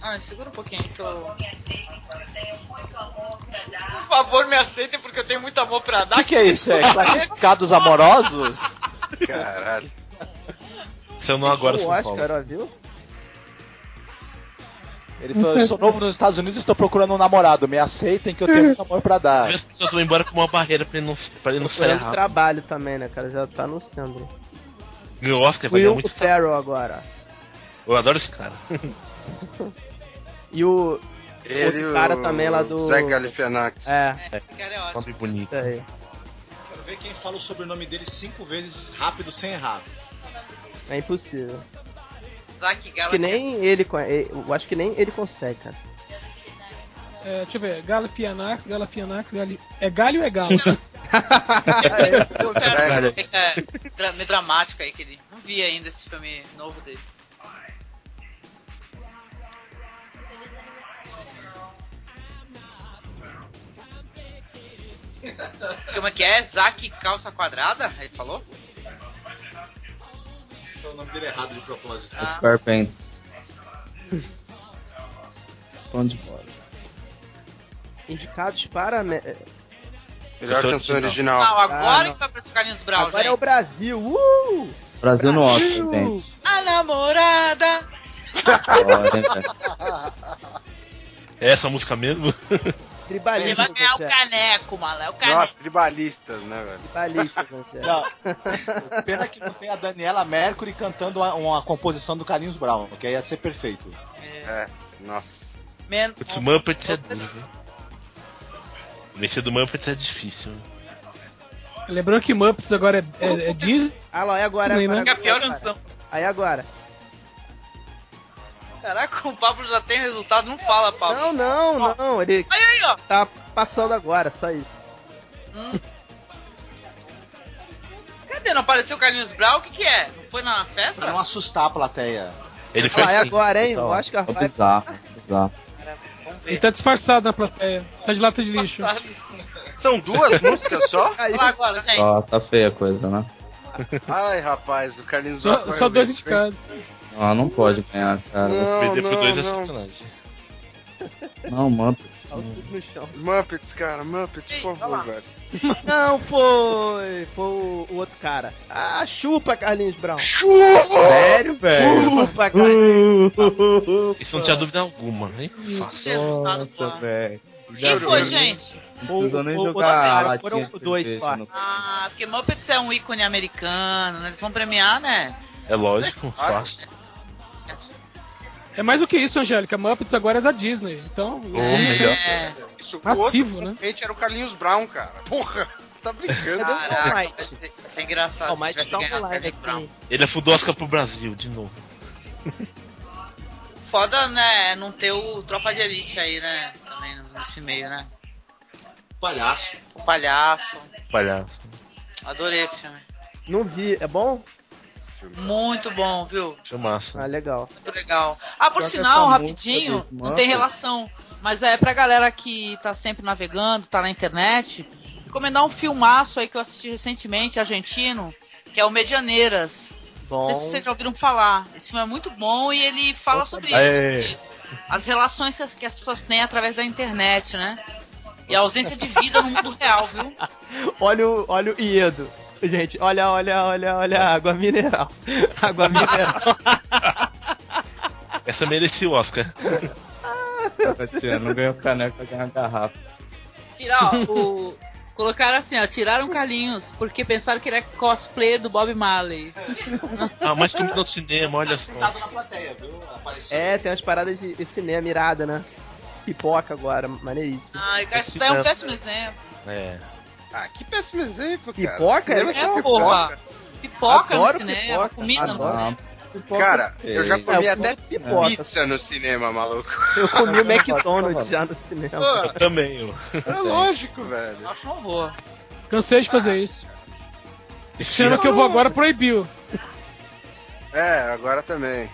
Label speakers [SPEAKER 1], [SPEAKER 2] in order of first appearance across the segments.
[SPEAKER 1] Ah, segura um pouquinho, tô... Por favor, me aceitem porque eu tenho muito amor pra
[SPEAKER 2] O
[SPEAKER 1] dar.
[SPEAKER 2] que, que é isso? É classificados amorosos?
[SPEAKER 3] Caralho.
[SPEAKER 4] Se eu não agora,
[SPEAKER 5] o
[SPEAKER 4] São Paulo.
[SPEAKER 5] Oscar, ó, viu?
[SPEAKER 2] Ele falou, eu sou novo nos Estados Unidos e estou procurando um namorado. Me aceitem que eu tenho muito amor pra dar.
[SPEAKER 4] As pessoas vão embora com uma barreira pra ele não, pra ele não sair
[SPEAKER 5] Procurando
[SPEAKER 4] errado.
[SPEAKER 5] trabalho também, né, cara? Já tá no centro.
[SPEAKER 4] E O Oscar vai ganhar
[SPEAKER 5] Will
[SPEAKER 4] muito.
[SPEAKER 5] Ferrell agora.
[SPEAKER 4] Eu adoro esse cara.
[SPEAKER 5] E o...
[SPEAKER 3] Ele e
[SPEAKER 5] Outro
[SPEAKER 3] o
[SPEAKER 5] cara também lá do-
[SPEAKER 3] Zé Galifianakis.
[SPEAKER 5] É,
[SPEAKER 1] É, esse cara é ótimo.
[SPEAKER 4] Nome
[SPEAKER 5] isso
[SPEAKER 4] bonito.
[SPEAKER 5] aí.
[SPEAKER 6] Quero ver quem fala o sobrenome dele cinco vezes rápido sem errar.
[SPEAKER 5] É impossível.
[SPEAKER 1] Zack
[SPEAKER 5] Acho que
[SPEAKER 1] Galagher.
[SPEAKER 5] nem ele... con- Eu acho que nem ele consegue, cara.
[SPEAKER 7] É, deixa eu ver. Galafianax, Galafianax, Galio. É galho ou é galo?
[SPEAKER 1] Eu quero é, dra- meio dramático aí, que ele não vi ainda esse filme novo dele. Como é que é? Zack calça quadrada? Ele falou?
[SPEAKER 6] Ele falou o nome dele errado de propósito.
[SPEAKER 1] Ah,
[SPEAKER 8] Square Pants. Responde bola.
[SPEAKER 5] Indicados para... me-
[SPEAKER 3] Melhor
[SPEAKER 4] Pessoa
[SPEAKER 3] canção
[SPEAKER 1] não,
[SPEAKER 3] original.
[SPEAKER 1] agora
[SPEAKER 5] Ah, não.
[SPEAKER 1] que vai aparecer o Carlinhos Brown,
[SPEAKER 5] Agora é o
[SPEAKER 1] gente.
[SPEAKER 5] Brasil. Uh!
[SPEAKER 8] Brasil no
[SPEAKER 5] Brasil!
[SPEAKER 8] Oscar, gente.
[SPEAKER 1] A namorada!
[SPEAKER 8] Olha,
[SPEAKER 4] É essa música mesmo?
[SPEAKER 1] Ele
[SPEAKER 5] Tribalistas,
[SPEAKER 1] vai ganhar o
[SPEAKER 5] Zé.
[SPEAKER 1] caneco, mano. É o caneco.
[SPEAKER 3] Nossa, tribalistas, né, velho?
[SPEAKER 5] Tribalistas, Zé.
[SPEAKER 6] Não. Pena que não tem a Daniela Mercury cantando uma, uma composição do Carlinhos Brown, que aí ia ser perfeito.
[SPEAKER 3] É, nossa.
[SPEAKER 1] Men-
[SPEAKER 4] Putz, o Muppets é duro. Vencer do Muppets é difícil. né?
[SPEAKER 7] Lembrando que Muppets agora é, é, é Disney.
[SPEAKER 5] Ah, lá, é agora.
[SPEAKER 7] Sim,
[SPEAKER 5] agora,
[SPEAKER 7] né?
[SPEAKER 1] Fica pior
[SPEAKER 5] agora.
[SPEAKER 1] não
[SPEAKER 5] Aí agora.
[SPEAKER 1] Caraca, o Pablo já tem resultado, não fala, Pablo.
[SPEAKER 5] Não, não, não. Ele
[SPEAKER 1] Aí, aí, ó.
[SPEAKER 5] tá passando agora, só isso.
[SPEAKER 1] Cadê? Não apareceu o Carlinhos Brown? O que que é? Não foi na festa?
[SPEAKER 6] Pra não assustar a plateia.
[SPEAKER 4] Ele foi
[SPEAKER 5] Ah, é
[SPEAKER 4] assim.
[SPEAKER 5] agora, hein? O
[SPEAKER 8] Então,
[SPEAKER 5] Oscar
[SPEAKER 8] é
[SPEAKER 5] vai.
[SPEAKER 8] bizarro, bizarro.
[SPEAKER 1] Vamos ver.
[SPEAKER 7] Ele tá disfarçado na plateia. Tá de lata de lixo.
[SPEAKER 3] São duas músicas só?
[SPEAKER 1] Olha lá agora, gente.
[SPEAKER 8] Ó, tá feia a coisa, né?
[SPEAKER 3] Ai, rapaz, o Carlinhos Brown
[SPEAKER 7] Só,
[SPEAKER 3] vai
[SPEAKER 7] só
[SPEAKER 3] ouvir
[SPEAKER 7] dois
[SPEAKER 3] isso, hein?
[SPEAKER 7] indicados.
[SPEAKER 8] Ah, não pode ganhar, cara.
[SPEAKER 3] Não,
[SPEAKER 4] Perder
[SPEAKER 3] não,
[SPEAKER 4] pro dois é
[SPEAKER 3] não.
[SPEAKER 4] sacanagem.
[SPEAKER 8] Não, Muppets.
[SPEAKER 5] Tá tudo no chão.
[SPEAKER 3] Muppets, cara, Muppets,
[SPEAKER 1] Ih,
[SPEAKER 3] por
[SPEAKER 1] tá lá.
[SPEAKER 3] favor, velho.
[SPEAKER 5] Não foi. Foi o, o outro cara. Ah, chupa, Carlinhos Brown.
[SPEAKER 3] É.
[SPEAKER 8] Sério, velho?
[SPEAKER 5] Chupa, Carlinhos.
[SPEAKER 4] Isso não tinha dúvida alguma, né? hein?
[SPEAKER 1] Que resultado bom.
[SPEAKER 8] velho.
[SPEAKER 1] Quem foi,
[SPEAKER 5] né?
[SPEAKER 1] gente?
[SPEAKER 8] Não precisou nem
[SPEAKER 5] O- o-
[SPEAKER 8] jogar a
[SPEAKER 5] o-
[SPEAKER 8] latinha
[SPEAKER 5] foram
[SPEAKER 8] de
[SPEAKER 5] dois
[SPEAKER 8] cerveja
[SPEAKER 5] só.
[SPEAKER 8] no-
[SPEAKER 1] Ah, porque Muppets é um ícone americano, né? Eles vão premiar, né?
[SPEAKER 4] É lógico, fácil.
[SPEAKER 7] É mais do que isso, Angélica. Muppets agora é da Disney. Então,
[SPEAKER 4] melhor.
[SPEAKER 1] É.
[SPEAKER 3] Isso,
[SPEAKER 7] Massivo,
[SPEAKER 3] o outro,
[SPEAKER 7] né?
[SPEAKER 3] repente, era o Carlinhos Brown, cara. Porra, você tá brincando.
[SPEAKER 1] Caraca, vai ser, vai ser engraçado
[SPEAKER 5] Ó,
[SPEAKER 1] se
[SPEAKER 5] mas
[SPEAKER 1] tivesse
[SPEAKER 5] só um
[SPEAKER 1] ganhado o
[SPEAKER 5] like
[SPEAKER 1] Carlinhos Brown.
[SPEAKER 5] aqui.
[SPEAKER 4] Ele afundou Oscar pro Brasil, de novo.
[SPEAKER 1] Foda, né? Não ter o Tropa de Elite aí, né? Também nesse meio, né?
[SPEAKER 6] Palhaço.
[SPEAKER 1] O Palhaço.
[SPEAKER 4] Palhaço.
[SPEAKER 1] Adorei esse filme.
[SPEAKER 5] Não vi. É bom?
[SPEAKER 1] Muito bom, viu?
[SPEAKER 4] Chamaço.
[SPEAKER 5] Ah, legal.
[SPEAKER 1] Muito legal. Ah, por
[SPEAKER 8] Pior que
[SPEAKER 1] sinal,
[SPEAKER 8] essa música
[SPEAKER 1] rapidinho,
[SPEAKER 8] dos
[SPEAKER 1] não tem
[SPEAKER 8] Muppets-
[SPEAKER 1] relação, mas é pra galera que tá sempre navegando, tá na internet, recomendar um filmaço aí que eu assisti recentemente, argentino, que é o Medianeiras. Não
[SPEAKER 5] Bom.
[SPEAKER 1] sei se vocês já ouviram falar. Esse filme é muito bom e ele fala sobre isso.
[SPEAKER 4] É.
[SPEAKER 1] sobre As relações que as, que as pessoas têm através da internet, né? E a ausência de vida no mundo real, viu?
[SPEAKER 5] Olha o, olha o Iedo. Gente, olha, olha, olha, olha a água mineral. Água mineral.
[SPEAKER 4] Essa merecia o Oscar.
[SPEAKER 8] Tá, Tatiana, não ganhou caneco, vai ganhar garrafa.
[SPEAKER 1] Tirar ó, o. Colocaram assim, ó, tiraram Carlinhos, porque pensaram que ele é cosplayer do Bob Marley.
[SPEAKER 4] Ah, mais como no cinema, olha só.
[SPEAKER 6] Sentado na plateia, viu? Apareceu.
[SPEAKER 5] é, tem umas paradas de de cinema irada, né? Pipoca agora, maneiríssimo.
[SPEAKER 1] Ah, isso daí é um péssimo exemplo.
[SPEAKER 4] É.
[SPEAKER 3] Ah, que péssimo exemplo, cara.
[SPEAKER 5] Pipoca?
[SPEAKER 3] Cinema
[SPEAKER 5] É,
[SPEAKER 3] sem
[SPEAKER 1] porra. Pipoca
[SPEAKER 5] Adoro
[SPEAKER 1] no cinema,
[SPEAKER 5] pipoca.
[SPEAKER 1] comida no
[SPEAKER 5] Adoro.
[SPEAKER 1] cinema.
[SPEAKER 5] Pipoca.
[SPEAKER 3] Cara, eu já comi
[SPEAKER 5] É, eu
[SPEAKER 3] até
[SPEAKER 5] como pipoca.
[SPEAKER 3] pizza no cinema, maluco.
[SPEAKER 5] Eu comi o
[SPEAKER 8] Não,
[SPEAKER 5] McDonald's
[SPEAKER 8] não.
[SPEAKER 5] já no cinema.
[SPEAKER 3] Pô,
[SPEAKER 4] Também, ó.
[SPEAKER 3] é lógico, velho.
[SPEAKER 1] Eu acho um horror.
[SPEAKER 7] cansei de fazer isso. Esse cinema que eu vou agora proibiu.
[SPEAKER 3] É, agora também.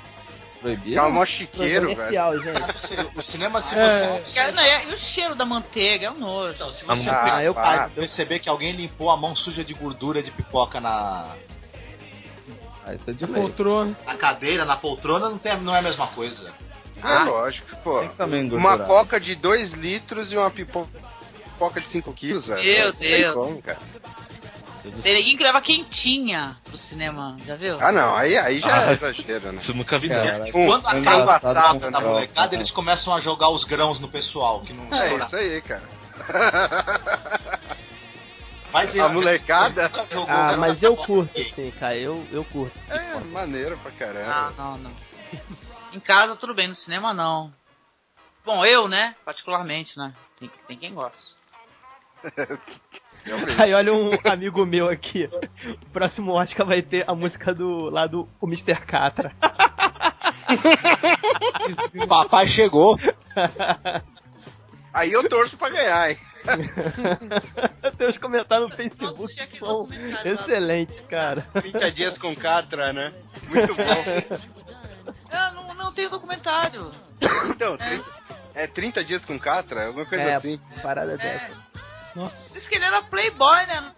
[SPEAKER 8] Proibido?
[SPEAKER 3] Tá mó chiqueiro, velho.
[SPEAKER 5] Comercial, gente.
[SPEAKER 6] O ci- O cinema, se
[SPEAKER 7] É.
[SPEAKER 6] você não.
[SPEAKER 1] Cara,
[SPEAKER 6] Se,
[SPEAKER 1] não, e, e o cheiro da manteiga, é um nojo.
[SPEAKER 6] não, se você
[SPEAKER 4] Ah,
[SPEAKER 6] perce-
[SPEAKER 5] eu
[SPEAKER 6] ah,
[SPEAKER 5] paro.
[SPEAKER 6] perceber que alguém limpou a mão suja de gordura de pipoca na,
[SPEAKER 8] Ah, isso é de lei.
[SPEAKER 7] Poltrona.
[SPEAKER 6] na cadeira, na poltrona, não, tem, não é a mesma coisa.
[SPEAKER 3] É lógico, pô.
[SPEAKER 8] Tem que também
[SPEAKER 3] Uma
[SPEAKER 8] engordurado.
[SPEAKER 3] coca de 2 litros e uma pipo- pipoca de 5 quilos, velho.
[SPEAKER 1] Meu
[SPEAKER 3] Não tem
[SPEAKER 1] Deus.
[SPEAKER 3] como, cara.
[SPEAKER 1] Tem ninguém que leva quentinha pro cinema, já viu?
[SPEAKER 3] Ah, não, aí, aí já
[SPEAKER 4] Ah.
[SPEAKER 3] é exagero, né?
[SPEAKER 4] Isso eu nunca vi, não.
[SPEAKER 8] Cara,
[SPEAKER 3] Um,
[SPEAKER 6] Quando
[SPEAKER 8] é
[SPEAKER 6] acaba a
[SPEAKER 8] engraçado
[SPEAKER 6] safra da
[SPEAKER 8] comprar o-
[SPEAKER 6] molecada, eles começam a jogar os grãos no pessoal, que não
[SPEAKER 3] é isso aí, cara.
[SPEAKER 6] Mas
[SPEAKER 3] A
[SPEAKER 6] Você
[SPEAKER 3] molecada?
[SPEAKER 6] nunca jogou
[SPEAKER 5] Ah,
[SPEAKER 6] grão
[SPEAKER 5] mas
[SPEAKER 6] na
[SPEAKER 5] eu
[SPEAKER 6] bola.
[SPEAKER 5] curto, sim, cara. Eu, eu curto.
[SPEAKER 3] É maneiro pra
[SPEAKER 1] Ah,
[SPEAKER 3] caramba.
[SPEAKER 1] não, não. Em casa tudo bem, no cinema não. Bom, eu, né? Particularmente, né? Tem, tem quem gosta.
[SPEAKER 3] Realmente.
[SPEAKER 5] Aí olha um amigo meu aqui. O próximo Oscar vai ter a música do lá do o Mr. Catra.
[SPEAKER 2] Papai chegou.
[SPEAKER 3] Aí eu torço pra ganhar, hein?
[SPEAKER 5] Tem os comentários no
[SPEAKER 1] Nossa,
[SPEAKER 5] Facebook
[SPEAKER 1] tinha
[SPEAKER 5] que
[SPEAKER 1] aquele
[SPEAKER 5] são
[SPEAKER 1] documentário lá.
[SPEAKER 5] excelentes, cara.
[SPEAKER 3] 30 dias com Catra, né? Muito bom.
[SPEAKER 1] Ah, não, não tem documentário.
[SPEAKER 3] Então, 30, é 30 dias com Catra? Alguma coisa
[SPEAKER 5] É.
[SPEAKER 3] assim.
[SPEAKER 5] Parada
[SPEAKER 1] É,
[SPEAKER 5] dessa.
[SPEAKER 7] Nossa.
[SPEAKER 1] diz que ele era playboy, né?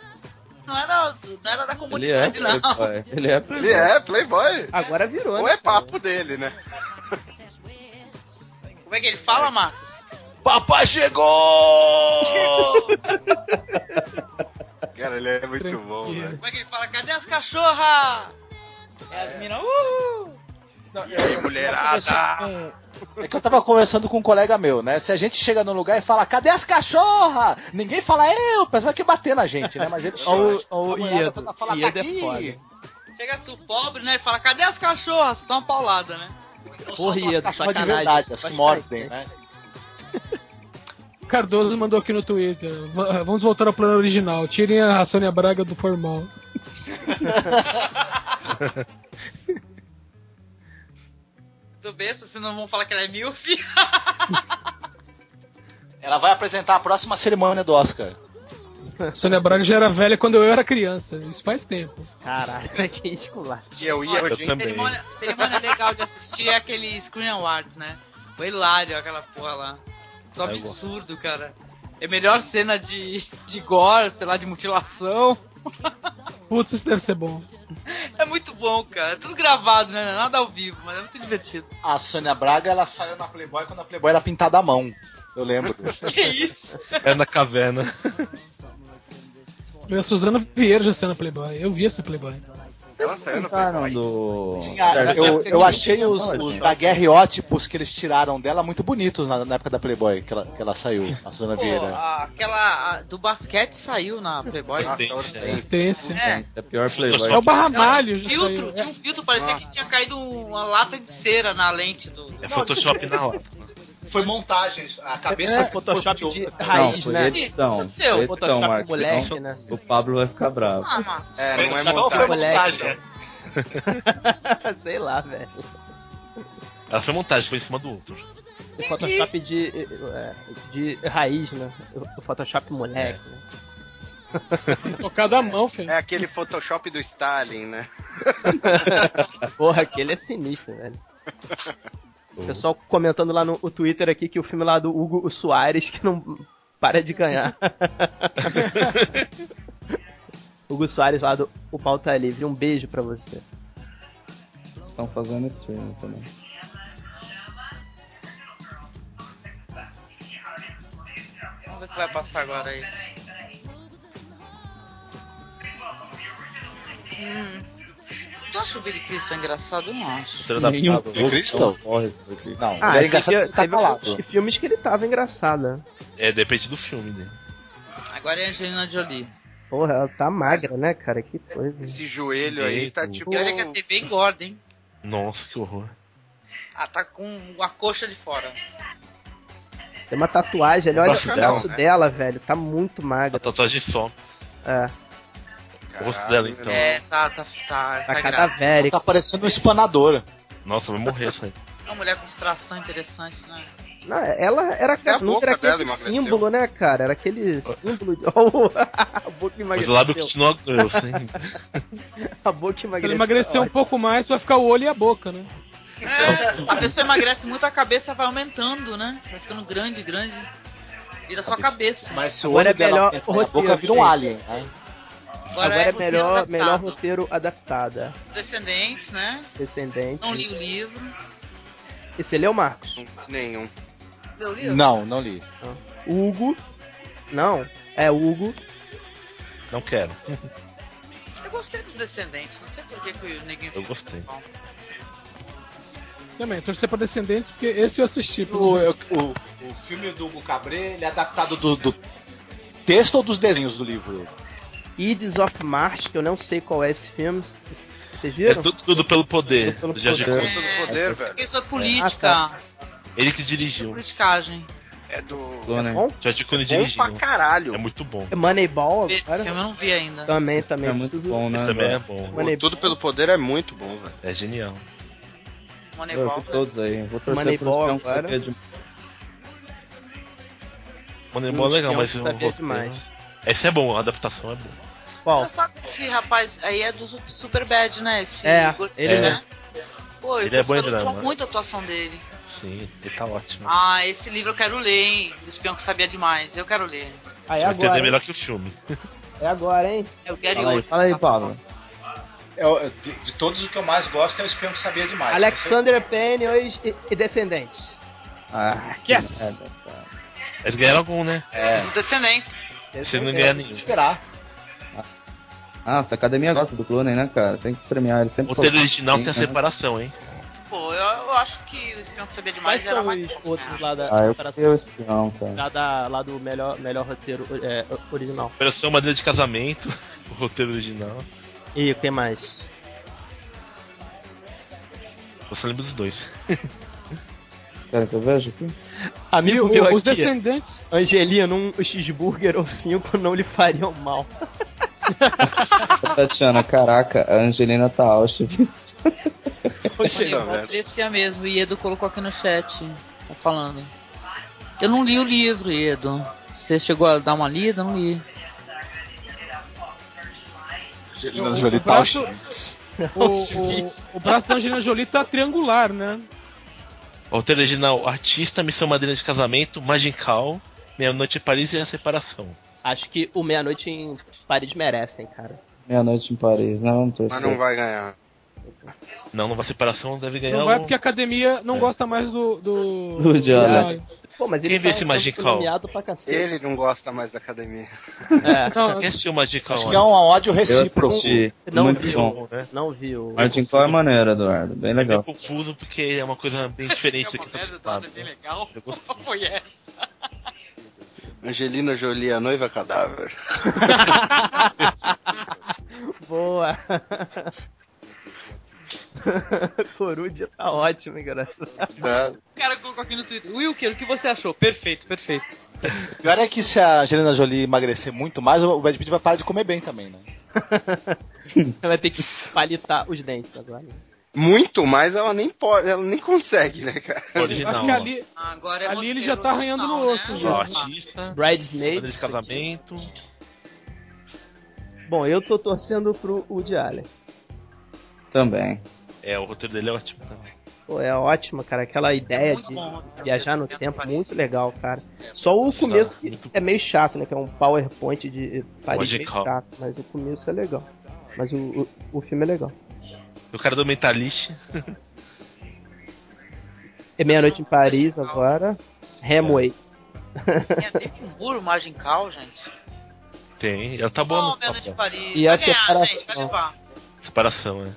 [SPEAKER 1] Não era, não era da
[SPEAKER 8] Ele é
[SPEAKER 1] comunidade, não.
[SPEAKER 8] playboy. Ele é playboy.
[SPEAKER 3] Ele é playboy.
[SPEAKER 5] Agora virou,
[SPEAKER 3] Ou
[SPEAKER 5] né?
[SPEAKER 3] é papo dele, né?
[SPEAKER 1] Como é que ele fala, Marcos?
[SPEAKER 6] Papai chegou!
[SPEAKER 3] Cara, ele é muito
[SPEAKER 7] Tranquilo.
[SPEAKER 3] bom, velho.
[SPEAKER 1] Como é que ele fala? Cadê as cachorras? É, as minas, uhul!
[SPEAKER 2] mulherada! É que eu tava conversando com um colega meu, né? Se a gente chega num lugar e fala, cadê as cachorras? Ninguém fala eu, o pessoal vai que bater na gente, né? Mas ele
[SPEAKER 5] Olha
[SPEAKER 2] chega.
[SPEAKER 5] o- olha o
[SPEAKER 2] A mulherada
[SPEAKER 5] Iedo.
[SPEAKER 2] toda fala,
[SPEAKER 5] Iedo
[SPEAKER 2] tá
[SPEAKER 5] é
[SPEAKER 2] aqui.
[SPEAKER 5] foda.
[SPEAKER 1] Chega tu, pobre, né? Ele fala, cadê as cachorras? Toma uma paulada, né?
[SPEAKER 2] As
[SPEAKER 5] Porra, Iedo,
[SPEAKER 2] cachorras de
[SPEAKER 5] sacanagem.
[SPEAKER 2] verdade, as que mordem, né?
[SPEAKER 7] Cardoso mandou aqui no Twitter. "Va- Vamos voltar ao plano original. Tirem a Sônia Braga do formal.
[SPEAKER 1] Tu besta, senão vão falar que ela é milf.
[SPEAKER 6] Ela vai apresentar a próxima cerimônia do Oscar.
[SPEAKER 7] Sônia Braga já era velha quando eu era criança. Isso faz tempo.
[SPEAKER 5] Caraca, que esculacho.
[SPEAKER 3] E eu ia,
[SPEAKER 1] Olha,
[SPEAKER 4] Eu
[SPEAKER 3] gente.
[SPEAKER 4] também.
[SPEAKER 1] Cerimônia, cerimônia legal de assistir é aquele Screen Awards, né? O Hilário, aquela porra lá. Isso é um
[SPEAKER 4] Eu gosto.
[SPEAKER 1] absurdo, cara. É a melhor cena de, de gore, sei lá, de mutilação.
[SPEAKER 7] Putz, isso deve ser bom.
[SPEAKER 1] É muito bom, cara. É tudo gravado, né? Não é Nada ao vivo, mas é muito divertido.
[SPEAKER 6] A Sônia Braga, ela saiu na Playboy quando a Playboy era pintada à mão. Eu lembro.
[SPEAKER 1] Que isso?
[SPEAKER 4] É na caverna.
[SPEAKER 7] Meu, a Suzana Vieira já saiu na Playboy. Eu vi essa Playboy.
[SPEAKER 3] Ela saiu no
[SPEAKER 8] Comentaram
[SPEAKER 3] Playboy.
[SPEAKER 8] do.
[SPEAKER 6] Tinha- eu, eu achei os, os daguerreótipos que eles tiraram dela muito bonitos na, na época da Playboy, que ela, que ela saiu, a Sônia
[SPEAKER 1] Pô,
[SPEAKER 6] Vieira.
[SPEAKER 1] a- aquela a- do basquete saiu na Playboy. né?
[SPEAKER 3] Nossa,
[SPEAKER 4] Hortência.
[SPEAKER 7] Hortênsia.
[SPEAKER 1] É.
[SPEAKER 8] É a pior playboy.
[SPEAKER 7] É o Barramalho, já é.
[SPEAKER 1] Filtro,
[SPEAKER 7] saiu.
[SPEAKER 1] tinha um filtro, parecia que tinha caído uma lata de cera na lente do.
[SPEAKER 4] É Photoshop
[SPEAKER 8] Tá
[SPEAKER 4] na hora.
[SPEAKER 6] Foi montagem, a cabeça
[SPEAKER 5] É, Photoshop
[SPEAKER 6] foi-
[SPEAKER 5] de
[SPEAKER 8] Não,
[SPEAKER 5] raiz,
[SPEAKER 8] foi
[SPEAKER 5] né?
[SPEAKER 8] edição.
[SPEAKER 1] Aconteceu,
[SPEAKER 8] Foi edição,
[SPEAKER 5] Photoshop
[SPEAKER 8] Marcos.
[SPEAKER 5] moleque, né?
[SPEAKER 8] O Pablo vai ficar bravo.
[SPEAKER 1] Ah, Marcos.
[SPEAKER 3] É, não é
[SPEAKER 6] Só foi
[SPEAKER 3] montagem.
[SPEAKER 5] montagem.
[SPEAKER 6] montagem.
[SPEAKER 5] Sei lá, velho.
[SPEAKER 4] Ela foi montagem, foi em cima do outro.
[SPEAKER 5] O Photoshop de, é, de raiz, né? O Photoshop moleque.
[SPEAKER 6] É.
[SPEAKER 5] né?
[SPEAKER 7] Tocado à É, mão, filho.
[SPEAKER 3] É aquele Photoshop do Stalin, né?
[SPEAKER 5] Porra, aquele é sinistro, velho. O pessoal comentando lá no o Twitter aqui que o filme lá do Hugo Soares que não para de ganhar. Hugo Soares lá do O Pau Tá Livre, um beijo pra você.
[SPEAKER 8] Estão fazendo streaming também.
[SPEAKER 1] Vamos ver o que vai passar agora aí. Hum. Tu acha o Billy Crystal engraçado? Eu não acho.
[SPEAKER 4] Outra da
[SPEAKER 6] Nenhum.
[SPEAKER 4] Pablo.
[SPEAKER 6] Do Crystal?
[SPEAKER 8] Porra, esse daqui.
[SPEAKER 6] Não,
[SPEAKER 5] Ah,
[SPEAKER 6] é engraçado que tá falado.
[SPEAKER 5] filmes que ele tava engraçado, né?
[SPEAKER 4] É, depende do filme, né?
[SPEAKER 1] Agora é a Angelina Jolie.
[SPEAKER 5] Porra, ela tá magra, né, cara? Que coisa.
[SPEAKER 3] Esse joelho aí tá tipo.
[SPEAKER 1] E olha que é assim. a TV engorda, hein?
[SPEAKER 4] Nossa, que horror.
[SPEAKER 1] Ah, tá com a coxa de fora.
[SPEAKER 5] Tem uma tatuagem ali, olha
[SPEAKER 4] Braço
[SPEAKER 5] o
[SPEAKER 4] dela,
[SPEAKER 5] braço
[SPEAKER 3] né?
[SPEAKER 5] dela, velho. Tá muito
[SPEAKER 4] A
[SPEAKER 5] magra.
[SPEAKER 4] tatuagem só.
[SPEAKER 5] É,
[SPEAKER 3] Caralho, né?
[SPEAKER 4] rosto dela, então.
[SPEAKER 1] É, tá, tá, tá, tá
[SPEAKER 5] tá
[SPEAKER 1] grave.
[SPEAKER 5] cadavérica.
[SPEAKER 6] Tá parecendo um espanador.
[SPEAKER 4] Nossa, vai morrer essa aí.
[SPEAKER 1] É uma mulher com uns traços tão interessantes, né?
[SPEAKER 5] Não, ela era,
[SPEAKER 3] tá- Até a
[SPEAKER 5] não
[SPEAKER 3] boca
[SPEAKER 5] era
[SPEAKER 3] dela
[SPEAKER 5] aquele
[SPEAKER 3] emagreceu.
[SPEAKER 5] símbolo, né, cara? Era aquele símbolo de. Oh, a boca
[SPEAKER 4] Mas
[SPEAKER 5] emagreceu.
[SPEAKER 4] o lábio continua grosso, hein?
[SPEAKER 5] A boca emagreceu.
[SPEAKER 7] Ele emagreceu um pouco mais, vai ficar o olho e a boca, né?
[SPEAKER 1] É, a pessoa emagrece muito, a cabeça vai aumentando, né? Vai ficando grande, grande. Vira só a cabeça.
[SPEAKER 6] Mas se o
[SPEAKER 5] Agora
[SPEAKER 6] olho
[SPEAKER 5] é melhor
[SPEAKER 6] dela
[SPEAKER 5] o
[SPEAKER 6] a
[SPEAKER 5] roteiro,
[SPEAKER 6] boca vira um
[SPEAKER 5] gente.
[SPEAKER 6] alien. né?
[SPEAKER 5] Agora, é,
[SPEAKER 1] roteiro
[SPEAKER 5] melhor,
[SPEAKER 1] adaptado.
[SPEAKER 5] melhor roteiro adaptado. é.
[SPEAKER 1] Descendentes, né?
[SPEAKER 5] Descendente.
[SPEAKER 1] Não li o livro.
[SPEAKER 5] E você leu, Marcos?
[SPEAKER 3] Nenhum.
[SPEAKER 1] Leu o livro?
[SPEAKER 6] Não, não li.
[SPEAKER 5] Hugo. Não, é Hugo.
[SPEAKER 4] Não quero.
[SPEAKER 1] Eu gostei dos Descendentes, não sei por que, que o neguinho.
[SPEAKER 4] Eu gostei.
[SPEAKER 7] Também, torcer pra Descendentes, porque esse eu assisti.
[SPEAKER 6] O, o, o filme do Hugo Cabré, ele é adaptado do, do texto ou dos desenhos do livro?
[SPEAKER 5] Ides of March, que eu não sei qual é esse filme. c- c- Vocês
[SPEAKER 4] É
[SPEAKER 5] viram?
[SPEAKER 4] tudo, tudo pelo poder
[SPEAKER 5] Tudo pelo
[SPEAKER 4] do George
[SPEAKER 5] poder.
[SPEAKER 4] Clooney.
[SPEAKER 3] Tudo do poder, velho.
[SPEAKER 1] Isso é política,
[SPEAKER 4] Ele que dirigiu.
[SPEAKER 1] politicagem.
[SPEAKER 3] É do.
[SPEAKER 8] Clooney.
[SPEAKER 5] Bom,
[SPEAKER 4] George Clooney
[SPEAKER 3] Bom
[SPEAKER 4] dirigiu.
[SPEAKER 3] pra caralho.
[SPEAKER 4] É muito bom.
[SPEAKER 5] Moneyball
[SPEAKER 1] Esse
[SPEAKER 5] agora?
[SPEAKER 1] filme é um- eu não vi ainda.
[SPEAKER 5] Também, também.
[SPEAKER 8] É muito
[SPEAKER 5] preciso-
[SPEAKER 8] bom, né?
[SPEAKER 4] Ele também é
[SPEAKER 8] velho?
[SPEAKER 4] bom.
[SPEAKER 5] Moneyball.
[SPEAKER 3] Pô, Tudo pelo poder é muito bom, velho.
[SPEAKER 4] É genial.
[SPEAKER 5] É
[SPEAKER 8] Eu
[SPEAKER 1] Moneyball.
[SPEAKER 8] vi todos aí. Vou torcer pro
[SPEAKER 5] Moneyball
[SPEAKER 8] espião que
[SPEAKER 5] agora.
[SPEAKER 8] sabia de-
[SPEAKER 4] Moneyball é legal,
[SPEAKER 5] Espião
[SPEAKER 4] mas
[SPEAKER 5] que
[SPEAKER 4] o
[SPEAKER 5] Hum, sabia
[SPEAKER 4] roteiro-
[SPEAKER 5] demais.
[SPEAKER 4] Esse é bom, a adaptação é boa.
[SPEAKER 5] Qual?
[SPEAKER 1] Engraçado que esse rapaz aí é do Superbad, né? Esse
[SPEAKER 5] É,
[SPEAKER 1] gordinho,
[SPEAKER 5] ele
[SPEAKER 4] é.
[SPEAKER 1] né? Pô, eu
[SPEAKER 4] Ele é
[SPEAKER 1] tô
[SPEAKER 4] bom em
[SPEAKER 1] gostando
[SPEAKER 4] drama.
[SPEAKER 1] muito a atuação dele.
[SPEAKER 4] Sim, ele tá ótimo.
[SPEAKER 1] Ah, esse livro eu quero ler, hein? Do Espião que Sabia Demais. Eu quero ler.
[SPEAKER 5] Ah, é
[SPEAKER 4] Vai entender
[SPEAKER 5] agora, hein?
[SPEAKER 4] melhor que o filme.
[SPEAKER 5] É agora, hein?
[SPEAKER 1] Eu quero
[SPEAKER 8] Fala aí,
[SPEAKER 1] hoje.
[SPEAKER 8] fala aí,
[SPEAKER 1] tá
[SPEAKER 8] Pablo.
[SPEAKER 1] bom.
[SPEAKER 6] Eu- eu- de, de todos o que eu mais gosto é o espião que sabia demais.
[SPEAKER 5] Alexander Payne hoje e, e Descendentes.
[SPEAKER 8] Ah, que
[SPEAKER 7] Yes!
[SPEAKER 8] merda, cara.
[SPEAKER 4] Eles ganharam algum, né?
[SPEAKER 1] Os Descendentes.
[SPEAKER 4] Se não ganhar nenhum.
[SPEAKER 6] esperar.
[SPEAKER 8] Nossa, a academia gosta do Clooney, né, cara? Tem que
[SPEAKER 5] É
[SPEAKER 8] premiar ele
[SPEAKER 4] O
[SPEAKER 5] um
[SPEAKER 8] sempre.
[SPEAKER 4] roteiro original tem a
[SPEAKER 8] né?
[SPEAKER 4] separação, hein?
[SPEAKER 1] Pô, eu, eu acho que o Espião que Sabia
[SPEAKER 5] Quais
[SPEAKER 1] Demais era
[SPEAKER 5] são
[SPEAKER 1] mais.
[SPEAKER 5] os outros lá da
[SPEAKER 8] Ah, eu
[SPEAKER 5] separação?
[SPEAKER 8] queria o espião, cara.
[SPEAKER 5] Lá, da- lá do melhor, melhor roteiro é, original.
[SPEAKER 4] Operação Madeira de Casamento, o roteiro original.
[SPEAKER 5] E o que mais?
[SPEAKER 4] Você lembra dos dois.
[SPEAKER 8] Quero que eu veja aqui?
[SPEAKER 7] E
[SPEAKER 5] Amigo
[SPEAKER 7] o-
[SPEAKER 5] meu
[SPEAKER 7] os
[SPEAKER 5] aqui,
[SPEAKER 7] Descendentes.
[SPEAKER 5] Angelino, um cheeseburger ou cinco não lhe fariam mal.
[SPEAKER 8] Tatiana, caraca, a Angelina tá Auschwitz.
[SPEAKER 3] Puta,
[SPEAKER 1] Moneyball
[SPEAKER 3] velho.
[SPEAKER 1] Parecia mesmo. O Iedo colocou aqui no chat. Tá falando. Eu não li o livro, Iedo. Você chegou a dar uma lida? Não li.
[SPEAKER 7] O-
[SPEAKER 6] Angelina
[SPEAKER 7] o
[SPEAKER 6] Jolie tá
[SPEAKER 7] braço-
[SPEAKER 6] Auschwitz.
[SPEAKER 7] O, o, o braço da Angelina Jolie tá triangular, né?
[SPEAKER 4] O roteiro original, artista, missão madeira de casamento, magical, meia-noite em Paris e a separação.
[SPEAKER 5] Acho que o Meia-Noite em Paris merecem, cara.
[SPEAKER 8] Meia-noite em Paris, não, não tô
[SPEAKER 3] Mas não vai ganhar.
[SPEAKER 4] Não, não vai separação, deve ganhar
[SPEAKER 7] Não vai
[SPEAKER 4] É o-
[SPEAKER 7] porque é a academia não gosta mais do. Do,
[SPEAKER 8] Do Woody Allen.
[SPEAKER 5] Pô, mas ele
[SPEAKER 4] Quem
[SPEAKER 5] tá
[SPEAKER 4] viu esse
[SPEAKER 5] sendo
[SPEAKER 4] Magical?
[SPEAKER 5] premiado pra cacete.
[SPEAKER 3] Ele não gosta mais da academia.
[SPEAKER 5] É,
[SPEAKER 7] Não,
[SPEAKER 4] Quem assistiu o magical?
[SPEAKER 6] Acho que é um ódio
[SPEAKER 8] Eu
[SPEAKER 6] recíproco.
[SPEAKER 8] assisti,
[SPEAKER 5] Não
[SPEAKER 8] muito
[SPEAKER 5] viu.
[SPEAKER 8] bom.
[SPEAKER 4] né?
[SPEAKER 5] não viu.
[SPEAKER 8] Martin Call é maneiro, Eduardo, bem
[SPEAKER 4] É meio
[SPEAKER 8] legal.
[SPEAKER 4] confuso porque é uma coisa bem diferente do que tá acostumado.
[SPEAKER 1] então,
[SPEAKER 4] né?
[SPEAKER 1] é legal.
[SPEAKER 4] Eu gostei.
[SPEAKER 1] Foi essa.
[SPEAKER 3] Angelina Jolie, a noiva cadáver.
[SPEAKER 5] Boa. Corudia tá ótimo, hein, galera.
[SPEAKER 3] É.
[SPEAKER 1] O cara colocou aqui no Twitter. Wilker, o que você achou? Perfeito, perfeito.
[SPEAKER 6] O pior é que se a Angelina Jolie emagrecer muito mais, o Brad Pitt vai parar de comer bem também, né?
[SPEAKER 5] Vai ter que palitar os dentes agora. né?
[SPEAKER 3] Muito mais ela nem pode, ela nem consegue, né, cara?
[SPEAKER 4] Original.
[SPEAKER 7] acho que é ali.
[SPEAKER 1] Agora é
[SPEAKER 7] Ali ele já tá arranhando no osso,
[SPEAKER 1] né?
[SPEAKER 4] ó.
[SPEAKER 7] já.
[SPEAKER 4] artista, madeira de
[SPEAKER 5] Bridesmaids.
[SPEAKER 4] casamento.
[SPEAKER 5] Bom, eu tô torcendo pro Woody Allen.
[SPEAKER 8] Também.
[SPEAKER 4] É, o roteiro dele é ótimo também.
[SPEAKER 5] Pô, é ótimo, cara. Aquela ideia
[SPEAKER 1] Muito
[SPEAKER 5] de
[SPEAKER 1] bom.
[SPEAKER 5] viajar no tempo, muito legal, cara. Só o
[SPEAKER 4] Nossa,
[SPEAKER 5] começo que
[SPEAKER 4] muito
[SPEAKER 5] é meio chato, né? Que é um PowerPoint de Paris meio
[SPEAKER 4] Logical.
[SPEAKER 5] chato, mas o começo é legal. Mas o, o, o filme é legal.
[SPEAKER 4] O cara do Mentalist,
[SPEAKER 5] É meia-noite em Paris agora. Hamway.
[SPEAKER 1] Tinha tempo um burro Magical, gente.
[SPEAKER 4] tem. Ela tá boa
[SPEAKER 1] Bom,
[SPEAKER 4] no
[SPEAKER 1] menos de
[SPEAKER 4] papel.
[SPEAKER 1] Paris.
[SPEAKER 5] E
[SPEAKER 1] vai
[SPEAKER 5] é a
[SPEAKER 1] ganhar,
[SPEAKER 5] separação?
[SPEAKER 1] gente, vai levar.
[SPEAKER 4] Separação, né?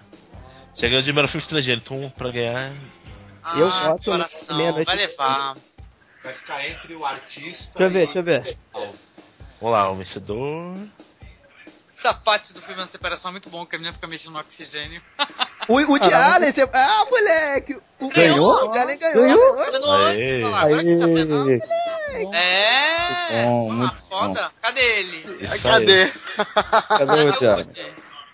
[SPEAKER 4] Já ganhou de melhor filme estrangeiro, então pra ganhar.
[SPEAKER 1] Ah,
[SPEAKER 5] Eu voto
[SPEAKER 1] separação,
[SPEAKER 5] meia-noite
[SPEAKER 1] vai
[SPEAKER 5] e
[SPEAKER 1] levar.
[SPEAKER 6] Vai ficar entre o artista
[SPEAKER 5] Deixa eu ver, deixa eu ver.
[SPEAKER 4] Vamos lá, o vencedor.
[SPEAKER 1] Essa parte do filme da separação é muito bom, que a menina fica mexendo no oxigênio.
[SPEAKER 5] O Woody Allen, você... Ah, moleque! O,
[SPEAKER 1] Ganhou?
[SPEAKER 5] O Woody Allen ganhou.
[SPEAKER 1] Ganhou? antes,
[SPEAKER 4] Aê.
[SPEAKER 1] olha lá, agora que tá pegando.
[SPEAKER 8] Aê!
[SPEAKER 1] É,
[SPEAKER 8] Muito bom,
[SPEAKER 1] ah,
[SPEAKER 8] muito
[SPEAKER 1] foda. Cadê ele?
[SPEAKER 4] Isso aí.
[SPEAKER 3] Cadê?
[SPEAKER 8] Cadê o Woody Allen?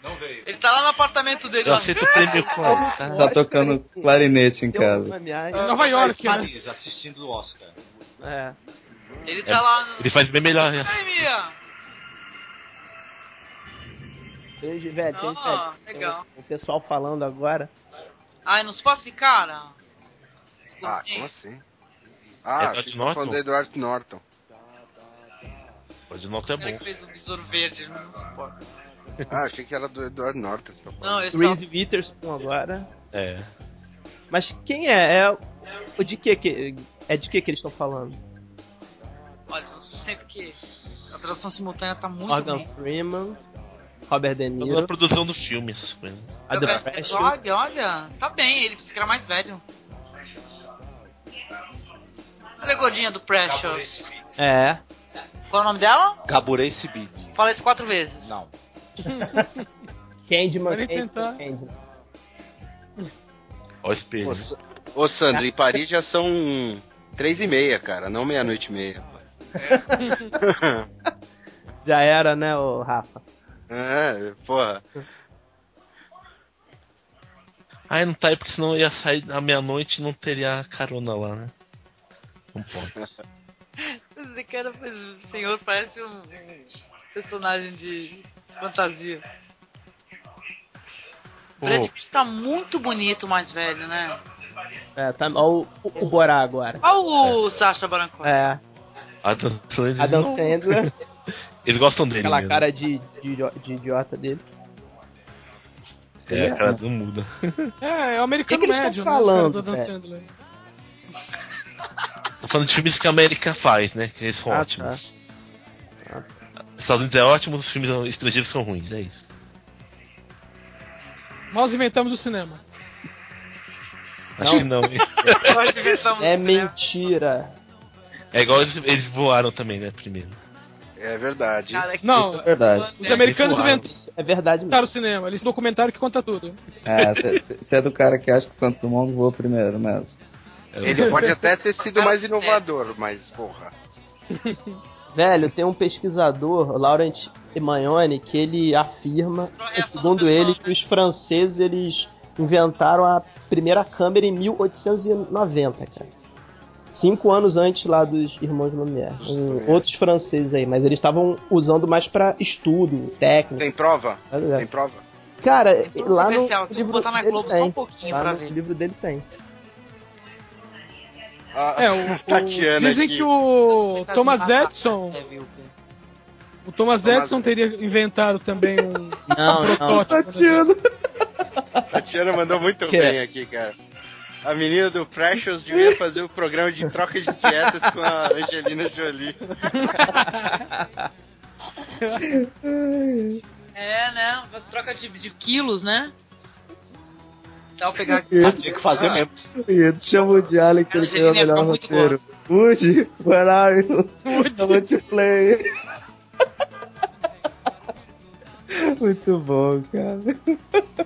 [SPEAKER 6] Não veio.
[SPEAKER 1] Ele tá lá no apartamento dele.
[SPEAKER 4] Eu
[SPEAKER 1] lá.
[SPEAKER 4] aceito o prêmio como? Tá?
[SPEAKER 8] Tá tocando clarinete em
[SPEAKER 5] Deu um
[SPEAKER 8] casa.
[SPEAKER 5] nome, ai.
[SPEAKER 7] Nova York, né?
[SPEAKER 6] Paris, assistindo o Oscar.
[SPEAKER 5] É.
[SPEAKER 1] Ele tá lá no...
[SPEAKER 4] Ele faz bem melhor. né?
[SPEAKER 1] Ai, Mia.
[SPEAKER 5] Beijo, velho. Tem,
[SPEAKER 1] Ah,
[SPEAKER 5] velho. Tem
[SPEAKER 1] legal.
[SPEAKER 5] O pessoal falando agora.
[SPEAKER 1] Ai, não se passa esse cara? Esse
[SPEAKER 3] Ah,
[SPEAKER 1] gordinho.
[SPEAKER 3] como assim? Ah,
[SPEAKER 4] É Edward
[SPEAKER 3] achei que você tá falando
[SPEAKER 4] Norton?
[SPEAKER 3] do Edward Norton.
[SPEAKER 4] O de nota é
[SPEAKER 1] O cara
[SPEAKER 4] bom.
[SPEAKER 1] que fez o Besouro Verde, não suporta.
[SPEAKER 3] Ah, achei que era do Edward Norton. você tá falando.
[SPEAKER 1] Não, esse é o
[SPEAKER 5] Reese Witherspoon agora.
[SPEAKER 4] É.
[SPEAKER 5] Mas quem é? É o de que que é de que que eles estão falando?
[SPEAKER 1] Olha, eu sei porque a tradução simultânea tá muito
[SPEAKER 5] Morgan
[SPEAKER 1] ruim.
[SPEAKER 5] Freeman, Robert De
[SPEAKER 4] Toda a
[SPEAKER 5] Niro,
[SPEAKER 4] produção do filme, essas coisas.
[SPEAKER 5] a
[SPEAKER 1] Robert
[SPEAKER 5] The
[SPEAKER 1] Downey
[SPEAKER 5] Fresh,
[SPEAKER 1] Jr., olha, tá bem, ele precisa que era mais velho. Olha a gordinha do Precious.
[SPEAKER 5] é,
[SPEAKER 1] Qual é o nome dela?
[SPEAKER 2] Gaburei Sibid.
[SPEAKER 1] Fala isso quatro vezes.
[SPEAKER 2] Não.
[SPEAKER 5] Candyman, Candyman,
[SPEAKER 7] Pode tentar.
[SPEAKER 5] Candyman.
[SPEAKER 4] Ó o espelho. né?
[SPEAKER 3] Ô, Sa- Ô, Sandro, em Paris já são três e meia, cara, não meia-noite e meia.
[SPEAKER 5] Já era, né, o Rafa?
[SPEAKER 3] É, porra.
[SPEAKER 4] Ah, não tá aí porque senão eu ia sair à meia-noite e não teria carona lá, né? Não pode.
[SPEAKER 1] Esse cara, fez- o senhor parece um um personagem de fantasia. O Brad Pitt tá muito bonito, mais velho, né?
[SPEAKER 5] É, tá, ó, o, o Borá agora.
[SPEAKER 1] Olha o Sacha Baron Cohen.
[SPEAKER 5] É,
[SPEAKER 4] A Dan Sandler,
[SPEAKER 5] Adam
[SPEAKER 4] eles, não-
[SPEAKER 5] Sandler,
[SPEAKER 4] eles gostam dele
[SPEAKER 5] aquela
[SPEAKER 4] mesmo.
[SPEAKER 5] cara de, de, de idiota dele.
[SPEAKER 4] É, a
[SPEAKER 5] né?
[SPEAKER 4] cara não muda.
[SPEAKER 7] É, é o americano
[SPEAKER 5] que eles
[SPEAKER 7] médio,
[SPEAKER 5] tão
[SPEAKER 7] né, o cara
[SPEAKER 5] falando,
[SPEAKER 7] do Adam
[SPEAKER 5] velho?
[SPEAKER 7] Sandler.
[SPEAKER 4] Tô falando de filmes que a América faz, né? Que eles são
[SPEAKER 5] Ah,
[SPEAKER 4] ótimos. Estados Unidos é ótimo, os filmes estrangeiros são ruins, é isso.
[SPEAKER 7] Nós inventamos o cinema.
[SPEAKER 4] Acho que não. hein?
[SPEAKER 1] Nós inventamos
[SPEAKER 5] É
[SPEAKER 1] isso, né?
[SPEAKER 5] mentira.
[SPEAKER 4] É igual eles, eles voaram também, né? Primeiro.
[SPEAKER 3] É verdade.
[SPEAKER 1] Cara, que
[SPEAKER 7] Não,
[SPEAKER 8] Isso é verdade.
[SPEAKER 7] os americanos
[SPEAKER 4] Eles
[SPEAKER 7] inventaram
[SPEAKER 5] Isso é verdade mesmo.
[SPEAKER 7] o Tá cinema. Eles documentaram que conta tudo.
[SPEAKER 8] Você é do cara que acha que o Santos Dumont voa primeiro mesmo.
[SPEAKER 3] Ele pode até ter sido mais
[SPEAKER 1] Carlos
[SPEAKER 3] inovador,
[SPEAKER 1] Neves.
[SPEAKER 3] mas, porra.
[SPEAKER 5] Velho, tem um pesquisador, o Laurent Emagnoni, que ele afirma,
[SPEAKER 1] Só a reação do
[SPEAKER 5] segundo
[SPEAKER 1] pessoal,
[SPEAKER 5] ele,
[SPEAKER 1] né?
[SPEAKER 5] que os franceses eles inventaram a primeira câmera em 1890, cara. Cinco anos antes lá dos irmãos Lumière. Hum, outros franceses aí, mas eles estavam usando mais pra estudo, técnico.
[SPEAKER 3] Tem prova?
[SPEAKER 5] nada
[SPEAKER 3] Tem
[SPEAKER 5] dessa.
[SPEAKER 3] prova?
[SPEAKER 5] Cara,
[SPEAKER 1] Tem
[SPEAKER 5] É, lá no
[SPEAKER 1] É, então, comercial, tem que
[SPEAKER 5] livro
[SPEAKER 1] botar na
[SPEAKER 5] dele
[SPEAKER 1] Globo
[SPEAKER 5] tem.
[SPEAKER 1] só um pouquinho
[SPEAKER 5] Lá
[SPEAKER 1] pra
[SPEAKER 5] no
[SPEAKER 1] ver.
[SPEAKER 5] livro dele tem.
[SPEAKER 3] Ah,
[SPEAKER 7] É, o,
[SPEAKER 4] Tá
[SPEAKER 7] o,
[SPEAKER 3] Tatiana
[SPEAKER 7] dizem
[SPEAKER 3] aqui.
[SPEAKER 7] que o Thomas Edison,
[SPEAKER 5] né,
[SPEAKER 7] o Thomas
[SPEAKER 3] Thomas
[SPEAKER 7] Edison
[SPEAKER 3] Edison.
[SPEAKER 7] teria inventado também um
[SPEAKER 5] Não, não.
[SPEAKER 7] protótipo. né,
[SPEAKER 3] Tatiana mandou muito
[SPEAKER 7] é.
[SPEAKER 5] Que?
[SPEAKER 3] bem aqui, cara. A menina do Precious devia fazer o programa de troca de dietas com a Angelina Jolie.
[SPEAKER 1] É, né? Troca de, de quilos, né? Então, pegar
[SPEAKER 2] Ah, tinha que fazer mesmo.
[SPEAKER 8] Eles chamam de Alien que
[SPEAKER 1] Cara,
[SPEAKER 8] ele
[SPEAKER 1] o
[SPEAKER 8] ganhou o
[SPEAKER 1] Angelina
[SPEAKER 8] melhor
[SPEAKER 1] ficou muito
[SPEAKER 8] roteiro. Woody, where are you? I want to play. Muito bom, cara.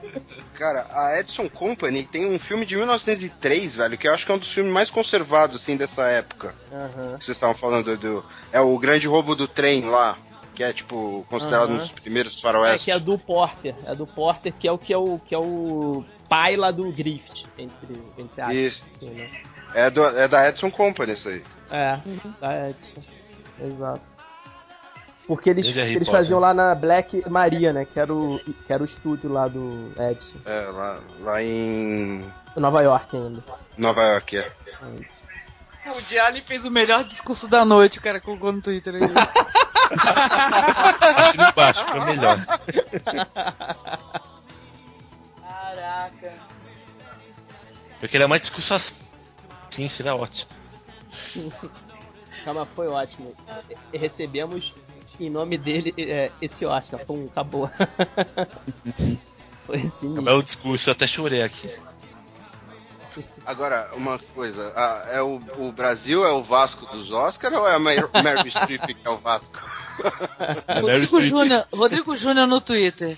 [SPEAKER 3] Cara, a Edison Company tem um filme de 1903, velho, que eu acho que é um dos filmes mais conservados, assim, dessa época.
[SPEAKER 5] Aham.
[SPEAKER 3] Que vocês estavam falando do... É o grande roubo do trem lá, que é, tipo, considerado
[SPEAKER 5] Aham.
[SPEAKER 3] um dos primeiros
[SPEAKER 5] É,
[SPEAKER 3] faroeste.
[SPEAKER 5] que é do Porter. É do Porter, que é o que é o, que é o pai lá do Griffith, entre, entre aspas.
[SPEAKER 3] Isso.
[SPEAKER 5] assim, né?
[SPEAKER 3] É, do- é da Edison Company, isso aí.
[SPEAKER 5] É, da Edson. Exato. Porque eles,
[SPEAKER 4] Desde Harry
[SPEAKER 5] eles
[SPEAKER 4] Potter.
[SPEAKER 5] faziam lá na Black Maria, né? Que era o, que era o estúdio lá do Edson.
[SPEAKER 3] É, lá, lá em
[SPEAKER 5] Nova York ainda.
[SPEAKER 3] Nova York, é.
[SPEAKER 5] É isso.
[SPEAKER 1] O Diallo fez o melhor discurso da noite, o cara colocou no Twitter aí.
[SPEAKER 4] Assina embaixo, que é o melhor.
[SPEAKER 1] Caraca.
[SPEAKER 4] Eu queria mais é discussão assim, será ótimo.
[SPEAKER 5] Calma, foi ótimo. E- Recebemos em nome dele é, esse Oscar. Pum, acabou. foi assim.
[SPEAKER 4] É o discurso, eu até chorei aqui.
[SPEAKER 3] Agora, uma coisa, a- é o, o Brasil é o Vasco dos Oscar ou é a Mer- Meryl Streep que é o Vasco?
[SPEAKER 4] É
[SPEAKER 1] Rodrigo
[SPEAKER 4] Meryl Streep.
[SPEAKER 1] Júnior, Rodrigo Júnior no Twitter.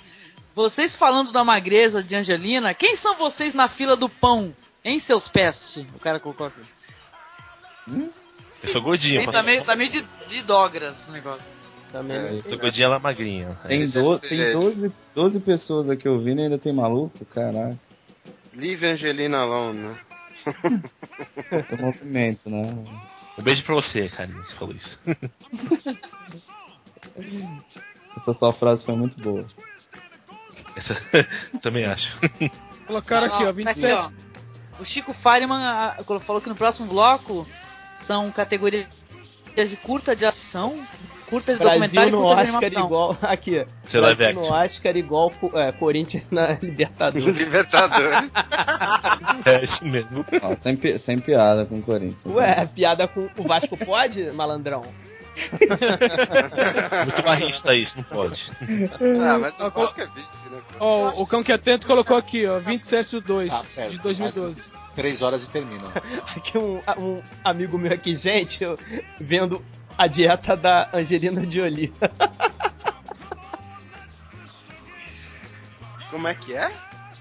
[SPEAKER 1] Vocês falando da magreza de Angelina, quem são vocês na fila do pão? Hein, seus peste? O cara colocou aqui.
[SPEAKER 4] Eu sou gordinho,
[SPEAKER 1] Tem,
[SPEAKER 4] eu
[SPEAKER 1] tá
[SPEAKER 4] faço-
[SPEAKER 1] meio, tá meio de, de dogras esse negócio.
[SPEAKER 5] Também né? não
[SPEAKER 4] eu sou gordinho, ela é magrinha.
[SPEAKER 8] Tem,
[SPEAKER 3] deve
[SPEAKER 8] do,
[SPEAKER 3] ser-
[SPEAKER 8] tem 12, 12 pessoas aqui ouvindo e ainda tem maluco? Caraca,
[SPEAKER 3] Live Angelina Alone, né?
[SPEAKER 8] tem movimento, né?
[SPEAKER 4] Um beijo pra você, carinha, que falou isso.
[SPEAKER 8] Essa sua frase foi muito boa.
[SPEAKER 4] Essa- também acho.
[SPEAKER 7] Colocaram aqui, ó,
[SPEAKER 1] Nossa, tá
[SPEAKER 7] 27.
[SPEAKER 1] ó. O Chico Fireman ah, falou que no próximo bloco são categorias de curta de ação, Curta de
[SPEAKER 5] Brasil
[SPEAKER 1] documentário e
[SPEAKER 5] no
[SPEAKER 1] curta de
[SPEAKER 5] Oscar é
[SPEAKER 1] animação.
[SPEAKER 5] igual. Aqui.
[SPEAKER 4] Você é live
[SPEAKER 5] Brasil
[SPEAKER 4] action.
[SPEAKER 5] no Oscar igual Co- é, Corinthians na Libertadores.
[SPEAKER 3] Libertadores.
[SPEAKER 4] É isso mesmo.
[SPEAKER 8] Ó, sem, pi- sem piada com o Corinthians. né?
[SPEAKER 5] Ué, é piada com o Vasco pode, malandrão?
[SPEAKER 4] Muito barrista isso, não pode.
[SPEAKER 3] ah, mas
[SPEAKER 7] Ah,
[SPEAKER 3] o
[SPEAKER 7] qual-
[SPEAKER 3] Vasco é vice, né? cara?
[SPEAKER 7] Ó, o Cão que é atento colocou aqui, ó, 27 de
[SPEAKER 4] Tá
[SPEAKER 7] 2
[SPEAKER 6] Ah, pera,
[SPEAKER 7] de 2012.
[SPEAKER 6] Três horas e termina.
[SPEAKER 5] Aqui um, um amigo meu aqui, gente, eu vendo a dieta da Angelina Jolie.
[SPEAKER 3] Como é que é?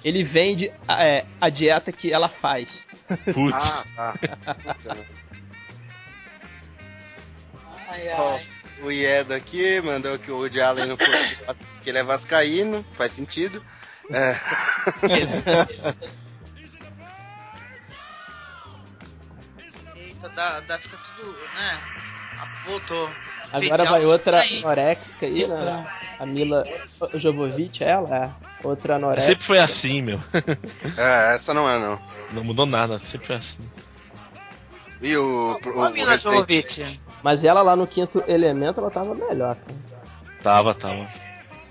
[SPEAKER 5] Ele vende é, a dieta que ela faz.
[SPEAKER 4] Putz.
[SPEAKER 3] Ah, tá. Puta, né?
[SPEAKER 1] Ai,
[SPEAKER 3] Ó,
[SPEAKER 1] ai.
[SPEAKER 3] O Iedo aqui mandou que o Woody Allen não fosse Vasco, porque ele é vascaíno, faz sentido. É,
[SPEAKER 1] Eita, dá, dá, fica tudo, né? Ah, Voltou.
[SPEAKER 5] Agora
[SPEAKER 1] Feijão
[SPEAKER 5] vai outra
[SPEAKER 1] estranho.
[SPEAKER 5] anorexica aí, né? A Mila Jovovich, ela é outra anorexica.
[SPEAKER 4] Sempre foi assim, meu.
[SPEAKER 3] é, essa não é, não.
[SPEAKER 4] Não mudou nada, sempre foi assim.
[SPEAKER 3] E o, o, o
[SPEAKER 1] Ó, Mila
[SPEAKER 3] Resident-
[SPEAKER 1] Jovovich.
[SPEAKER 5] Mas ela lá no quinto elemento, ela tava melhor, cara.
[SPEAKER 4] Tava, tava.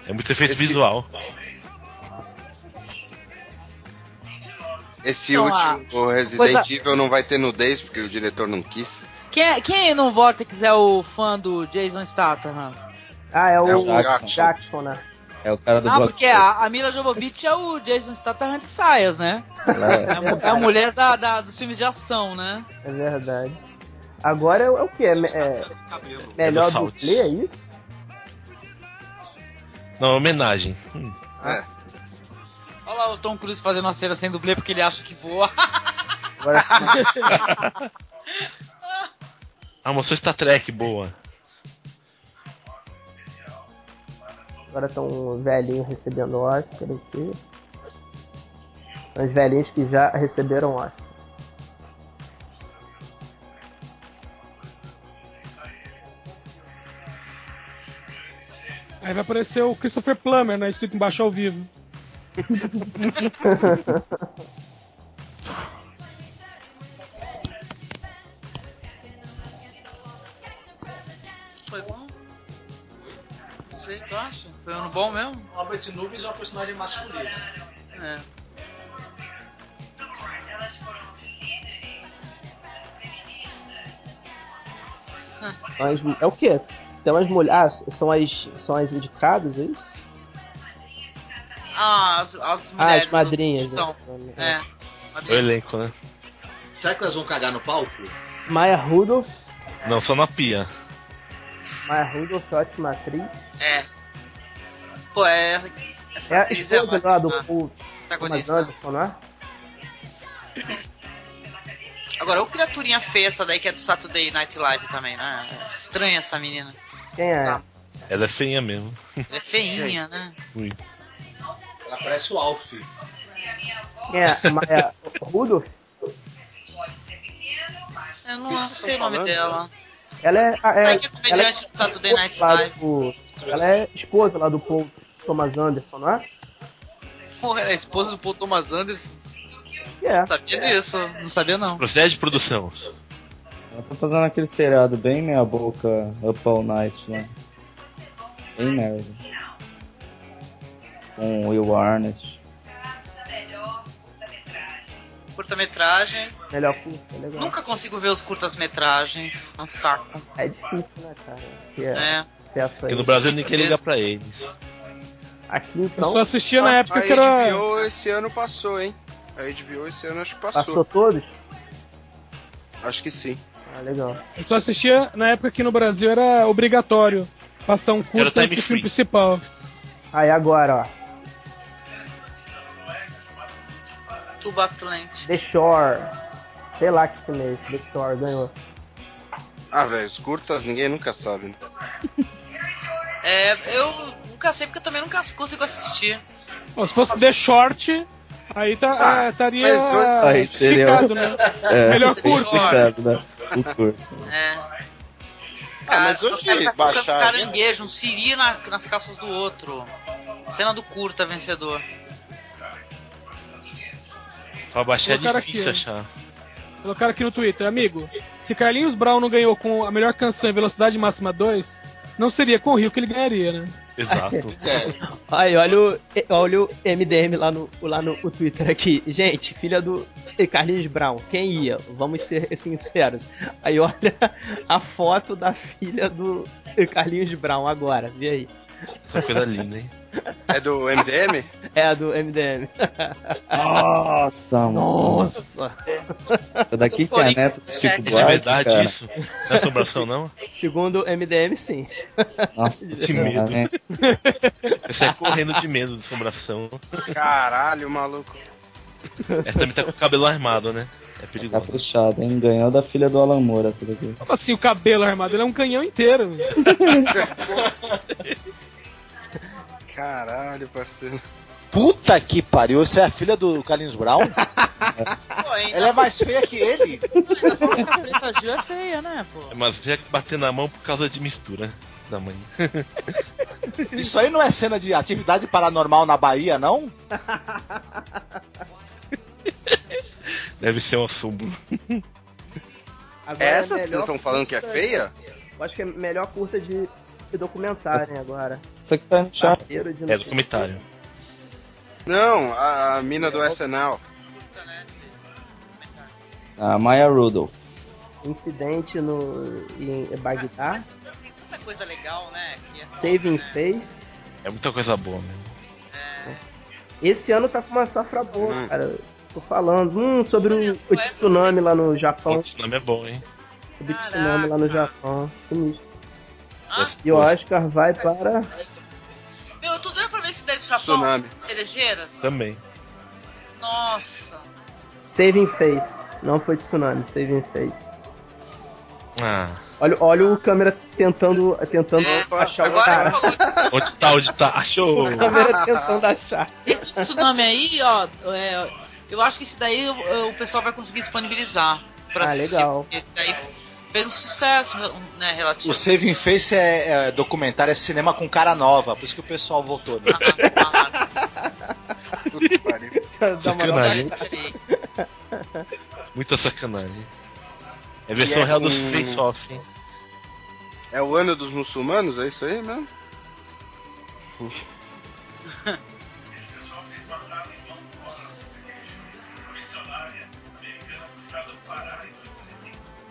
[SPEAKER 4] É muito efeito
[SPEAKER 3] Esse-
[SPEAKER 4] visual.
[SPEAKER 3] Esse
[SPEAKER 1] Então,
[SPEAKER 3] último, o Resident
[SPEAKER 1] coisa-
[SPEAKER 3] Evil, não vai ter nudez, porque o diretor não quis.
[SPEAKER 1] Quem, é- quem aí no Vortex é o fã do Jason Statham?
[SPEAKER 5] Ah, é o,
[SPEAKER 3] É o
[SPEAKER 5] Jackson.
[SPEAKER 3] Jackson.
[SPEAKER 5] né?
[SPEAKER 8] É o cara do
[SPEAKER 1] Ah,
[SPEAKER 8] bloco.
[SPEAKER 1] porque a, a Mila Jovovich é o Jason Statham de saias, né?
[SPEAKER 8] Ela é-
[SPEAKER 1] É a, mu- é a mulher da, da- dos filmes de ação, né?
[SPEAKER 5] É verdade. Agora é o que? É, me- é
[SPEAKER 6] Cabelo.
[SPEAKER 5] melhor
[SPEAKER 4] É do Salt.
[SPEAKER 5] dublê, é isso?
[SPEAKER 4] Não, é homenagem. Hum.
[SPEAKER 3] é.
[SPEAKER 1] Olha lá o Tom Cruise fazendo uma cena sem dublê porque ele acha que voa.
[SPEAKER 5] Agora
[SPEAKER 4] Ah, mostrou Star Trek, boa.
[SPEAKER 5] agora estão um velhinho recebendo Oscar aqui. Os velhinhos que já receberam Oscar.
[SPEAKER 7] Aí vai aparecer o Christopher Plummer, né? Escrito embaixo ao vivo.
[SPEAKER 1] Foi bom? Não sei, tu acha? Foi um ano bom mesmo?
[SPEAKER 6] Robert Nubes é um personagem masculino.
[SPEAKER 1] É.
[SPEAKER 5] São as- é o que? Tem umas mulheres. Ah, são as, são as indicadas, é isso?
[SPEAKER 1] Ah, as, as
[SPEAKER 5] Ah,
[SPEAKER 1] mulheres
[SPEAKER 5] as madrinhas.
[SPEAKER 1] do-
[SPEAKER 5] Né?
[SPEAKER 1] São. É.
[SPEAKER 4] O
[SPEAKER 1] Madrinha.
[SPEAKER 4] elenco, né?
[SPEAKER 6] Será que elas vão cagar no palco?
[SPEAKER 1] É.
[SPEAKER 5] Maya Rudolph.
[SPEAKER 4] Não, só na pia.
[SPEAKER 5] Maya Rudolph, ótima atriz.
[SPEAKER 1] É. Pô, é. Essa
[SPEAKER 5] É a
[SPEAKER 1] atriz é
[SPEAKER 5] esposa lá do
[SPEAKER 1] uma
[SPEAKER 5] Paul Thomas
[SPEAKER 1] protagonista.
[SPEAKER 5] Anderson, não é?
[SPEAKER 1] Agora, o criaturinha feia essa daí que é do Saturday Night Live também, né? É Estranha essa menina.
[SPEAKER 5] Quem é?
[SPEAKER 1] Ela
[SPEAKER 4] Ela é feinha mesmo.
[SPEAKER 1] é feinha, né?
[SPEAKER 4] Ui.
[SPEAKER 6] Ela parece o Alf.
[SPEAKER 5] Quem é? Maya Rudolph?
[SPEAKER 1] Eu não, não sei o
[SPEAKER 3] estão
[SPEAKER 1] nome
[SPEAKER 3] falando?
[SPEAKER 1] dela.
[SPEAKER 5] Ela é. ah,
[SPEAKER 1] Ela
[SPEAKER 5] é
[SPEAKER 1] é que é comediante do Saturday Night
[SPEAKER 5] lá
[SPEAKER 1] Live.
[SPEAKER 5] do- ela é esposa lá do Paul Thomas Anderson, não é?
[SPEAKER 1] Porra, ela é esposa do Paul Thomas Anderson.
[SPEAKER 5] É.
[SPEAKER 1] Não sabia disso. Não sabia, não.
[SPEAKER 4] Procede de produção.
[SPEAKER 8] Ela tá fazendo aquele seriado bem meia boca, Up All Night, né? Bem merda. Com o Will Arnett.
[SPEAKER 1] Curta-metragem.
[SPEAKER 5] Melhor curta, legal.
[SPEAKER 1] Nunca consigo ver os curtas-metragens. É um saco.
[SPEAKER 5] É difícil, né, cara? Que é,
[SPEAKER 1] É.
[SPEAKER 5] acesso aí.
[SPEAKER 4] Porque no Brasil ninguém liga pra eles.
[SPEAKER 5] Aqui
[SPEAKER 7] Eu
[SPEAKER 5] então,
[SPEAKER 7] só assistia
[SPEAKER 4] Ah,
[SPEAKER 7] na época
[SPEAKER 3] A
[SPEAKER 7] que era.
[SPEAKER 3] HBO esse ano passou, hein? A HBO esse ano acho que passou.
[SPEAKER 5] passou todos?
[SPEAKER 3] Acho que sim.
[SPEAKER 5] Ah, legal.
[SPEAKER 7] Eu só assistia na época que no Brasil era obrigatório passar um
[SPEAKER 4] Era o
[SPEAKER 7] curta
[SPEAKER 4] time
[SPEAKER 7] antes do filme
[SPEAKER 4] free.
[SPEAKER 7] principal.
[SPEAKER 5] Aí agora, ó.
[SPEAKER 1] Tuba Atlante.
[SPEAKER 5] The Shore. Sei lá que filme é esse. The Shore ganhou.
[SPEAKER 3] Ah, velho, os curtas ninguém nunca sabe. né?
[SPEAKER 1] É, eu nunca sei porque eu também nunca consigo assistir.
[SPEAKER 7] Ó, se fosse The Short, aí tá, é, estaria
[SPEAKER 3] mas hoje- Ah,
[SPEAKER 8] Aí seria
[SPEAKER 7] esticado, né?
[SPEAKER 8] É,
[SPEAKER 5] Tá
[SPEAKER 7] Melhor
[SPEAKER 8] tem
[SPEAKER 7] curta.
[SPEAKER 8] explicado, né? O curto.
[SPEAKER 1] É.
[SPEAKER 3] Ah, mas
[SPEAKER 1] Cara,
[SPEAKER 3] hoje
[SPEAKER 1] o cara tá colocando
[SPEAKER 3] baixar
[SPEAKER 1] caranguejo, um siri na- nas calças do outro. Cena do curta vencedor.
[SPEAKER 4] Pra baixar é
[SPEAKER 7] Colocaram
[SPEAKER 4] difícil
[SPEAKER 7] aqui,
[SPEAKER 4] achar.
[SPEAKER 7] Colocaram aqui no Twitter, amigo. Se Carlinhos Brown não ganhou com a melhor canção em Velocidade Máxima 2, Não seria com o Rio que ele ganharia, né?
[SPEAKER 4] Exato.
[SPEAKER 5] Aí, olha o, olha o MDM lá no, lá no o Twitter aqui. Gente, filha do Carlinhos Brown, quem ia? Vamos ser sinceros. Aí olha a foto da filha do Carlinhos Brown agora, vê aí.
[SPEAKER 4] Essa coisa linda, hein?
[SPEAKER 3] É do MDM?
[SPEAKER 5] É a do MDM.
[SPEAKER 8] Nossa, mano.
[SPEAKER 5] Nossa!
[SPEAKER 8] Essa daqui que é a neta do Chico
[SPEAKER 4] É
[SPEAKER 8] Buarque,
[SPEAKER 4] verdade
[SPEAKER 8] cara.
[SPEAKER 4] isso? Não é assombração, não?
[SPEAKER 5] Segundo o MDM, sim.
[SPEAKER 8] Nossa,
[SPEAKER 4] Esse
[SPEAKER 8] cara,
[SPEAKER 4] medo.
[SPEAKER 8] né?
[SPEAKER 4] Você é correndo de medo de assombração.
[SPEAKER 3] Caralho, maluco.
[SPEAKER 4] Essa também tá com o cabelo armado, né? É
[SPEAKER 8] Tá
[SPEAKER 4] perigoso.
[SPEAKER 8] puxado, hein? Ganhou da filha do Alan Moura essa daqui.
[SPEAKER 7] Como assim, o cabelo armado? Ele é um canhão inteiro. velho.
[SPEAKER 3] Caralho, parceiro.
[SPEAKER 2] Puta que pariu, você é a filha do Carlinhos Brown?
[SPEAKER 1] Pô, ainda,
[SPEAKER 2] Ela é mais feia que ele?
[SPEAKER 1] ainda fala que a Preta Gil é feia, né, pô?
[SPEAKER 4] Mas já que bater na mão por causa de mistura da mãe.
[SPEAKER 2] Isso aí não é cena de atividade paranormal na Bahia, não?
[SPEAKER 4] Deve ser um assombro.
[SPEAKER 5] Agora
[SPEAKER 3] É essa
[SPEAKER 5] melhor
[SPEAKER 3] que vocês estão falando que é
[SPEAKER 5] curta-
[SPEAKER 3] feia?
[SPEAKER 5] Eu acho que é melhor curta de de documentário hein, agora.
[SPEAKER 8] Isso aqui tá no chat.
[SPEAKER 5] Barreiro de não
[SPEAKER 4] É
[SPEAKER 5] sei-
[SPEAKER 4] do comentário.
[SPEAKER 3] Não, a, a mina do SNL.
[SPEAKER 8] A Ah, Maya Rudolph.
[SPEAKER 5] Incidente no, em Bagdá.
[SPEAKER 1] Mas tem tanta coisa legal, né? Que é só,
[SPEAKER 5] Saving
[SPEAKER 1] né?
[SPEAKER 5] Face.
[SPEAKER 4] É muita coisa boa mesmo.
[SPEAKER 5] Esse ano tá com uma safra boa,
[SPEAKER 3] Hum.
[SPEAKER 5] cara. Tô falando. Hum, sobre
[SPEAKER 1] Olha,
[SPEAKER 5] o, o
[SPEAKER 1] Suécia-
[SPEAKER 5] tsunami lá no Japão.
[SPEAKER 4] O tsunami é bom, hein?
[SPEAKER 5] Sobre o tsunami lá no
[SPEAKER 1] Caraca.
[SPEAKER 5] Japão. Sinistro.
[SPEAKER 1] Nossa,
[SPEAKER 5] E o Oscar vai para.
[SPEAKER 1] meu, eu tô doido pra ver esse daí do Japão.
[SPEAKER 3] Tsunami.
[SPEAKER 1] Cerejeiras?
[SPEAKER 4] Também.
[SPEAKER 1] Nossa.
[SPEAKER 5] Saving Face. Não foi tsunami, Saving Face.
[SPEAKER 4] Ah.
[SPEAKER 5] Olha, olha o câmera tentando, tentando
[SPEAKER 1] É,
[SPEAKER 5] achar o
[SPEAKER 1] Agora
[SPEAKER 5] cara.
[SPEAKER 1] falou
[SPEAKER 4] Onde tá? Onde tá? Achou!
[SPEAKER 5] A câmera tentando achar.
[SPEAKER 1] Esse tsunami aí, ó, é, eu acho que esse daí o, o pessoal vai conseguir disponibilizar pra
[SPEAKER 5] Ah,
[SPEAKER 1] assistir.
[SPEAKER 5] legal.
[SPEAKER 1] porque Esse daí fez um sucesso, né, relativo.
[SPEAKER 2] O Saving Face é, é documentário, é cinema com cara nova, por isso que o pessoal votou. Né?
[SPEAKER 1] Ah,
[SPEAKER 3] Puta que pariu.
[SPEAKER 5] Dá uma nova-
[SPEAKER 4] Sacanagem.
[SPEAKER 1] sei.
[SPEAKER 4] Muita sacanagem. É a versão
[SPEAKER 3] é
[SPEAKER 4] real dos
[SPEAKER 3] com-
[SPEAKER 4] Face Off, hein?
[SPEAKER 3] É o ano dos muçulmanos? É isso aí mesmo?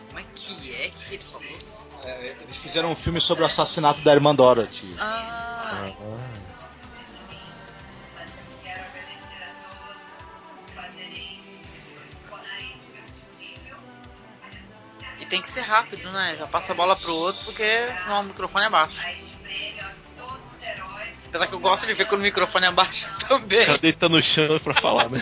[SPEAKER 1] Como é que é que ele falou?
[SPEAKER 2] Eles fizeram um filme sobre o assassinato da irmã Dorothy.
[SPEAKER 1] Ah, e tem que ser rápido, né? Já passa a bola pro outro, porque senão o microfone abaixa. Apesar que eu gosto de ver quando o microfone abaixa também.
[SPEAKER 4] Ela deita no chão pra falar, né?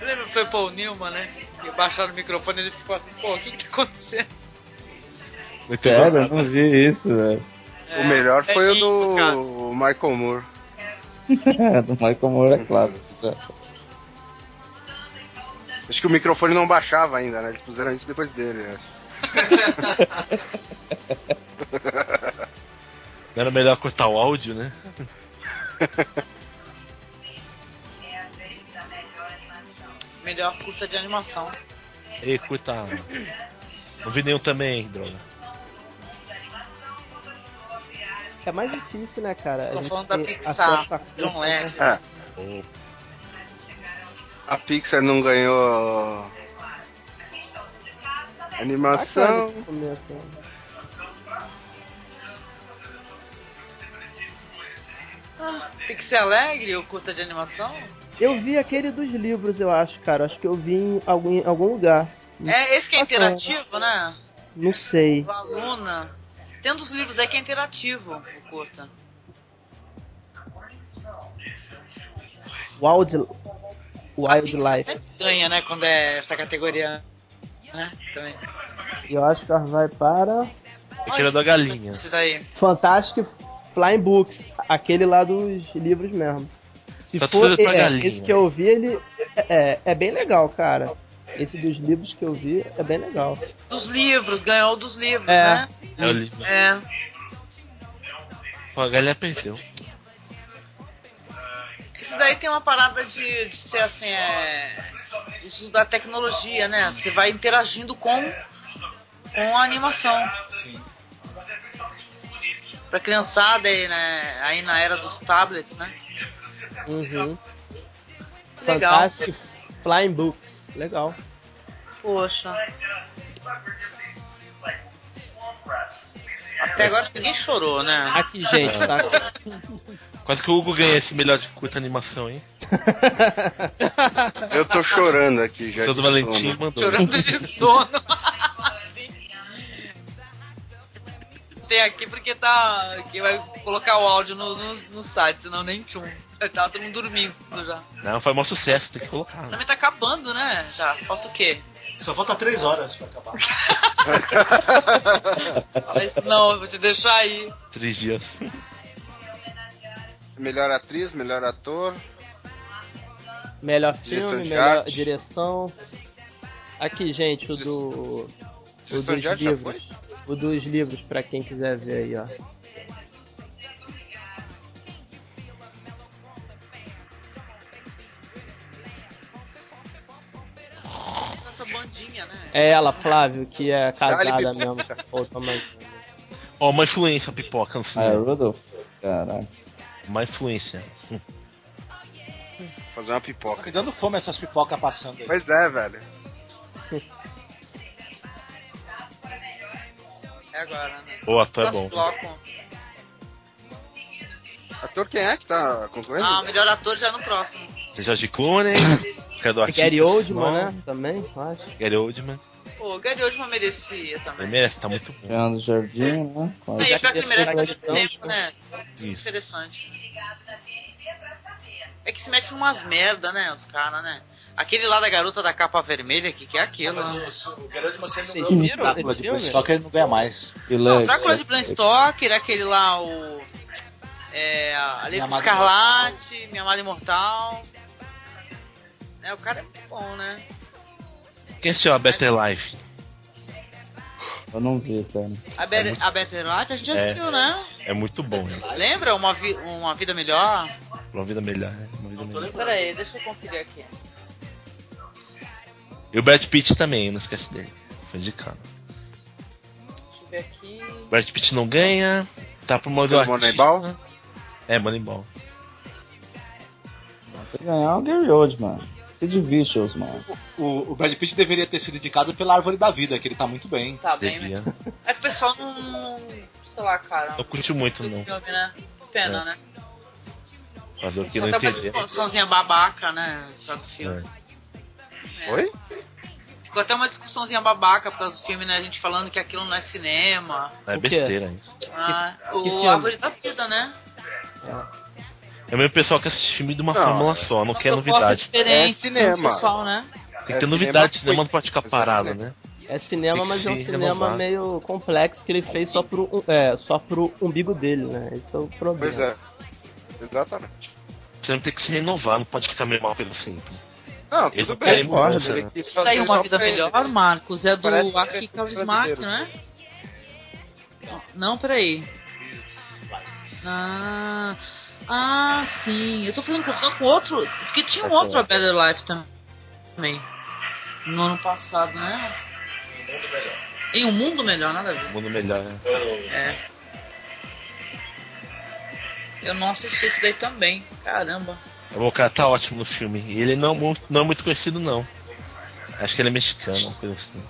[SPEAKER 1] Lembra que foi pô, o Nilma, né? E baixaram o microfone e ele ficou assim, pô, o que que tá acontecendo?
[SPEAKER 4] É.
[SPEAKER 8] Sério, eu não vi isso, velho.
[SPEAKER 3] o melhor
[SPEAKER 1] é
[SPEAKER 3] foi o
[SPEAKER 1] lindo, cara.
[SPEAKER 3] do Michael Moore.
[SPEAKER 8] É, do Michael Moore é clássico. cara.
[SPEAKER 3] Acho que o microfone não baixava ainda, né? Eles puseram isso depois dele. né?
[SPEAKER 4] Não era melhor cortar o áudio, né?
[SPEAKER 1] Melhor curta de animação.
[SPEAKER 4] Ei, coitado. Não vi nenhum também, droga.
[SPEAKER 5] É mais difícil, né, cara?
[SPEAKER 1] Estou
[SPEAKER 5] A gente
[SPEAKER 1] tá falando da
[SPEAKER 5] tem
[SPEAKER 1] Pixar,
[SPEAKER 5] acesso a-
[SPEAKER 1] John Lester.
[SPEAKER 3] É,
[SPEAKER 4] Ô,
[SPEAKER 3] a Pixar não ganhou.
[SPEAKER 5] Bacana
[SPEAKER 3] Animação.
[SPEAKER 5] esse começo, né?
[SPEAKER 1] Ah, tem que ser alegre o curta de animação?
[SPEAKER 5] Eu vi aquele dos livros, eu acho, cara. Acho que eu vi em algum, em algum lugar.
[SPEAKER 1] É, esse que é
[SPEAKER 5] Bacana.
[SPEAKER 1] interativo, né?
[SPEAKER 5] Não sei.
[SPEAKER 1] Valuna. Tem um dos livros aí que é interativo, o curta.
[SPEAKER 5] Wild,
[SPEAKER 1] A Pixar
[SPEAKER 5] Wildlife.
[SPEAKER 1] sempre ganha, né? Quando é essa categoria. Né? Também.
[SPEAKER 5] E o Oscar vai para
[SPEAKER 4] Aquele é da galinha.
[SPEAKER 1] Esse daí.
[SPEAKER 5] Fantastic Flying Books. Aquele lá dos livros mesmo. Se
[SPEAKER 4] Tá
[SPEAKER 5] for
[SPEAKER 4] tudo pra
[SPEAKER 5] é,
[SPEAKER 4] galinha.
[SPEAKER 5] esse que eu vi, ele é, é bem legal, cara. Esse dos livros que eu vi é bem legal.
[SPEAKER 1] Dos livros, ganhou o dos livros,
[SPEAKER 5] É.
[SPEAKER 1] né?
[SPEAKER 4] É o li-
[SPEAKER 1] É.
[SPEAKER 4] Pô, A galinha perdeu.
[SPEAKER 1] Isso daí tem uma parada de, de ser assim, é. Isso da tecnologia, né? Você vai interagindo com, com a animação. pra criançada aí, né? Aí na era dos tablets, né?
[SPEAKER 5] Uhum.
[SPEAKER 1] Legal.
[SPEAKER 5] Fantastic Flying Books. Legal.
[SPEAKER 1] Poxa. Até agora ninguém chorou, né?
[SPEAKER 5] Aqui, gente, tá?
[SPEAKER 4] Quase que o Hugo ganha esse melhor de curta animação, hein?
[SPEAKER 3] Eu tô chorando aqui já.
[SPEAKER 4] Seu do
[SPEAKER 3] de
[SPEAKER 4] Valentim
[SPEAKER 3] sono.
[SPEAKER 4] mandou.
[SPEAKER 1] Chorando de sono. Assim. Tem aqui porque tá. Que vai colocar o áudio no, no, no site, senão nem tchum. Tá todo mundo dormindo já.
[SPEAKER 4] Não, foi um maior sucesso, tem que colocar. né?
[SPEAKER 1] Também tá acabando, né? Já. Falta o quê?
[SPEAKER 6] Só falta três horas pra acabar.
[SPEAKER 1] Fala isso não, eu vou te deixar aí.
[SPEAKER 4] Três dias.
[SPEAKER 3] Melhor atriz, melhor ator.
[SPEAKER 5] Melhor
[SPEAKER 3] Direção
[SPEAKER 5] filme,
[SPEAKER 3] de
[SPEAKER 5] melhor
[SPEAKER 3] arte.
[SPEAKER 5] direção. Aqui, gente, o do. O
[SPEAKER 3] Direção
[SPEAKER 5] dos
[SPEAKER 3] de arte já foi?
[SPEAKER 5] livros. O dos livros, pra quem quiser ver aí, ó.
[SPEAKER 1] Essa bandinha, né?
[SPEAKER 5] É ela, Flávio, que é casada
[SPEAKER 3] Dá-lhe
[SPEAKER 5] mesmo. Ou toma-
[SPEAKER 4] Ó, uma influência pipoca no
[SPEAKER 8] Ah, é
[SPEAKER 4] cinema.
[SPEAKER 8] Rudolph? Caraca.
[SPEAKER 3] é.
[SPEAKER 4] Uma influência.
[SPEAKER 3] Fazer uma
[SPEAKER 6] Tá
[SPEAKER 3] pipoca.
[SPEAKER 6] me dando fome essas pipocas passando aí.
[SPEAKER 3] Pois é, velho.
[SPEAKER 1] É agora, né?
[SPEAKER 4] O ator é
[SPEAKER 1] Próximo
[SPEAKER 4] bom.
[SPEAKER 1] bloco.
[SPEAKER 3] Ator quem é que tá concorrendo?
[SPEAKER 1] Ah, o melhor ator já é no próximo.
[SPEAKER 4] Tem George Clooney, que é do artista.
[SPEAKER 5] Gary Oldman,
[SPEAKER 4] não,
[SPEAKER 5] né? Também, eu acho.
[SPEAKER 4] Gary Oldman.
[SPEAKER 1] Pô, o Gary Oldman merecia também.
[SPEAKER 4] Ele merece, tá muito bom.
[SPEAKER 8] Leandro Jardim, né? Com a-
[SPEAKER 1] Não, e o pior que ele merece
[SPEAKER 5] Jack
[SPEAKER 1] muito
[SPEAKER 5] Nicholson.
[SPEAKER 1] tempo, né?
[SPEAKER 4] Isso.
[SPEAKER 1] Interessante. É que se mete em umas merda, né, os caras, né? Aquele lá da garota da capa vermelha, que que é aquilo? né?
[SPEAKER 5] Vocês viram esse
[SPEAKER 6] Drácula de
[SPEAKER 5] filme?
[SPEAKER 6] Bram Stoker ele não ganha mais.
[SPEAKER 8] E
[SPEAKER 1] Não,
[SPEAKER 8] Le-
[SPEAKER 1] o Drácula de Bram Stoker, aquele lá, o... É, a Letra
[SPEAKER 6] Amada
[SPEAKER 1] Escarlate, Minha Amada Imortal... É, o cara é muito bom, né?
[SPEAKER 4] Quem assistiu a Better Life?
[SPEAKER 8] Eu não vi, cara.
[SPEAKER 1] A, Be a Better Life a gente assistiu, né?
[SPEAKER 4] É muito bom, gente.
[SPEAKER 1] Lembra? Uma, vi- uma Vida Melhor?
[SPEAKER 4] Uma vida melhor, né? Uma vida melhor.
[SPEAKER 1] Pera aí, deixa eu conferir aqui.
[SPEAKER 4] E o Brad Pitt também, não esquece dele. Foi indicado.
[SPEAKER 1] Deixa eu ver aqui...
[SPEAKER 4] O Brad Pitt não ganha. Tá pro modo
[SPEAKER 3] Fez
[SPEAKER 4] artista.
[SPEAKER 3] Moneyball?
[SPEAKER 4] É, Moneyball.
[SPEAKER 8] Se ganhar o Gary Oldman. Sid Vicious, mano.
[SPEAKER 6] O, o Brad Pitt deveria ter sido indicado pela Árvore da Vida, que ele tá muito bem.
[SPEAKER 1] Tá bem, né?
[SPEAKER 4] Devia.
[SPEAKER 1] É que o pessoal não. não- Sei lá, cara.
[SPEAKER 4] Não curti muito,
[SPEAKER 1] do
[SPEAKER 4] não.
[SPEAKER 1] filme, né? Pena, né?
[SPEAKER 4] Fazer o que
[SPEAKER 1] Só
[SPEAKER 4] não
[SPEAKER 1] tá uma
[SPEAKER 4] entender.
[SPEAKER 1] discussãozinha babaca, né? Por causa do filme.
[SPEAKER 4] É.
[SPEAKER 3] Oi?
[SPEAKER 1] Ficou até uma discussãozinha babaca por causa do filme, né? A gente falando que aquilo não é cinema.
[SPEAKER 4] É
[SPEAKER 5] O quê?
[SPEAKER 4] besteira isso.
[SPEAKER 1] Ah,
[SPEAKER 5] filme?
[SPEAKER 1] o Árvore da Vida, né?
[SPEAKER 4] É o mesmo pessoal que assiste filme de uma
[SPEAKER 3] Não,
[SPEAKER 4] fórmula só, não
[SPEAKER 1] Uma
[SPEAKER 4] quer
[SPEAKER 1] proposta
[SPEAKER 4] novidade.
[SPEAKER 1] diferente
[SPEAKER 3] É cinema.
[SPEAKER 1] do Pessoal, né?
[SPEAKER 4] Tem que ter
[SPEAKER 3] É
[SPEAKER 4] novidade,
[SPEAKER 3] cinema,
[SPEAKER 4] cinema não pode ficar
[SPEAKER 3] mas é
[SPEAKER 4] parado,
[SPEAKER 3] cinema.
[SPEAKER 4] né?
[SPEAKER 5] É cinema,
[SPEAKER 4] Tem que
[SPEAKER 5] mas é um
[SPEAKER 4] se
[SPEAKER 5] cinema
[SPEAKER 4] renovar.
[SPEAKER 5] meio complexo que ele fez só pro, é, só pro umbigo dele, né? Isso é o problema.
[SPEAKER 3] Pois é. Exatamente.
[SPEAKER 4] O cinema tem que se renovar, não pode ficar meio mal pelo sempre.
[SPEAKER 3] Não,
[SPEAKER 4] Eles
[SPEAKER 3] tudo
[SPEAKER 4] não querem
[SPEAKER 3] bem. pô,
[SPEAKER 4] mudança,
[SPEAKER 3] ele
[SPEAKER 4] né?
[SPEAKER 3] quis
[SPEAKER 1] Tá aí
[SPEAKER 3] fazer só
[SPEAKER 1] uma vida
[SPEAKER 3] pra ele. Tá
[SPEAKER 1] melhor, Marcos. É do
[SPEAKER 3] Parece que
[SPEAKER 1] Aki
[SPEAKER 3] é
[SPEAKER 1] Kaurismark, né?
[SPEAKER 3] brasileiro.
[SPEAKER 1] Não, peraí. Ah, ah, sim. Eu tô fazendo confusão com outro. Porque tinha um outro A Better Life tam- também. No ano passado, né? Em um mundo melhor, nada a
[SPEAKER 4] O
[SPEAKER 1] ver.
[SPEAKER 4] mundo melhor, né?
[SPEAKER 1] É. Eu não assisti esse daí também. Caramba.
[SPEAKER 4] O cara tá ótimo no filme. E ele não, é mu- não é muito conhecido, não. Acho que ele é mexicano, uma coisa assim.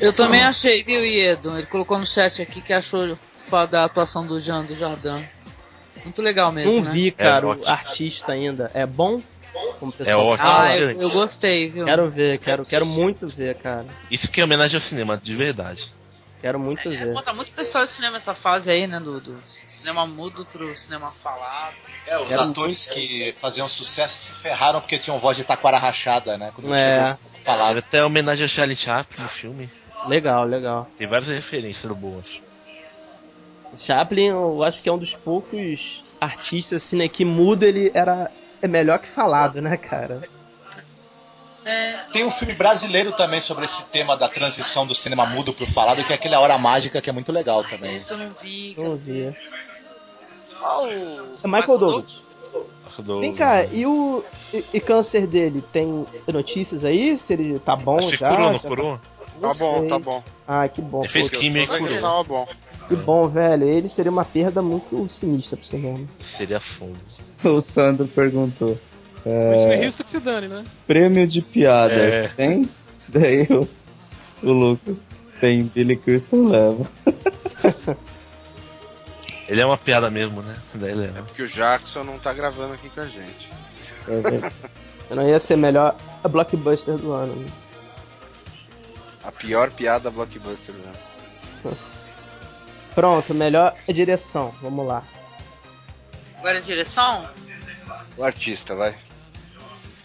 [SPEAKER 1] Eu também
[SPEAKER 5] Então-
[SPEAKER 1] achei, viu, Iedo? Ele colocou no chat aqui que achou fa- da atuação do Jean do Jardim. Muito legal mesmo,
[SPEAKER 5] Não
[SPEAKER 1] né?
[SPEAKER 5] vi, cara, o
[SPEAKER 4] É ótimo.
[SPEAKER 5] artista ainda. É bom? Como o pessoal
[SPEAKER 4] É ótimo.
[SPEAKER 5] fala?
[SPEAKER 1] Ah, eu, um eu gostei, viu?
[SPEAKER 5] Quero ver, quero, quero muito ver, cara.
[SPEAKER 4] Isso que é homenagem ao cinema, de verdade.
[SPEAKER 5] Quero muito
[SPEAKER 1] É,
[SPEAKER 5] ver.
[SPEAKER 1] conta muito da história do cinema essa fase aí, né? Do, do cinema mudo pro cinema falado.
[SPEAKER 6] É, os
[SPEAKER 5] Era- um
[SPEAKER 6] atores que faziam sucesso se ferraram porque tinham voz de taquara rachada, né? Quando
[SPEAKER 5] É.
[SPEAKER 6] chegou essa palavra.
[SPEAKER 4] Até homenagem ao Charlie Chaplin no filme.
[SPEAKER 5] Legal, legal.
[SPEAKER 4] Tem várias referências boas.
[SPEAKER 5] Chaplin, eu acho que é um dos poucos artistas assim, né, que muda, ele era é melhor que falado, né, cara?
[SPEAKER 6] Tem um filme brasileiro também sobre esse tema da transição do cinema mudo pro falado, que é aquele A Hora Mágica, que é muito legal também.
[SPEAKER 1] Isso eu não vi.
[SPEAKER 5] Não vi.
[SPEAKER 1] Qual o.
[SPEAKER 5] É Michael Douglas.
[SPEAKER 4] Do-
[SPEAKER 5] Vem cá, e o e, e câncer dele tem notícias aí? Se ele tá bom
[SPEAKER 4] Acho que
[SPEAKER 5] já?
[SPEAKER 4] curou, não
[SPEAKER 5] já-
[SPEAKER 4] curou?
[SPEAKER 3] Tá
[SPEAKER 5] Não
[SPEAKER 3] bom,
[SPEAKER 5] sei.
[SPEAKER 3] tá bom.
[SPEAKER 5] Ah, que bom.
[SPEAKER 4] Ele fez né?
[SPEAKER 5] pô.
[SPEAKER 4] química e
[SPEAKER 3] Mas
[SPEAKER 4] curou.
[SPEAKER 3] tava bom.
[SPEAKER 5] Que bom, velho. Ele seria uma perda muito sinistra pro cinema.
[SPEAKER 4] Seria fundo.
[SPEAKER 8] O Sandro perguntou.
[SPEAKER 7] Whitney
[SPEAKER 8] É,
[SPEAKER 7] Houston que se dane, né?
[SPEAKER 8] prêmio de piada
[SPEAKER 4] É.
[SPEAKER 8] tem? Daí o, o Lucas tem Billy Crystal leva.
[SPEAKER 4] Ele é uma piada mesmo, né? Daí ele é.
[SPEAKER 3] Porque o Jackson não tá gravando aqui com a gente.
[SPEAKER 8] É verdade.
[SPEAKER 5] Não ia ser melhor a blockbuster do ano. né?
[SPEAKER 3] A pior piada blockbuster, né?
[SPEAKER 5] Pronto, melhor a direção. Vamos lá.
[SPEAKER 1] Agora a direção?
[SPEAKER 3] O artista, vai.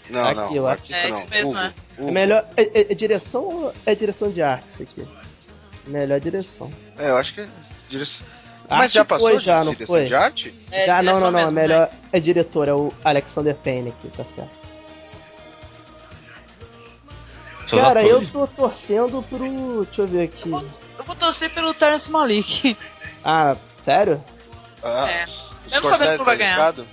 [SPEAKER 3] Não,
[SPEAKER 5] Aqui,
[SPEAKER 3] não.
[SPEAKER 5] eu
[SPEAKER 3] O
[SPEAKER 5] acho.
[SPEAKER 3] artista
[SPEAKER 1] É,
[SPEAKER 3] não.
[SPEAKER 1] isso mesmo,
[SPEAKER 3] Hugo,
[SPEAKER 1] é.
[SPEAKER 3] Hugo.
[SPEAKER 5] É
[SPEAKER 4] Uhum.
[SPEAKER 5] melhor é, é- é direção ou é direção de arte isso aqui? Melhor direção.
[SPEAKER 3] É, eu acho que. é direção-
[SPEAKER 5] Acho
[SPEAKER 3] Mas já
[SPEAKER 5] que
[SPEAKER 3] passou
[SPEAKER 5] foi,
[SPEAKER 3] essa
[SPEAKER 5] já, não
[SPEAKER 3] direção
[SPEAKER 5] foi?
[SPEAKER 3] de arte?
[SPEAKER 1] É,
[SPEAKER 5] Já não,
[SPEAKER 1] direção
[SPEAKER 5] não, não. É
[SPEAKER 3] né?
[SPEAKER 1] mesmo,
[SPEAKER 5] melhor é diretor, é o Alexander Payne aqui, tá certo.
[SPEAKER 4] Seus
[SPEAKER 5] Cara, eu
[SPEAKER 4] atores.
[SPEAKER 5] tô torcendo pro. Deixa eu ver aqui.
[SPEAKER 1] Eu vou torcer pelo Terence Malik.
[SPEAKER 5] Ah, sério?
[SPEAKER 3] Ah,
[SPEAKER 1] É. Eu
[SPEAKER 3] o
[SPEAKER 1] não sabia
[SPEAKER 3] Scorsese
[SPEAKER 1] que vai
[SPEAKER 3] tá
[SPEAKER 1] ganhar.
[SPEAKER 3] indicado?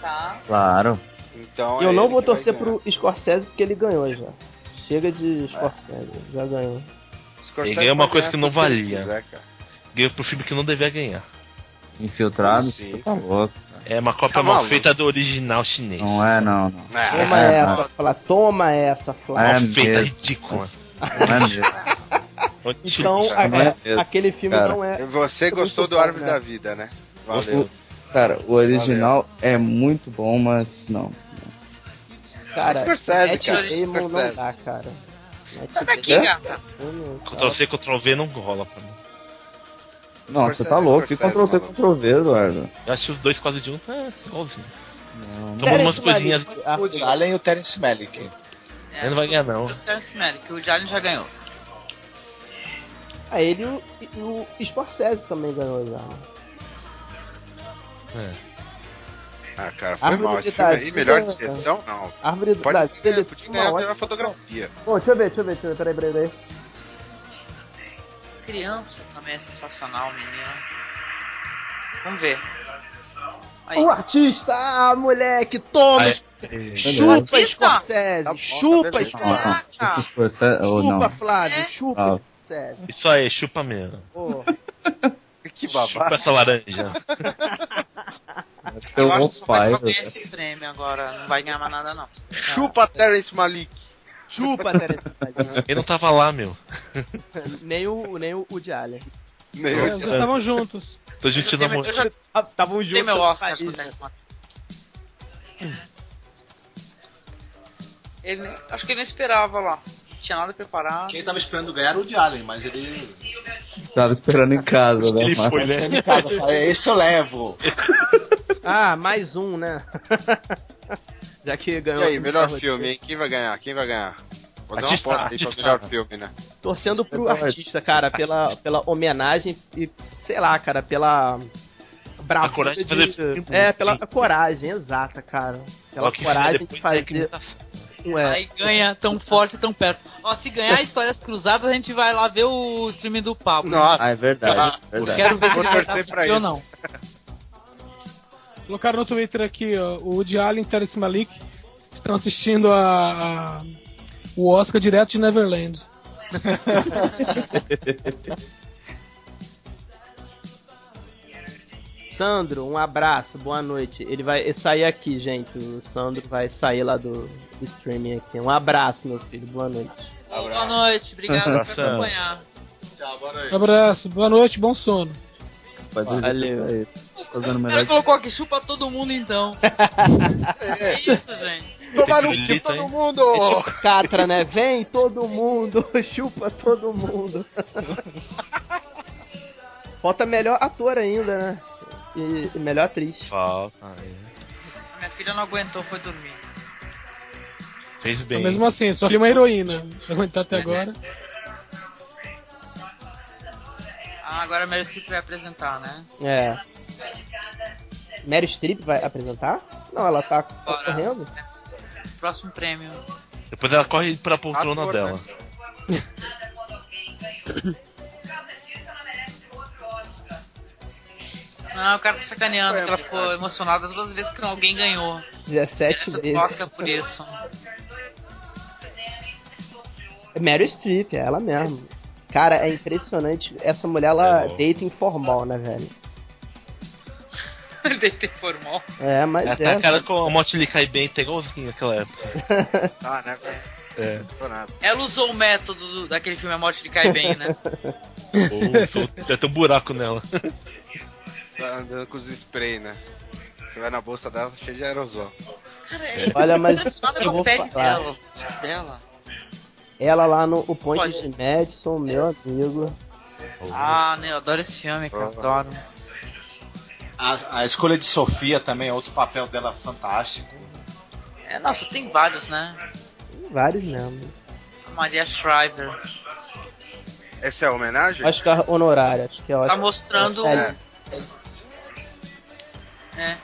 [SPEAKER 1] Tá.
[SPEAKER 8] Claro.
[SPEAKER 3] Então é
[SPEAKER 5] eu não vou
[SPEAKER 3] ele que vai
[SPEAKER 5] torcer
[SPEAKER 3] ganhar.
[SPEAKER 5] pro Scorsese porque ele ganhou já. Chega de Scorsese, já ganhou.
[SPEAKER 3] Scorsese
[SPEAKER 4] Ele ganha uma
[SPEAKER 3] pode
[SPEAKER 4] coisa
[SPEAKER 3] ganhar
[SPEAKER 4] que não
[SPEAKER 3] tudo ele
[SPEAKER 4] valia.
[SPEAKER 3] quiser, cara.
[SPEAKER 4] Ganhou pro filme que não devia ganhar.
[SPEAKER 3] Como
[SPEAKER 8] Infiltrado,
[SPEAKER 3] assim?
[SPEAKER 8] você tá louco.
[SPEAKER 4] É uma cópia
[SPEAKER 3] Tá
[SPEAKER 4] mal
[SPEAKER 3] maluco.
[SPEAKER 4] feita do original chinês.
[SPEAKER 8] Não é, não. Não,
[SPEAKER 3] Ah,
[SPEAKER 5] Toma
[SPEAKER 8] é,
[SPEAKER 5] essa, Flá. Toma essa, Flá.
[SPEAKER 4] Mal
[SPEAKER 8] É
[SPEAKER 4] feita,
[SPEAKER 8] mesmo.
[SPEAKER 4] ridícula.
[SPEAKER 8] não é mesmo.
[SPEAKER 5] Então,
[SPEAKER 3] cara,
[SPEAKER 5] a-
[SPEAKER 8] não é mesmo,
[SPEAKER 5] aquele filme
[SPEAKER 8] cara.
[SPEAKER 5] não é.
[SPEAKER 3] Você
[SPEAKER 5] Muito
[SPEAKER 3] gostou do
[SPEAKER 5] bom,
[SPEAKER 3] Árvore
[SPEAKER 5] né?
[SPEAKER 3] da Vida, né?
[SPEAKER 4] Gostou.
[SPEAKER 3] Valeu.
[SPEAKER 8] Cara, o original é muito bom, mas não.
[SPEAKER 5] Cara,
[SPEAKER 3] Scorsese,
[SPEAKER 5] Matt
[SPEAKER 3] cara,
[SPEAKER 5] Damon não
[SPEAKER 3] Scorsese.
[SPEAKER 5] dá, cara. Matt
[SPEAKER 1] Sai daqui,
[SPEAKER 5] Damon-
[SPEAKER 1] gata.
[SPEAKER 5] Eu não-
[SPEAKER 4] Ctrl C, Ctrl V não rola pra mim.
[SPEAKER 8] Não,
[SPEAKER 3] Scorsese,
[SPEAKER 8] você tá louco. Que
[SPEAKER 3] Scorsese,
[SPEAKER 8] Ctrl C,
[SPEAKER 3] maluco.
[SPEAKER 8] Ctrl V, Eduardo.
[SPEAKER 4] Eu acho que os dois quase de um, tá igualzinho.
[SPEAKER 8] Não,
[SPEAKER 4] Tomando umas
[SPEAKER 5] Terence
[SPEAKER 4] coisinhas.
[SPEAKER 5] Malick, ah,
[SPEAKER 6] Woody Allen e o Terence Malick.
[SPEAKER 1] É,
[SPEAKER 4] Ele não vai
[SPEAKER 1] eu tô
[SPEAKER 4] ganhar,
[SPEAKER 1] torcendo
[SPEAKER 4] não.
[SPEAKER 1] pelo Terence Malick, o Jalen já ganhou.
[SPEAKER 5] Ah, ele e o, e o Scorsese também ganhou já.
[SPEAKER 4] É.
[SPEAKER 3] Ah, cara, foi
[SPEAKER 5] Árvore
[SPEAKER 3] mal.
[SPEAKER 5] da
[SPEAKER 3] Esse filme aí,
[SPEAKER 5] Vida.
[SPEAKER 3] melhor direção, não.
[SPEAKER 5] Árvore do
[SPEAKER 3] Pode
[SPEAKER 5] Brasil.
[SPEAKER 3] ter,
[SPEAKER 5] ele-
[SPEAKER 3] podia
[SPEAKER 5] uma
[SPEAKER 3] ganhar a
[SPEAKER 5] ótima-
[SPEAKER 3] melhor fotografia.
[SPEAKER 5] Bom, deixa eu ver, deixa eu ver, deixa eu ver. Peraí, peraí, peraí.
[SPEAKER 1] Criança também é sensacional, menino. Vamos ver. Aí.
[SPEAKER 5] O artista! Ah, moleque, toma!
[SPEAKER 4] Aí.
[SPEAKER 5] Chupa,
[SPEAKER 1] Artista?
[SPEAKER 5] Scorsese!
[SPEAKER 3] Tá bom, tá
[SPEAKER 5] chupa,
[SPEAKER 3] beleza.
[SPEAKER 5] Scorsese!
[SPEAKER 8] não. Chupa
[SPEAKER 1] Caraca.
[SPEAKER 8] o Scorsese. Ou não.
[SPEAKER 5] Chupa, Flávio!
[SPEAKER 1] É?
[SPEAKER 5] Chupa,
[SPEAKER 8] Ah.
[SPEAKER 5] Scorsese!
[SPEAKER 4] Isso aí, chupa mesmo.
[SPEAKER 5] Pô,
[SPEAKER 3] Que
[SPEAKER 4] Chupa
[SPEAKER 3] babado.
[SPEAKER 4] essa laranja.
[SPEAKER 8] Tem
[SPEAKER 1] eu acho
[SPEAKER 8] um
[SPEAKER 1] que só vai só ganhar
[SPEAKER 8] Spider.
[SPEAKER 1] esse prêmio agora, não vai ganhar mais nada não.
[SPEAKER 3] Chupa Terence Malik.
[SPEAKER 5] chupa, Terence Malick.
[SPEAKER 4] Ele não tava lá, meu.
[SPEAKER 5] Nem o, nem o Woody Allen.
[SPEAKER 7] É,
[SPEAKER 3] Meu
[SPEAKER 7] Eles estavam juntos.
[SPEAKER 4] Tô
[SPEAKER 1] Eu já
[SPEAKER 4] juntinho
[SPEAKER 1] dei
[SPEAKER 4] na
[SPEAKER 1] meu-
[SPEAKER 4] mão.
[SPEAKER 1] eu já
[SPEAKER 5] Ah,
[SPEAKER 3] um
[SPEAKER 5] Estavam juntos.
[SPEAKER 1] dei meu
[SPEAKER 5] no
[SPEAKER 1] Oscar
[SPEAKER 5] país,
[SPEAKER 1] pro
[SPEAKER 5] né?
[SPEAKER 1] Terence Malick. Ele, nem- acho que ele nem esperava lá. Não tinha nada preparado.
[SPEAKER 6] Quem tava esperando ganhar era o Woody Allen, mas ele.
[SPEAKER 8] Tava esperando em casa, né?
[SPEAKER 4] Ele
[SPEAKER 8] mas-
[SPEAKER 4] foi, né?
[SPEAKER 6] Ele em casa fala, esse eu levo.
[SPEAKER 5] Ah, mais um, né? Já que
[SPEAKER 3] E
[SPEAKER 5] ganhou. tá
[SPEAKER 3] aí, melhor filme, hein? Quem vai ganhar? Quem vai ganhar? Vou Fazer uma
[SPEAKER 4] Artista,
[SPEAKER 3] aposta aí pra
[SPEAKER 4] artista.
[SPEAKER 3] melhor filme, né?
[SPEAKER 5] Torcendo pro
[SPEAKER 8] Verdade.
[SPEAKER 5] artista, cara, pela, pela homenagem e, sei lá, cara, pela. Bravura
[SPEAKER 4] A coragem de
[SPEAKER 5] de-
[SPEAKER 4] fazer né? filme.
[SPEAKER 5] É, pela coragem, exata, cara. Pela
[SPEAKER 4] Só que
[SPEAKER 5] coragem de
[SPEAKER 4] depois tem que
[SPEAKER 5] fazer.
[SPEAKER 4] mudar.
[SPEAKER 5] um é.
[SPEAKER 1] Aí ganha tão forte, tão perto. Ó, se ganhar Histórias Cruzadas, a gente vai lá ver o streaming do Pablo.
[SPEAKER 8] Ah, é verdade. é
[SPEAKER 1] Eu
[SPEAKER 8] verdade.
[SPEAKER 1] Quero ver se
[SPEAKER 3] Vou
[SPEAKER 1] ele vai
[SPEAKER 3] torcer
[SPEAKER 1] dar
[SPEAKER 3] pra
[SPEAKER 1] pra ou
[SPEAKER 3] isso.
[SPEAKER 1] não.
[SPEAKER 7] Colocaram no Twitter aqui, ó, o Woody Allen e Terence Malik estão assistindo a, a- o Oscar direto de Neverland.
[SPEAKER 5] Sandro, um abraço, boa noite. Ele vai sair aqui, gente. O Sandro vai sair lá do, do streaming aqui. Um abraço, meu filho, boa noite.
[SPEAKER 1] Boa noite, obrigado por
[SPEAKER 4] Abração.
[SPEAKER 1] acompanhar.
[SPEAKER 6] Tchau, boa noite.
[SPEAKER 7] Abraço, boa noite, bom sono.
[SPEAKER 8] Pode
[SPEAKER 5] Valeu.
[SPEAKER 8] ver isso aí. Tô Fazendo
[SPEAKER 1] O cara
[SPEAKER 8] melhor.
[SPEAKER 1] colocou aqui, chupa todo mundo então. É isso, gente.
[SPEAKER 3] Tomar no cu
[SPEAKER 4] grelhito,
[SPEAKER 3] todo
[SPEAKER 4] hein?
[SPEAKER 3] mundo!
[SPEAKER 5] Catra, né? Vem todo mundo, chupa todo mundo. Falta melhor ator ainda, né? E, e melhor atriz.
[SPEAKER 4] Falta. é.
[SPEAKER 1] Minha filha não aguentou, foi dormir.
[SPEAKER 4] Fez
[SPEAKER 7] Mas
[SPEAKER 4] bem.
[SPEAKER 7] mesmo assim, só li uma heroína pra aguentar até agora.
[SPEAKER 1] Ah, agora a Mary Streep vai apresentar, né?
[SPEAKER 5] É. Meryl Streep vai apresentar? Não, ela tá
[SPEAKER 1] Bora.
[SPEAKER 5] correndo?
[SPEAKER 1] Próximo prêmio.
[SPEAKER 4] Depois ela corre pra poltrona
[SPEAKER 3] Ator,
[SPEAKER 4] dela.
[SPEAKER 1] Ah, o cara tá sacaneando, que ela ficou emocionada todas as vezes que alguém ganhou. é Merece
[SPEAKER 5] 17
[SPEAKER 1] o
[SPEAKER 5] vezes.
[SPEAKER 1] Oscar por isso.
[SPEAKER 5] Meryl Streep, é ela mesmo. Cara, é impressionante. Essa mulher, ela
[SPEAKER 4] Hello.
[SPEAKER 5] deita informal, né, velho?
[SPEAKER 1] Deitei formal.
[SPEAKER 5] É,
[SPEAKER 4] Ela
[SPEAKER 5] mas
[SPEAKER 4] tá
[SPEAKER 5] é.
[SPEAKER 4] a cara com a moto lhe cai bem, tá igualzinho naquela época.
[SPEAKER 3] Tá, né, velho?
[SPEAKER 4] É.
[SPEAKER 3] Tô nada.
[SPEAKER 1] Ela usou o método do- daquele filme A Morte de Cai Bem, né?
[SPEAKER 4] Ou, sol- já tem um buraco nela.
[SPEAKER 3] Tá andando com os spray, né? Você vai na bolsa dela, cheio de aerosol.
[SPEAKER 1] Cara, é
[SPEAKER 5] Olha, mas
[SPEAKER 1] impressionada
[SPEAKER 5] eu
[SPEAKER 1] com
[SPEAKER 5] vou
[SPEAKER 1] a pele
[SPEAKER 5] falar.
[SPEAKER 1] dela. o rosto dela.
[SPEAKER 5] Ela lá no o Ponte
[SPEAKER 1] Pode. É.
[SPEAKER 5] de Madison, meu amigo.
[SPEAKER 1] Ah, né, eu adoro esse filme, cara.
[SPEAKER 5] Uhum.
[SPEAKER 1] Adoro.
[SPEAKER 6] A, a escolha de Sofia também é outro papel dela fantástico.
[SPEAKER 1] É, nossa, tem vários, né?
[SPEAKER 5] Tem vários mesmo.
[SPEAKER 1] A Maria Shriver.
[SPEAKER 3] Essa é a homenagem?
[SPEAKER 5] Oscar honorário, acho que é
[SPEAKER 1] Tá
[SPEAKER 5] Oscar.
[SPEAKER 1] mostrando.
[SPEAKER 5] É.
[SPEAKER 1] É.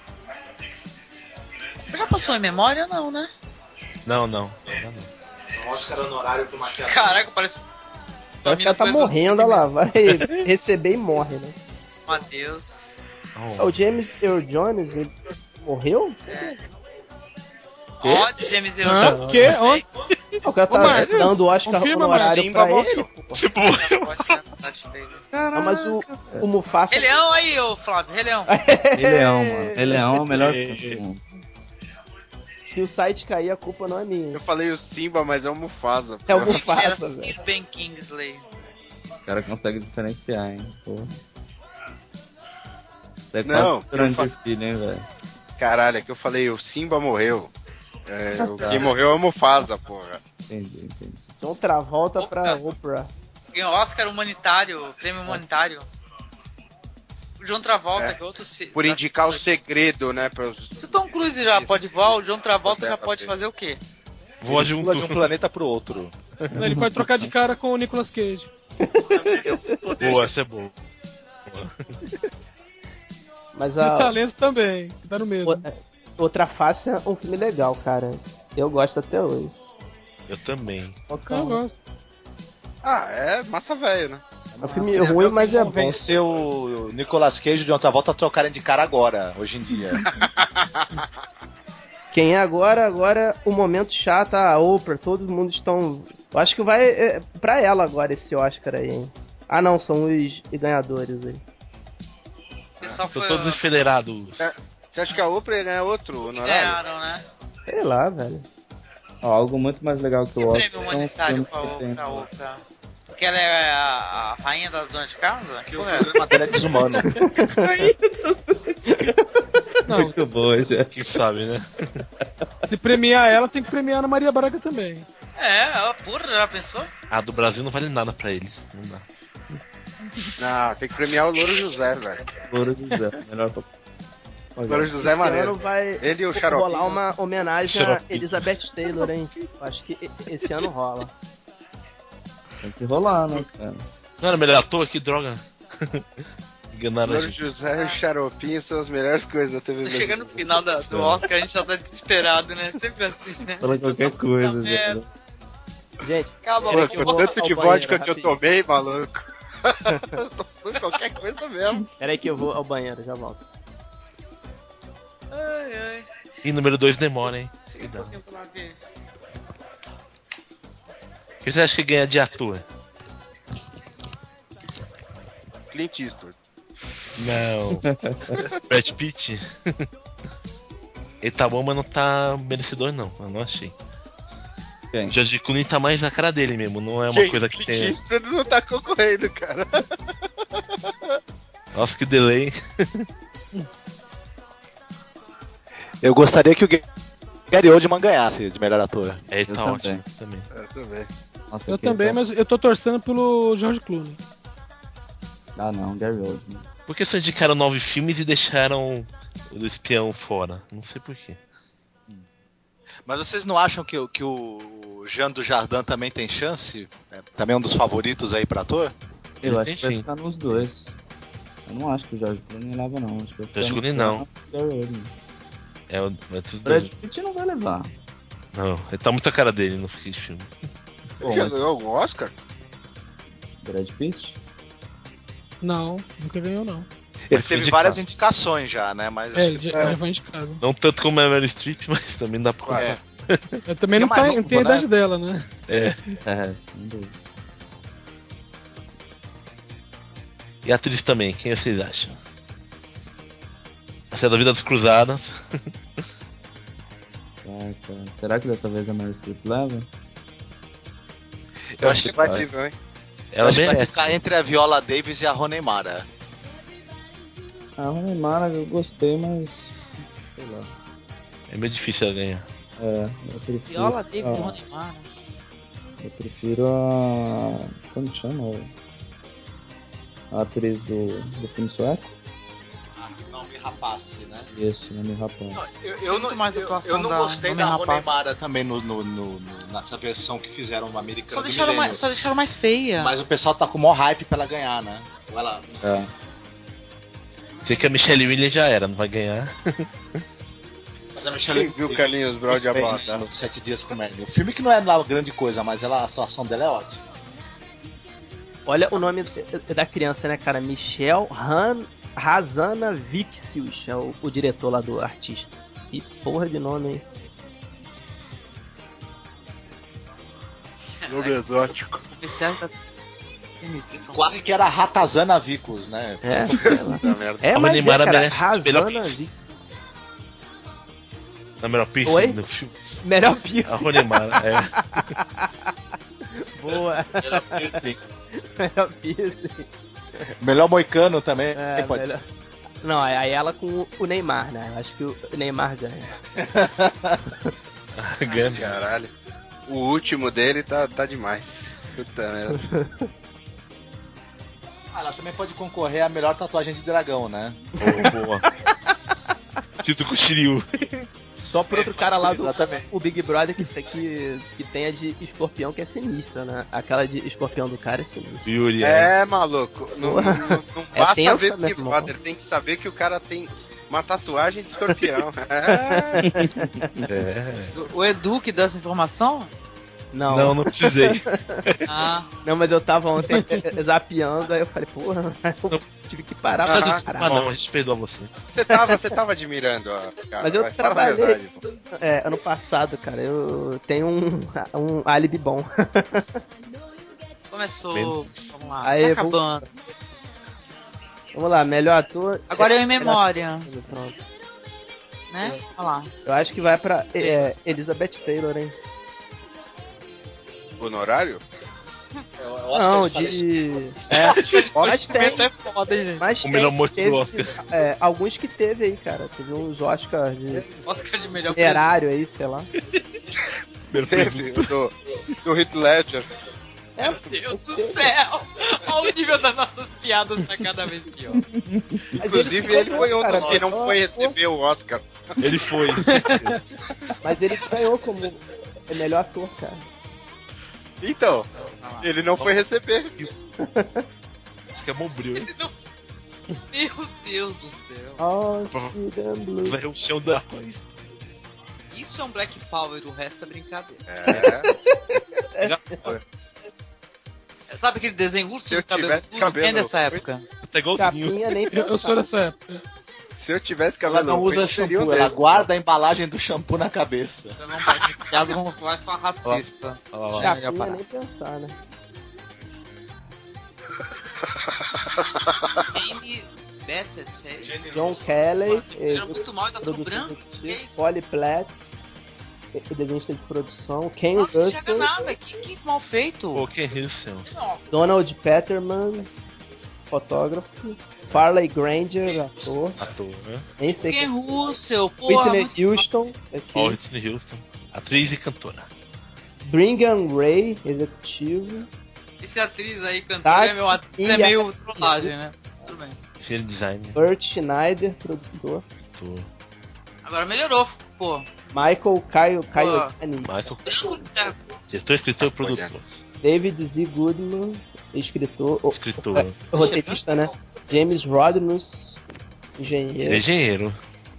[SPEAKER 1] Já passou em memória? Não, né?
[SPEAKER 4] Não, não. não, não.
[SPEAKER 6] Oscar honorário pro maquiador.
[SPEAKER 1] Caraca, parece.
[SPEAKER 5] O Oscar tá morrendo, olha lá, vai receber e morre, né?
[SPEAKER 1] Meu Deus.
[SPEAKER 4] Não.
[SPEAKER 5] É O James Earl Jones, ele morreu?
[SPEAKER 1] Ódio, James Earl
[SPEAKER 7] Hã?
[SPEAKER 1] Jones.
[SPEAKER 7] Quê? Onde?
[SPEAKER 5] O cara
[SPEAKER 7] Ô,
[SPEAKER 5] tá
[SPEAKER 7] Mário,
[SPEAKER 5] dando o Oscar
[SPEAKER 7] confirma,
[SPEAKER 5] honorário
[SPEAKER 3] Simba
[SPEAKER 5] pra
[SPEAKER 3] morreu.
[SPEAKER 5] ele, pô.
[SPEAKER 1] Tá
[SPEAKER 4] Tipo,
[SPEAKER 1] né?
[SPEAKER 5] Não, mas o, o Mufasa...
[SPEAKER 1] Rei Leão aí, ô Flávio, Rei Leão.
[SPEAKER 8] Rei Leão, mano. Rei Leão é o melhor
[SPEAKER 4] É.
[SPEAKER 8] filme.
[SPEAKER 5] Se o site cair, a culpa não é minha.
[SPEAKER 3] Eu falei o Simba, mas é o Mufasa.
[SPEAKER 5] É o
[SPEAKER 1] Era
[SPEAKER 5] Mufasa, velho.
[SPEAKER 1] Sir Ben Kingsley.
[SPEAKER 8] O cara consegue diferenciar, hein? Pô. Isso é
[SPEAKER 3] Não,
[SPEAKER 8] quase grande
[SPEAKER 3] eu
[SPEAKER 8] filho, hein, velho?
[SPEAKER 3] Caralho, é que eu falei, o Simba morreu.
[SPEAKER 5] Ah,
[SPEAKER 3] É, o
[SPEAKER 5] tá.
[SPEAKER 3] que morreu é o Mufasa, porra.
[SPEAKER 8] Entendi, entendi.
[SPEAKER 5] Então Travolta pra Oprah.
[SPEAKER 1] Ganhou Oscar humanitário, prêmio humanitário. O John Travolta,
[SPEAKER 3] É.
[SPEAKER 1] que é outro. se-
[SPEAKER 3] Por
[SPEAKER 1] da-
[SPEAKER 3] indicar o segredo, né, pros...
[SPEAKER 1] Se o Tom Cruise já
[SPEAKER 3] Isso.
[SPEAKER 1] pode voar, o John Travolta
[SPEAKER 3] Pode
[SPEAKER 1] já pode
[SPEAKER 3] fazer.
[SPEAKER 1] fazer o quê?
[SPEAKER 4] voa
[SPEAKER 2] Ele pula de um
[SPEAKER 4] junto.
[SPEAKER 2] planeta pro outro.
[SPEAKER 7] Ele pode trocar de cara com o Nicolas Cage.
[SPEAKER 4] Boa, essa é boa.
[SPEAKER 5] Mas
[SPEAKER 7] E o
[SPEAKER 5] a
[SPEAKER 7] talento também, que dá no mesmo.
[SPEAKER 5] o- Outra Face é um filme legal, cara. Eu gosto até hoje.
[SPEAKER 4] Eu também.
[SPEAKER 7] Eu
[SPEAKER 5] Focão.
[SPEAKER 7] gosto.
[SPEAKER 3] Ah, é massa velho, né?
[SPEAKER 5] É um filme ruim, mas é bom.
[SPEAKER 2] Venceu o Nicolas Cage de outra volta a trocarem de cara agora, hoje em dia.
[SPEAKER 5] Quem é agora, agora o momento chato, a Oprah, todo mundo estão. Eu acho que vai é, pra ela agora esse Oscar aí, hein? Ah não, são os ganhadores aí.
[SPEAKER 1] O pessoal
[SPEAKER 4] Tô
[SPEAKER 1] foi.
[SPEAKER 4] todos enfileirados.
[SPEAKER 3] É. Você acha que a Oprah ia ganhar outro
[SPEAKER 1] que
[SPEAKER 3] honorário?
[SPEAKER 1] ganharam, né?
[SPEAKER 5] Sei lá, velho.
[SPEAKER 8] Ó, algo muito mais legal que
[SPEAKER 1] Que
[SPEAKER 8] o Oscar.
[SPEAKER 1] prêmio
[SPEAKER 8] é um
[SPEAKER 1] humanitário
[SPEAKER 8] filme
[SPEAKER 1] pra
[SPEAKER 8] que tem. um
[SPEAKER 1] Oprah, Oprah? Porque ela é a, a rainha das donas de casa? Que porra é?
[SPEAKER 2] Matéria desumano.
[SPEAKER 7] Não,
[SPEAKER 8] Muito bom, já.
[SPEAKER 4] Quem sabe, né?
[SPEAKER 7] se premiar ela, tem que premiar a Ana Maria Braga também.
[SPEAKER 1] É, ó, porra, já pensou?
[SPEAKER 4] Ah, do Brasil não vale nada pra eles. Não dá.
[SPEAKER 3] Não, tem que premiar o Louro José, velho.
[SPEAKER 8] Louro José, melhor pra...
[SPEAKER 3] O Louro José é
[SPEAKER 5] esse ano
[SPEAKER 3] maneiro.
[SPEAKER 5] vai
[SPEAKER 3] Ele e o
[SPEAKER 5] rolar
[SPEAKER 3] Xaropinho.
[SPEAKER 5] uma homenagem a
[SPEAKER 4] Xaropinho.
[SPEAKER 5] Elizabeth Taylor, hein? Eu Acho que e- esse ano rola.
[SPEAKER 8] Tem que rolar, né, cara?
[SPEAKER 4] Não era melhor ator? Que droga.
[SPEAKER 3] O
[SPEAKER 4] Enganaram a
[SPEAKER 3] Louro
[SPEAKER 4] gente.
[SPEAKER 3] José e o Xaropinho são as melhores coisas da TV brasileira.
[SPEAKER 1] Tá Chegando no final da-
[SPEAKER 8] É.
[SPEAKER 1] do Oscar, a gente já tá desesperado, né? Sempre assim, né?
[SPEAKER 8] Fala qualquer coisa, velho.
[SPEAKER 5] Gente,
[SPEAKER 1] Acaba
[SPEAKER 3] Pô,
[SPEAKER 1] logo.
[SPEAKER 3] com
[SPEAKER 5] vou
[SPEAKER 3] tanto
[SPEAKER 5] ao
[SPEAKER 3] de
[SPEAKER 5] banheiro,
[SPEAKER 3] vodka que eu
[SPEAKER 5] rapidinho.
[SPEAKER 3] tomei, maluco. Tô falando qualquer coisa mesmo.
[SPEAKER 5] peraí que eu vou ao banheiro, já volto.
[SPEAKER 1] Ai, ai.
[SPEAKER 4] E número 2 demora, hein?
[SPEAKER 1] Segura um pouquinho pra lá ver.
[SPEAKER 4] O que você acha que ganha de ator?
[SPEAKER 3] Clint Eastwood.
[SPEAKER 4] Não. Brad Pitt? Ele tá bom, mas não tá merecedor, não. Eu não achei.
[SPEAKER 8] Quem?
[SPEAKER 4] George Clooney tá mais na cara dele mesmo, não é uma coisa que
[SPEAKER 3] Clint
[SPEAKER 4] tem.
[SPEAKER 3] Eastwood não tá concorrendo, cara.
[SPEAKER 4] Nossa, que delay.
[SPEAKER 2] Eu gostaria que o Ga- Gary Oldman ganhasse de melhor ator.
[SPEAKER 4] É,
[SPEAKER 8] Eu
[SPEAKER 4] tá
[SPEAKER 8] também.
[SPEAKER 4] ótimo também.
[SPEAKER 3] É, também.
[SPEAKER 8] Nossa,
[SPEAKER 7] Eu
[SPEAKER 8] queria
[SPEAKER 7] também,
[SPEAKER 8] falar-
[SPEAKER 7] mas eu tô torcendo pelo George Clooney.
[SPEAKER 8] Ah, não, Gary Oldman.
[SPEAKER 4] Por que só indicaram nove filmes e deixaram o do espião fora? Não sei porquê.
[SPEAKER 6] Mas vocês não acham que, o- que o Jean do Jardim também tem chance?
[SPEAKER 2] Também é um dos favoritos aí pra ator.
[SPEAKER 8] Eu acho
[SPEAKER 4] Tem
[SPEAKER 8] que vai
[SPEAKER 4] sim.
[SPEAKER 8] ficar nos dois. Eu não acho que o Jorge Clooney leva, não. Acho que vai ficar
[SPEAKER 4] George
[SPEAKER 8] no
[SPEAKER 4] Clooney, não.
[SPEAKER 8] Gary Oldman.
[SPEAKER 4] É, o- é tudo
[SPEAKER 8] Brad Pitt não vai levar.
[SPEAKER 4] Não, ele tá muito a cara dele no filme.
[SPEAKER 8] Bom,
[SPEAKER 3] Já
[SPEAKER 8] mas
[SPEAKER 3] ganhou algum Oscar?
[SPEAKER 8] Brad Pitt?
[SPEAKER 7] Não, nunca ganhou, não.
[SPEAKER 4] Ele
[SPEAKER 6] Teve várias indicações já, né? Mas
[SPEAKER 7] É, ele já, já foi indicado.
[SPEAKER 4] Não tanto como a Meryl é Streep, mas também dá pra
[SPEAKER 3] Ah, é.
[SPEAKER 4] contar.
[SPEAKER 7] Eu também não,
[SPEAKER 6] Porque é
[SPEAKER 7] tá,
[SPEAKER 6] mais
[SPEAKER 7] não tem a
[SPEAKER 6] novo, né?
[SPEAKER 7] idade dela, né?
[SPEAKER 4] É.
[SPEAKER 8] É, sem dúvida.
[SPEAKER 4] E a atriz também, quem vocês acham? Essa é da Vida dos Cruzados.
[SPEAKER 8] Caraca, Ah, tá. será que dessa vez é a Meryl Streep leva?
[SPEAKER 4] Eu acho que vai-
[SPEAKER 3] Possível, hein?
[SPEAKER 4] Ela
[SPEAKER 9] acho que vai
[SPEAKER 4] merece.
[SPEAKER 9] ficar entre a Viola Davis e a Rooney Mara.
[SPEAKER 8] A Rooney Mara Ah, eu gostei, mas. Sei lá.
[SPEAKER 4] É meio difícil ela ganhar.
[SPEAKER 8] É, eu prefiro.
[SPEAKER 1] Viola Davis
[SPEAKER 8] ah,
[SPEAKER 1] e Rony Mara.
[SPEAKER 8] Eu prefiro a. Como chama? A atriz do, do filme sueco?
[SPEAKER 9] Não, me rapace, né?
[SPEAKER 8] Isso, Nami Rapaz.
[SPEAKER 9] Eu, eu
[SPEAKER 1] Sinto
[SPEAKER 9] não,
[SPEAKER 1] mais
[SPEAKER 9] eu,
[SPEAKER 1] atuação
[SPEAKER 9] eu não
[SPEAKER 1] da
[SPEAKER 9] gostei
[SPEAKER 1] Rooney
[SPEAKER 9] da Rooney
[SPEAKER 1] Rapace.
[SPEAKER 9] Mara também no, no- no- no- nessa versão que fizeram no americano
[SPEAKER 1] Só
[SPEAKER 9] do
[SPEAKER 1] deixaram,
[SPEAKER 9] milênio.
[SPEAKER 1] mais, só deixaram mais feia.
[SPEAKER 9] Mas o pessoal tá com o maior hype pra ela ganhar, né? Ou ela...
[SPEAKER 8] É.
[SPEAKER 4] Sei que a Michelle Williams já era, não vai ganhar.
[SPEAKER 9] Mas a Michelle
[SPEAKER 3] Quem viu o Carlinhos Brown de
[SPEAKER 9] Bem,
[SPEAKER 3] Abada?
[SPEAKER 9] no Sete Dias com Mary. O filme que não é lá grande coisa, mas ela, a atuação dela é ótima.
[SPEAKER 5] Olha o nome da- da criança, né, cara? Michel Han... Hazana Vixius, é o, o diretor lá do artista. Que porra de nome, hein?
[SPEAKER 3] Nome exótico.
[SPEAKER 1] Os comerciais da TNT são
[SPEAKER 9] Quase que era Ratazana Vicos, né?
[SPEAKER 5] É, sei lá.
[SPEAKER 3] Puta merda.
[SPEAKER 5] É,
[SPEAKER 4] A
[SPEAKER 5] mas é,
[SPEAKER 4] Manimara
[SPEAKER 5] cara,
[SPEAKER 4] merece melhor
[SPEAKER 5] Hazana
[SPEAKER 4] pizza.
[SPEAKER 5] Vixius.
[SPEAKER 4] Na melhor pista
[SPEAKER 5] Oi?
[SPEAKER 4] do filme.
[SPEAKER 5] Melhor
[SPEAKER 4] A
[SPEAKER 5] pizza.
[SPEAKER 4] Rooney Mara, é.
[SPEAKER 5] Boa,
[SPEAKER 9] Era esse.
[SPEAKER 5] melhor pizza.
[SPEAKER 9] Melhor moicano também.
[SPEAKER 5] É,
[SPEAKER 9] pode
[SPEAKER 5] melhor. Não, aí ela com o Neymar, né? Eu acho que o Neymar ganha.
[SPEAKER 4] Ganha.
[SPEAKER 3] Caralho. O último dele tá, tá demais. Puta merda.
[SPEAKER 9] ser. Ah, ela também pode concorrer à melhor tatuagem de dragão, né?
[SPEAKER 4] Boa, boa. Tito com o Shiryu.
[SPEAKER 5] Só por outro cara lá do
[SPEAKER 9] Exatamente.
[SPEAKER 5] o Big Brother que, tá, que, que tem a de escorpião que é sinistra, né? Aquela de escorpião do cara é sinistra.
[SPEAKER 4] Yuri, é.
[SPEAKER 3] É, maluco. Não,
[SPEAKER 5] Porra.
[SPEAKER 3] não- não
[SPEAKER 5] É
[SPEAKER 3] basta
[SPEAKER 5] tensa,
[SPEAKER 3] ver
[SPEAKER 5] né,
[SPEAKER 3] Big
[SPEAKER 5] irmão?
[SPEAKER 3] Brother, tem que saber que o cara tem uma tatuagem de escorpião. É.
[SPEAKER 4] É.
[SPEAKER 1] O Edu que dá essa informação?
[SPEAKER 5] Não,
[SPEAKER 4] Não,
[SPEAKER 5] não,
[SPEAKER 4] não precisei.
[SPEAKER 1] Ah,
[SPEAKER 5] mas eu tava ontem é, zapeando, aí eu falei, porra, eu tive que parar
[SPEAKER 4] Mas
[SPEAKER 5] pra
[SPEAKER 4] não,
[SPEAKER 5] parar.
[SPEAKER 4] desculpa, Ah, não, a gente perdoa você.
[SPEAKER 3] Você tava, você tava admirando a cara.
[SPEAKER 5] Mas eu
[SPEAKER 3] vai, fala a
[SPEAKER 5] trabalhei.
[SPEAKER 3] verdade, pô.
[SPEAKER 5] É, ano passado, cara, eu tenho um, um álibi bom.
[SPEAKER 1] começou.
[SPEAKER 4] Menos.
[SPEAKER 1] Vamos lá.
[SPEAKER 5] Aí,
[SPEAKER 1] tá
[SPEAKER 5] vou-
[SPEAKER 1] acabando.
[SPEAKER 5] Vamos lá, melhor ator.
[SPEAKER 1] Agora eu em
[SPEAKER 5] melhor-
[SPEAKER 1] memória,
[SPEAKER 5] Pronto.
[SPEAKER 1] né? Olha lá.
[SPEAKER 5] Eu acho que vai pra é, Elizabeth Taylor, hein?
[SPEAKER 3] Honorário?
[SPEAKER 9] É o
[SPEAKER 5] Não,
[SPEAKER 9] Oscar de...
[SPEAKER 5] de. É, mas tem.
[SPEAKER 1] é foda, gente.
[SPEAKER 5] Mas
[SPEAKER 4] O
[SPEAKER 5] tem,
[SPEAKER 4] melhor morte do
[SPEAKER 5] teve-
[SPEAKER 4] Oscar.
[SPEAKER 5] é, alguns que teve aí, cara. Teve uns Oscars de
[SPEAKER 1] Oscar de melhor
[SPEAKER 5] erário aí, sei lá.
[SPEAKER 4] Primeiro
[SPEAKER 3] Teve,
[SPEAKER 4] presunto.
[SPEAKER 3] o do, do Heath Ledger.
[SPEAKER 1] É,
[SPEAKER 5] É,
[SPEAKER 1] Meu Deus do céu! Olha o nível das nossas piadas tá cada vez pior.
[SPEAKER 3] Inclusive, ele foi um dos
[SPEAKER 5] cara,
[SPEAKER 3] que não
[SPEAKER 5] ó,
[SPEAKER 3] foi receber o Oscar.
[SPEAKER 4] Ele foi.
[SPEAKER 5] Mas ele ganhou como o melhor ator, cara.
[SPEAKER 3] Então, ele não foi receber.
[SPEAKER 4] Isso que é bombril, hein?
[SPEAKER 1] Meu Deus do céu.
[SPEAKER 5] Ocean Blue.
[SPEAKER 4] Vai o chão da coisa.
[SPEAKER 1] Isso é um Black Power, o resto é brincadeira.
[SPEAKER 3] É,
[SPEAKER 1] Sabe aquele desenho urso
[SPEAKER 3] Se eu
[SPEAKER 1] de cabelo
[SPEAKER 3] tivesse
[SPEAKER 1] curto? Quem é
[SPEAKER 3] cabelo
[SPEAKER 1] dessa época?
[SPEAKER 4] Tá igualzinho.
[SPEAKER 5] Capinha nem
[SPEAKER 7] Eu, eu
[SPEAKER 5] pensar.
[SPEAKER 7] sou dessa época.
[SPEAKER 3] se eu tivesse
[SPEAKER 9] Ela
[SPEAKER 3] cabelo
[SPEAKER 9] não usa
[SPEAKER 3] preto, seria um
[SPEAKER 9] shampoo, ela
[SPEAKER 3] desses.
[SPEAKER 9] guarda a embalagem do shampoo na cabeça.
[SPEAKER 1] Então não vai ter piada, vamos falar só racista.
[SPEAKER 4] Olha lá, olha lá.
[SPEAKER 1] melhor
[SPEAKER 5] Capinha
[SPEAKER 1] parar.
[SPEAKER 5] nem pensar, né?
[SPEAKER 1] Jane Bassett, é isso?
[SPEAKER 5] John Kelly,
[SPEAKER 1] Era muito mal e tá tudo
[SPEAKER 5] produtor
[SPEAKER 1] branco. que
[SPEAKER 5] executivo,
[SPEAKER 1] isso?
[SPEAKER 5] Polly Platts, e- desenhista de produção, Ken
[SPEAKER 1] Não, não enxerga
[SPEAKER 5] Russell,
[SPEAKER 1] nada, que, que mal feito.
[SPEAKER 4] Pô, que Hilson.
[SPEAKER 1] Não,
[SPEAKER 5] Donald Petterman, fotógrafo, Farley Granger, ator,
[SPEAKER 4] Ator, né?
[SPEAKER 5] nem sei
[SPEAKER 1] Quem
[SPEAKER 5] quem.
[SPEAKER 1] Russell, porra.
[SPEAKER 5] Whitney
[SPEAKER 1] muito-
[SPEAKER 5] Houston, aqui.
[SPEAKER 4] Ó, Whitney Houston. Atriz e cantora.
[SPEAKER 5] Brigham Ray, executivo,
[SPEAKER 1] Esse atriz aí
[SPEAKER 5] Tá,
[SPEAKER 1] cantora é, meu, atriz, é
[SPEAKER 5] e a-
[SPEAKER 1] meio trollagem, né? Tudo bem.
[SPEAKER 4] Cheiro design.
[SPEAKER 5] Burt Schneider, produtor,
[SPEAKER 4] Ator.
[SPEAKER 1] Agora melhorou, pô.
[SPEAKER 5] Michael Caio
[SPEAKER 1] Ó.
[SPEAKER 5] Caio Canis,
[SPEAKER 4] Michael.
[SPEAKER 1] Branco de terra.
[SPEAKER 4] Diretor, escritor e produtor.
[SPEAKER 5] David Z. Goodman, escritor, o-
[SPEAKER 4] Escritor.
[SPEAKER 5] o- roteirista, né? James Rodnus,
[SPEAKER 4] Ele é
[SPEAKER 5] engenheiro,
[SPEAKER 4] engenheiro.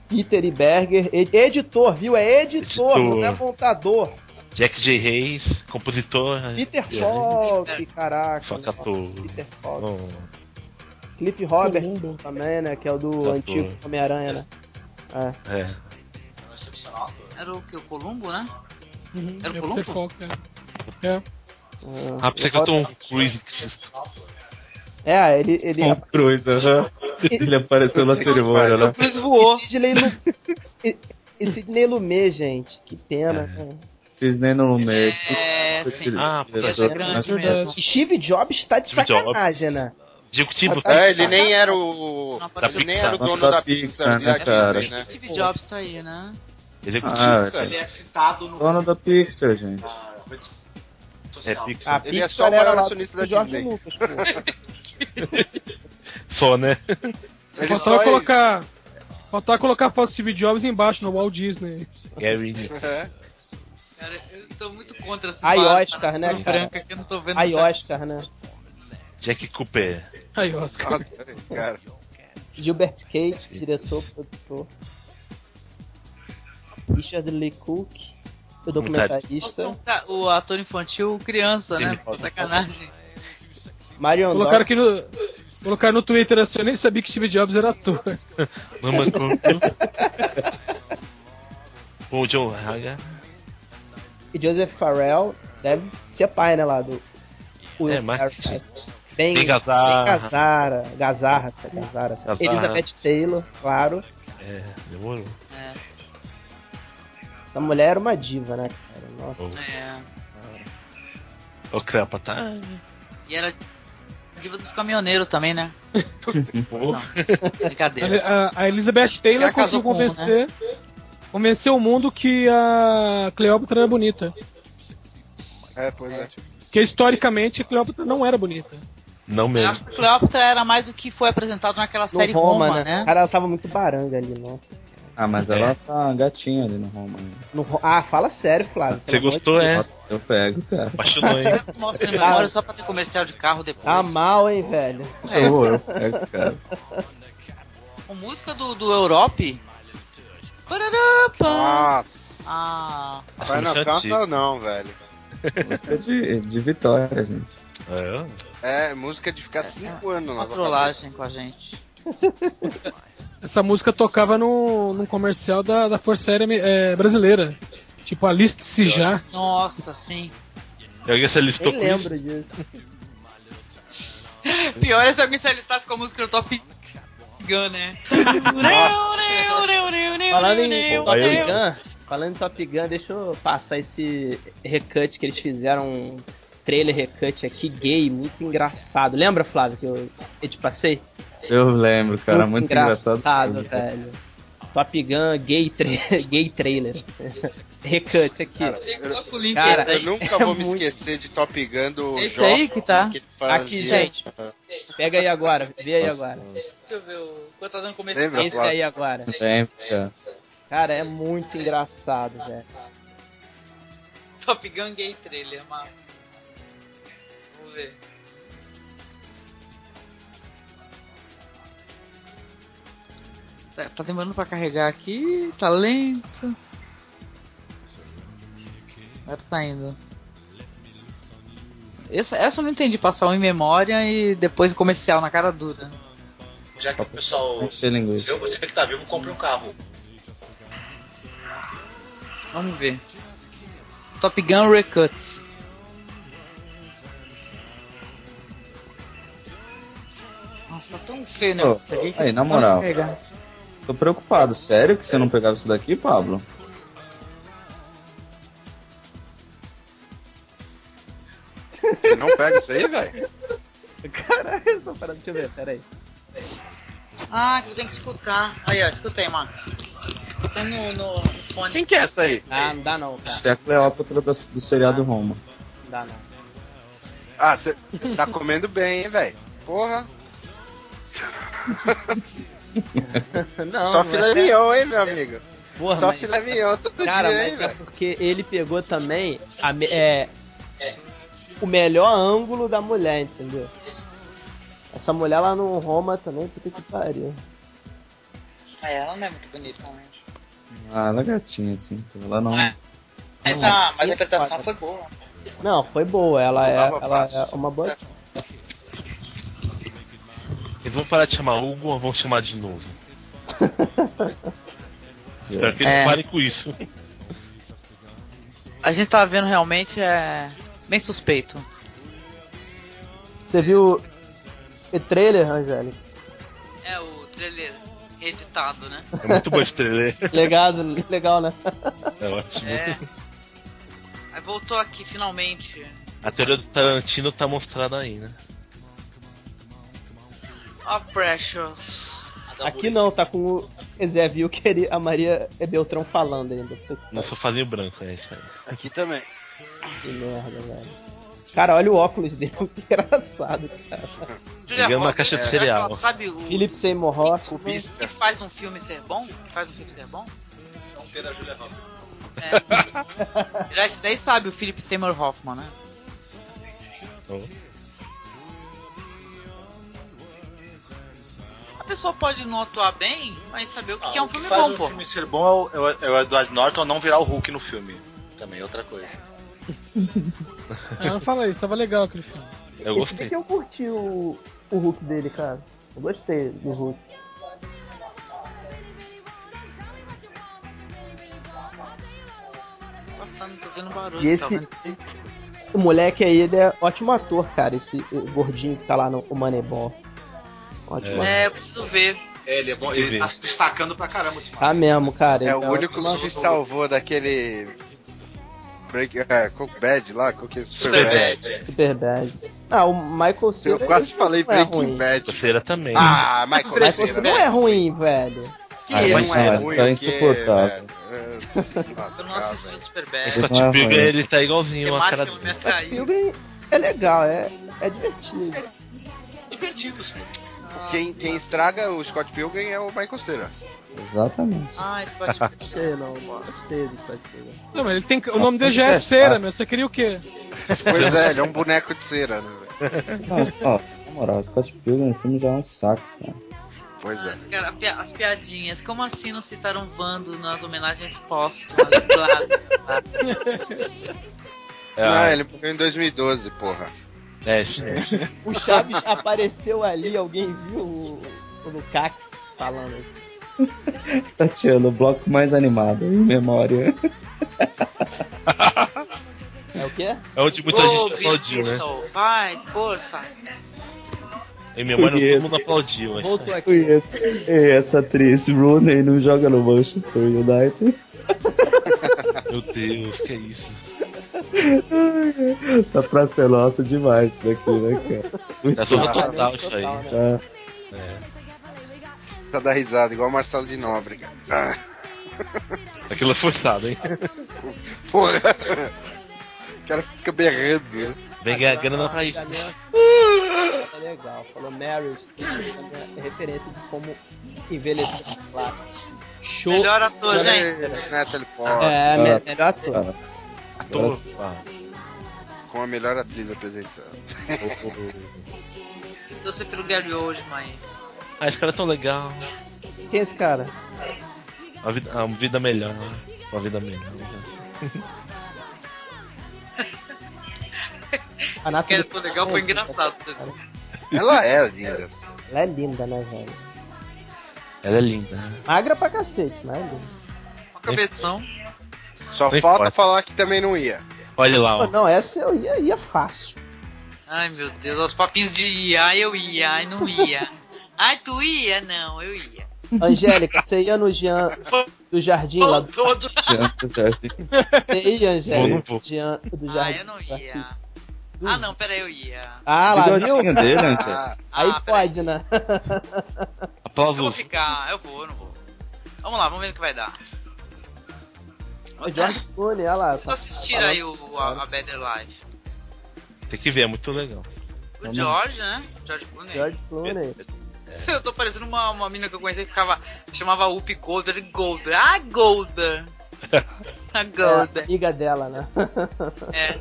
[SPEAKER 5] Peter E. Berger, ed- editor, viu? É editor,
[SPEAKER 4] Editor.
[SPEAKER 5] não é montador.
[SPEAKER 4] Jack J. Reis, compositor.
[SPEAKER 5] Peter
[SPEAKER 4] é,
[SPEAKER 5] Falk, caraca.
[SPEAKER 4] Foca
[SPEAKER 5] né?
[SPEAKER 4] ator.
[SPEAKER 5] Peter Falk.
[SPEAKER 4] Bom,
[SPEAKER 5] Cliff Robert também, né? Que é o do
[SPEAKER 4] Tá
[SPEAKER 5] antigo
[SPEAKER 4] bom.
[SPEAKER 5] Homem-Aranha, né? É.
[SPEAKER 4] é.
[SPEAKER 1] Era o que? O Columbo, né?
[SPEAKER 7] Uhum,
[SPEAKER 1] Era o
[SPEAKER 7] é o
[SPEAKER 1] Columbo?
[SPEAKER 7] Peter Falk, né? É.
[SPEAKER 4] Ah, pensei que era o Tom Cruise que assista.
[SPEAKER 5] É, ele. ele
[SPEAKER 8] Tom Cruise, aham. Ele apareceu na cerimônia, né?
[SPEAKER 1] Mas voou.
[SPEAKER 5] E Sidney, Lu... e, e Sidney Lumet, gente. Que pena,
[SPEAKER 4] É.
[SPEAKER 5] né? cara.
[SPEAKER 8] Cisne no meio.
[SPEAKER 1] É, sim.
[SPEAKER 4] Ah, porque
[SPEAKER 1] Ele é grande mesmo.
[SPEAKER 5] E Steve Jobs tá de
[SPEAKER 4] Steve Jobs.
[SPEAKER 5] sacanagem, né?
[SPEAKER 4] Executivo,
[SPEAKER 5] Ah,
[SPEAKER 4] tá?
[SPEAKER 3] É, ele nem era o.
[SPEAKER 1] Não apareceu
[SPEAKER 3] ele nem
[SPEAKER 4] Pixar.
[SPEAKER 3] era o dono
[SPEAKER 8] Da
[SPEAKER 3] da
[SPEAKER 8] Pixar,
[SPEAKER 3] Pixar,
[SPEAKER 8] né,
[SPEAKER 3] né,
[SPEAKER 8] cara?
[SPEAKER 3] também, né?
[SPEAKER 1] Steve Jobs tá aí, né?
[SPEAKER 4] Executivo.
[SPEAKER 8] Ah,
[SPEAKER 3] Ele
[SPEAKER 9] é citado no
[SPEAKER 8] dono da Pixar, gente.
[SPEAKER 9] na rede
[SPEAKER 4] é
[SPEAKER 9] social.
[SPEAKER 4] Pixar.
[SPEAKER 5] A
[SPEAKER 3] Ele é
[SPEAKER 5] Pixar
[SPEAKER 3] só o
[SPEAKER 5] era
[SPEAKER 3] maior
[SPEAKER 5] lá
[SPEAKER 3] acionista
[SPEAKER 5] do
[SPEAKER 3] da
[SPEAKER 5] Jorge
[SPEAKER 3] Disney.
[SPEAKER 5] Lucas, pô.
[SPEAKER 4] Só, né?
[SPEAKER 3] Ele
[SPEAKER 7] Faltava
[SPEAKER 3] só é-
[SPEAKER 7] colocar. Faltava colocar a foto de Steve Jobs embaixo no Walt Disney.
[SPEAKER 4] Gary.
[SPEAKER 3] É.
[SPEAKER 1] Cara, eu tô muito contra essa
[SPEAKER 5] Aí,
[SPEAKER 1] parada,
[SPEAKER 5] Oscar,
[SPEAKER 1] cara,
[SPEAKER 5] né,
[SPEAKER 1] tudo
[SPEAKER 5] cara?
[SPEAKER 1] branca que eu não tô vendo.
[SPEAKER 5] Aí Oscar, né?
[SPEAKER 4] Jack Cooper.
[SPEAKER 7] Aí, Oscar.
[SPEAKER 3] Nossa, cara.
[SPEAKER 5] Gilbert Cates, diretor, produtor. Richard Lee Cook, o
[SPEAKER 1] Nossa,
[SPEAKER 5] documentarista.
[SPEAKER 1] um ca- o ator infantil, criança, né? Pô, Sacanagem.
[SPEAKER 5] Marion
[SPEAKER 7] Colocaram
[SPEAKER 5] Dawson.
[SPEAKER 7] aqui no. Colocaram no Twitter assim, eu nem sabia que Steve Jobs era ator.
[SPEAKER 4] Norman Cooper. o John Haga.
[SPEAKER 5] E Joseph Farrell deve ser pai, né, lá do... Will
[SPEAKER 4] É, mas-
[SPEAKER 5] Ferrell. né?
[SPEAKER 4] Bem
[SPEAKER 5] Bem, bem
[SPEAKER 4] Gazzara.
[SPEAKER 5] Gazara. Gazarra, essa Gazarra. essa.
[SPEAKER 4] Gazzara.
[SPEAKER 5] Elizabeth Taylor, claro.
[SPEAKER 4] É, demorou.
[SPEAKER 1] É,
[SPEAKER 5] Essa mulher era uma diva, né, cara? Nossa.
[SPEAKER 1] é.
[SPEAKER 4] O Crapa tá.
[SPEAKER 1] E era diva dos caminhoneiros também, né?
[SPEAKER 4] Pô,
[SPEAKER 1] Brincadeira.
[SPEAKER 7] A, a Elizabeth Taylor
[SPEAKER 1] Já casou
[SPEAKER 7] conseguiu
[SPEAKER 1] com um,
[SPEAKER 7] convencer. Convencer o mundo que a Cleópatra era bonita.
[SPEAKER 3] É, pois é.
[SPEAKER 7] Porque historicamente a Cleópatra não era bonita.
[SPEAKER 4] Não
[SPEAKER 1] Eu
[SPEAKER 4] mesmo.
[SPEAKER 1] acho que Cleópatra era mais o que foi apresentado naquela
[SPEAKER 5] No
[SPEAKER 1] série Roma, né?
[SPEAKER 5] Cara, ela tava muito baranga ali, nossa.
[SPEAKER 8] Ah, mas
[SPEAKER 4] É.
[SPEAKER 8] ela tá gatinha ali no Roma.
[SPEAKER 5] No Ro- Ah, fala sério, Flávio.
[SPEAKER 4] Você
[SPEAKER 5] pelo amor
[SPEAKER 4] gostou,
[SPEAKER 5] de Deus.
[SPEAKER 4] é?
[SPEAKER 8] Nossa, eu pego, cara.
[SPEAKER 4] Apaixonou, hein?
[SPEAKER 1] Tantos mal sem memória só pra ter comercial de carro depois.
[SPEAKER 5] Tá mal, hein, velho?
[SPEAKER 1] É,
[SPEAKER 8] Eu, eu pego, cara.
[SPEAKER 1] com música do, do Europe. Parará, pá.
[SPEAKER 3] Nossa.
[SPEAKER 1] Ah,
[SPEAKER 4] Acho
[SPEAKER 3] Vai
[SPEAKER 4] que
[SPEAKER 3] na
[SPEAKER 4] é antigo.
[SPEAKER 3] canta não, velho.
[SPEAKER 8] Música de, de vitória, gente.
[SPEAKER 4] É.
[SPEAKER 3] É, música de ficar cinco anos
[SPEAKER 1] uma
[SPEAKER 3] na
[SPEAKER 1] trollagem com a gente.
[SPEAKER 7] Essa música tocava no, num comercial da, da Força Aérea eh, Brasileira. Tipo, aliste-se já.
[SPEAKER 1] Nossa, sim.
[SPEAKER 4] Eu ia ser listou
[SPEAKER 5] Nem
[SPEAKER 4] com isso.
[SPEAKER 5] lembro disso.
[SPEAKER 1] Pior é se alguém se alistasse com a música do Top Gun, né?
[SPEAKER 5] Falando em Top
[SPEAKER 4] Aí eu-
[SPEAKER 5] Gun, falando em Top Gun, deixa eu passar esse recut que eles fizeram, um trailer recut aqui gay, muito engraçado. Lembra, Flávio, que eu, eu te passei?
[SPEAKER 8] Eu lembro, cara. Muito, engraçado.
[SPEAKER 5] velho. Top Gun gay, tra- gay trailer. recut aqui.
[SPEAKER 1] Coloca o link
[SPEAKER 5] Cara,
[SPEAKER 1] aí.
[SPEAKER 3] Eu nunca vou me esquecer de Top Gun do
[SPEAKER 1] é Esse
[SPEAKER 3] Joker,
[SPEAKER 1] aí que tá.
[SPEAKER 3] ele fazia.
[SPEAKER 5] Aqui, gente. Pega aí agora, vê aí agora.
[SPEAKER 1] Deixa eu ver o quanto tá dando
[SPEAKER 3] Lembra?
[SPEAKER 1] comercial.
[SPEAKER 5] Esse aí agora.
[SPEAKER 8] Lembro, cara.
[SPEAKER 5] Cara, é muito engraçado, velho.
[SPEAKER 1] Top Gun Gay Trailer, Marcos. Vamos ver. Tá, tá demorando pra carregar aqui, tá lento. Agora tá indo. Essa, essa eu não entendi, passar um em memória e depois o comercial na cara dura.
[SPEAKER 9] Já que o pessoal.
[SPEAKER 8] Encher linguiça.
[SPEAKER 9] Eu, você que tá vivo, compre um carro.
[SPEAKER 1] Vamos ver. Top Gun Recuts. Nossa, tá tão feio o negócio
[SPEAKER 8] Ô,
[SPEAKER 1] aqui. que
[SPEAKER 8] aí, na
[SPEAKER 1] não
[SPEAKER 8] moral.
[SPEAKER 1] vai pegar.
[SPEAKER 8] Tô preocupado. Sério que você não pegava isso daqui, Pablo?
[SPEAKER 3] Você não pega isso aí, velho?
[SPEAKER 5] Caraca, essa parada, deixa eu ver, peraí.
[SPEAKER 1] Ah, tu tem que escutar. Aí, ó, escuta aí, Marcos. Você no, no fone.
[SPEAKER 3] Quem que é essa aí?
[SPEAKER 5] Ah, não dá não, cara.
[SPEAKER 8] Você é a Cleópatra do, do seriado Roma.
[SPEAKER 5] Não dá não.
[SPEAKER 3] Ah, você tá comendo bem, hein, velho? Porra.
[SPEAKER 5] Não,
[SPEAKER 3] Só
[SPEAKER 5] não
[SPEAKER 3] filé
[SPEAKER 5] é.
[SPEAKER 3] mignon, hein, meu amigo?
[SPEAKER 5] Porra,
[SPEAKER 3] Só
[SPEAKER 5] mas-
[SPEAKER 3] filé mignon todo
[SPEAKER 5] Cara,
[SPEAKER 3] dia, hein,
[SPEAKER 5] mas é
[SPEAKER 3] velho?
[SPEAKER 5] porque ele pegou também a me- é, é, o melhor ângulo da mulher, entendeu? Essa mulher lá no Roma também, puta que pariu.
[SPEAKER 1] É, ela não é muito bonita, realmente.
[SPEAKER 8] Ah, ela é gatinha, assim. Ela não.
[SPEAKER 1] Ah, Mas a, mas a interpretação foi boa.
[SPEAKER 5] Não, foi boa, ela é,
[SPEAKER 3] Dava
[SPEAKER 5] ela
[SPEAKER 3] passo.
[SPEAKER 5] é uma boa.
[SPEAKER 4] Eles vão parar de chamar Hugo ou vão chamar de novo? Espero que eles
[SPEAKER 1] É.
[SPEAKER 4] parem com isso.
[SPEAKER 1] A gente tá vendo realmente é Bem suspeito.
[SPEAKER 5] Você viu o trailer, Angélica?
[SPEAKER 1] É, o trailer reeditado, né?
[SPEAKER 4] É muito bom esse trailer.
[SPEAKER 5] Legado, legal, né?
[SPEAKER 4] É ótimo.
[SPEAKER 1] É. Aí voltou aqui, finalmente.
[SPEAKER 4] A teoria do Tarantino tá mostrada aí, né?
[SPEAKER 1] Ó, Precious.
[SPEAKER 5] Aqui não, tá com o Ezevio que ele- a Maria é Beltrão falando ainda. Puta
[SPEAKER 4] No sofazinho branco, é isso aí.
[SPEAKER 3] Aqui também.
[SPEAKER 5] que merda, velho. Cara, olha o óculos dele, engraçado, cara.
[SPEAKER 1] Julia
[SPEAKER 4] Pegando uma
[SPEAKER 1] Roberts,
[SPEAKER 4] caixa de
[SPEAKER 1] será que ela
[SPEAKER 4] cereal.
[SPEAKER 1] né? Sabe o
[SPEAKER 5] Philip Seymour
[SPEAKER 1] o
[SPEAKER 5] Hoffman.
[SPEAKER 1] que faz um filme ser bom? O que faz um filme ser bom?
[SPEAKER 6] Não ter a Julia Roberts.
[SPEAKER 1] É. Já esse daí sabe o Philip Seymour Hoffman, né?
[SPEAKER 4] Então,
[SPEAKER 1] A pessoa pode não atuar bem, mas saber o que,
[SPEAKER 6] Ah,
[SPEAKER 1] que é um
[SPEAKER 6] o que
[SPEAKER 1] filme
[SPEAKER 6] faz
[SPEAKER 1] bom,
[SPEAKER 6] um
[SPEAKER 1] pô.
[SPEAKER 6] filme ser bom é o, é o- é o Edward Norton não virar o Hulk no filme. Também é outra coisa.
[SPEAKER 7] Ah, não fala isso, tava legal aquele filme.
[SPEAKER 4] eu
[SPEAKER 5] Esse
[SPEAKER 4] gostei.
[SPEAKER 5] daqui eu curti o, o Hulk dele, cara. Eu gostei do Hulk.
[SPEAKER 1] Passando, tô vendo barulho.
[SPEAKER 5] E esse,
[SPEAKER 1] tá vendo?
[SPEAKER 5] o moleque aí, ele é ótimo ator, cara. Esse eh, gordinho que tá lá no Moneyball. Ótimo. ator.
[SPEAKER 1] É, eu preciso ver.
[SPEAKER 6] É, ele é bom,
[SPEAKER 4] Sim.
[SPEAKER 6] ele tá se destacando pra caramba ultimamente.
[SPEAKER 5] Tá mesmo, cara.
[SPEAKER 3] É
[SPEAKER 5] ele
[SPEAKER 3] o único que
[SPEAKER 5] ótimo ator.
[SPEAKER 3] se salvou daquele. Break, é, Coke Bad lá, Coke Super
[SPEAKER 1] Superbad.
[SPEAKER 3] Bad.
[SPEAKER 5] Super bad. Ah, o Michael
[SPEAKER 3] Eu
[SPEAKER 5] Cera.
[SPEAKER 3] quase falei
[SPEAKER 5] não é
[SPEAKER 3] Breaking
[SPEAKER 5] ruim.
[SPEAKER 3] Bad.
[SPEAKER 4] Terceira também.
[SPEAKER 3] Ah, Michael
[SPEAKER 5] Michael Cera
[SPEAKER 3] Cera.
[SPEAKER 5] não é ruim, velho.
[SPEAKER 3] Que
[SPEAKER 4] Ah, mas
[SPEAKER 3] não é
[SPEAKER 4] não,
[SPEAKER 3] ruim,
[SPEAKER 8] isso é
[SPEAKER 3] que é,
[SPEAKER 8] insuportável.
[SPEAKER 3] velho.
[SPEAKER 1] Eu não assisti o
[SPEAKER 4] O
[SPEAKER 1] Superbad.
[SPEAKER 4] Scott
[SPEAKER 8] Ah,
[SPEAKER 4] Pilgrim,
[SPEAKER 8] foi.
[SPEAKER 4] ele tá igualzinho a
[SPEAKER 1] Temática
[SPEAKER 4] cara
[SPEAKER 1] não me
[SPEAKER 4] dele.
[SPEAKER 1] atraiu.
[SPEAKER 5] Pilgrim é legal, é, é divertido.
[SPEAKER 6] divertido, sim.
[SPEAKER 3] Quem, quem estraga o Scott Pilgrim é o Michael Cera.
[SPEAKER 8] Exatamente.
[SPEAKER 1] Ah, esse Batman.
[SPEAKER 5] Gostei, não. Gostei do Scott Pilgrim.
[SPEAKER 7] Não, mas ele tem, o nome dele já é cera, meu. Você queria o quê?
[SPEAKER 3] Pois é, ele é um boneco de cera, né? velho?
[SPEAKER 8] Não, ó, na moral, Scott Pilgrim, o filme já é um saco, cara.
[SPEAKER 3] Pois é.
[SPEAKER 1] As, cara- a pi- as piadinhas. Como assim não citaram Vando nas homenagens póstumas? Blá, blá.
[SPEAKER 3] Não,
[SPEAKER 4] É,
[SPEAKER 3] ele morreu em 2012, porra.
[SPEAKER 4] é, isso mesmo.
[SPEAKER 5] O Chaves apareceu ali, alguém viu o, o Lucax falando assim. isso.
[SPEAKER 8] Tatiana, Tá o bloco mais animado, em memória.
[SPEAKER 5] É o quê?
[SPEAKER 4] É onde muita
[SPEAKER 1] Ô,
[SPEAKER 4] gente aplaudiu, né?
[SPEAKER 1] Beatles, Vai, força.
[SPEAKER 4] Em memória, todo
[SPEAKER 8] Punheta.
[SPEAKER 4] mundo aplaudiu. mas-
[SPEAKER 5] Voltou aqui.
[SPEAKER 8] E essa atriz Rooney não joga no Manchester United.
[SPEAKER 4] Meu Deus, que é isso?
[SPEAKER 8] Tá pra ser nossa demais isso daqui, né, cara?
[SPEAKER 4] Tá todo
[SPEAKER 5] Trabalhou
[SPEAKER 4] total isso aí.
[SPEAKER 5] total, né?
[SPEAKER 8] Tá.
[SPEAKER 4] É.
[SPEAKER 3] Tá da risada, igual o Marcelo de Nóbrega. Ah,
[SPEAKER 4] Aquilo é forçado, hein?
[SPEAKER 3] porra. O cara fica berrando.
[SPEAKER 4] Vem ganhar grana pra isso. né?
[SPEAKER 5] É legal, falou Marriage, que é referência de como envelhecer com classe. Show.
[SPEAKER 1] Melhor ator, gente.
[SPEAKER 3] Olha aí, Natalie Portman,
[SPEAKER 5] É, me- melhor ator.
[SPEAKER 8] Ah,
[SPEAKER 4] Ator.
[SPEAKER 3] com a melhor atriz apresentando.
[SPEAKER 4] ah,
[SPEAKER 1] Torcer pelo Gary Oldman.
[SPEAKER 4] Ah, esse cara é tão legal.
[SPEAKER 5] Quem é esse cara?
[SPEAKER 4] Uma vida, uma vida melhor. Uma vida melhor. né?
[SPEAKER 5] A
[SPEAKER 1] Que
[SPEAKER 5] Natalie
[SPEAKER 1] era tão legal, foi engraçado. né?
[SPEAKER 3] Ela é linda.
[SPEAKER 5] Ela é linda, né, velho?
[SPEAKER 4] Ela é linda. né?
[SPEAKER 5] Magra pra cacete, mas é linda.
[SPEAKER 1] Uma cabeção.
[SPEAKER 3] Só
[SPEAKER 4] Nem
[SPEAKER 3] falta
[SPEAKER 4] forte.
[SPEAKER 3] falar que também não ia.
[SPEAKER 4] Olha lá,
[SPEAKER 5] Pô,
[SPEAKER 4] ó.
[SPEAKER 5] Não, essa eu ia, ia fácil.
[SPEAKER 1] Ai, meu Deus, os papinhos de ia, ai, eu ia, ai, não ia. Ai, tu ia? Não, eu ia.
[SPEAKER 5] Angélica, você ia no Jean do Jardim lá
[SPEAKER 1] Pão
[SPEAKER 5] do
[SPEAKER 1] todo.
[SPEAKER 8] Janta, Jessica.
[SPEAKER 5] Você ia, Angélica?
[SPEAKER 4] Vou, não vou.
[SPEAKER 5] Jean do
[SPEAKER 1] Ah,
[SPEAKER 5] Jardim
[SPEAKER 1] eu não
[SPEAKER 5] dos
[SPEAKER 1] ia.
[SPEAKER 5] Artistas.
[SPEAKER 1] Ah, não, pera aí, eu ia.
[SPEAKER 5] Ah, lá, viu?
[SPEAKER 8] Bigodinho dele, né, cara?
[SPEAKER 5] Aí
[SPEAKER 1] Ah, peraí.
[SPEAKER 5] pode, né?
[SPEAKER 1] Eu vou
[SPEAKER 4] Aplausos.
[SPEAKER 1] ficar, eu vou, eu não vou. Vamos lá, vamos ver no que vai dar.
[SPEAKER 5] O George Clooney, olha lá. tá
[SPEAKER 1] Vocês assistiram aí o, a, a Better Life?
[SPEAKER 4] Tem que ver, é muito legal.
[SPEAKER 1] O George, né? George Clooney.
[SPEAKER 5] George Clooney.
[SPEAKER 1] Eu tô parecendo uma, uma mina que eu conhecia que ficava, chamava Up Goldberg Goldberg. Ah, Golda! A
[SPEAKER 5] É,
[SPEAKER 1] Golda,
[SPEAKER 5] amiga dela, né?
[SPEAKER 1] é.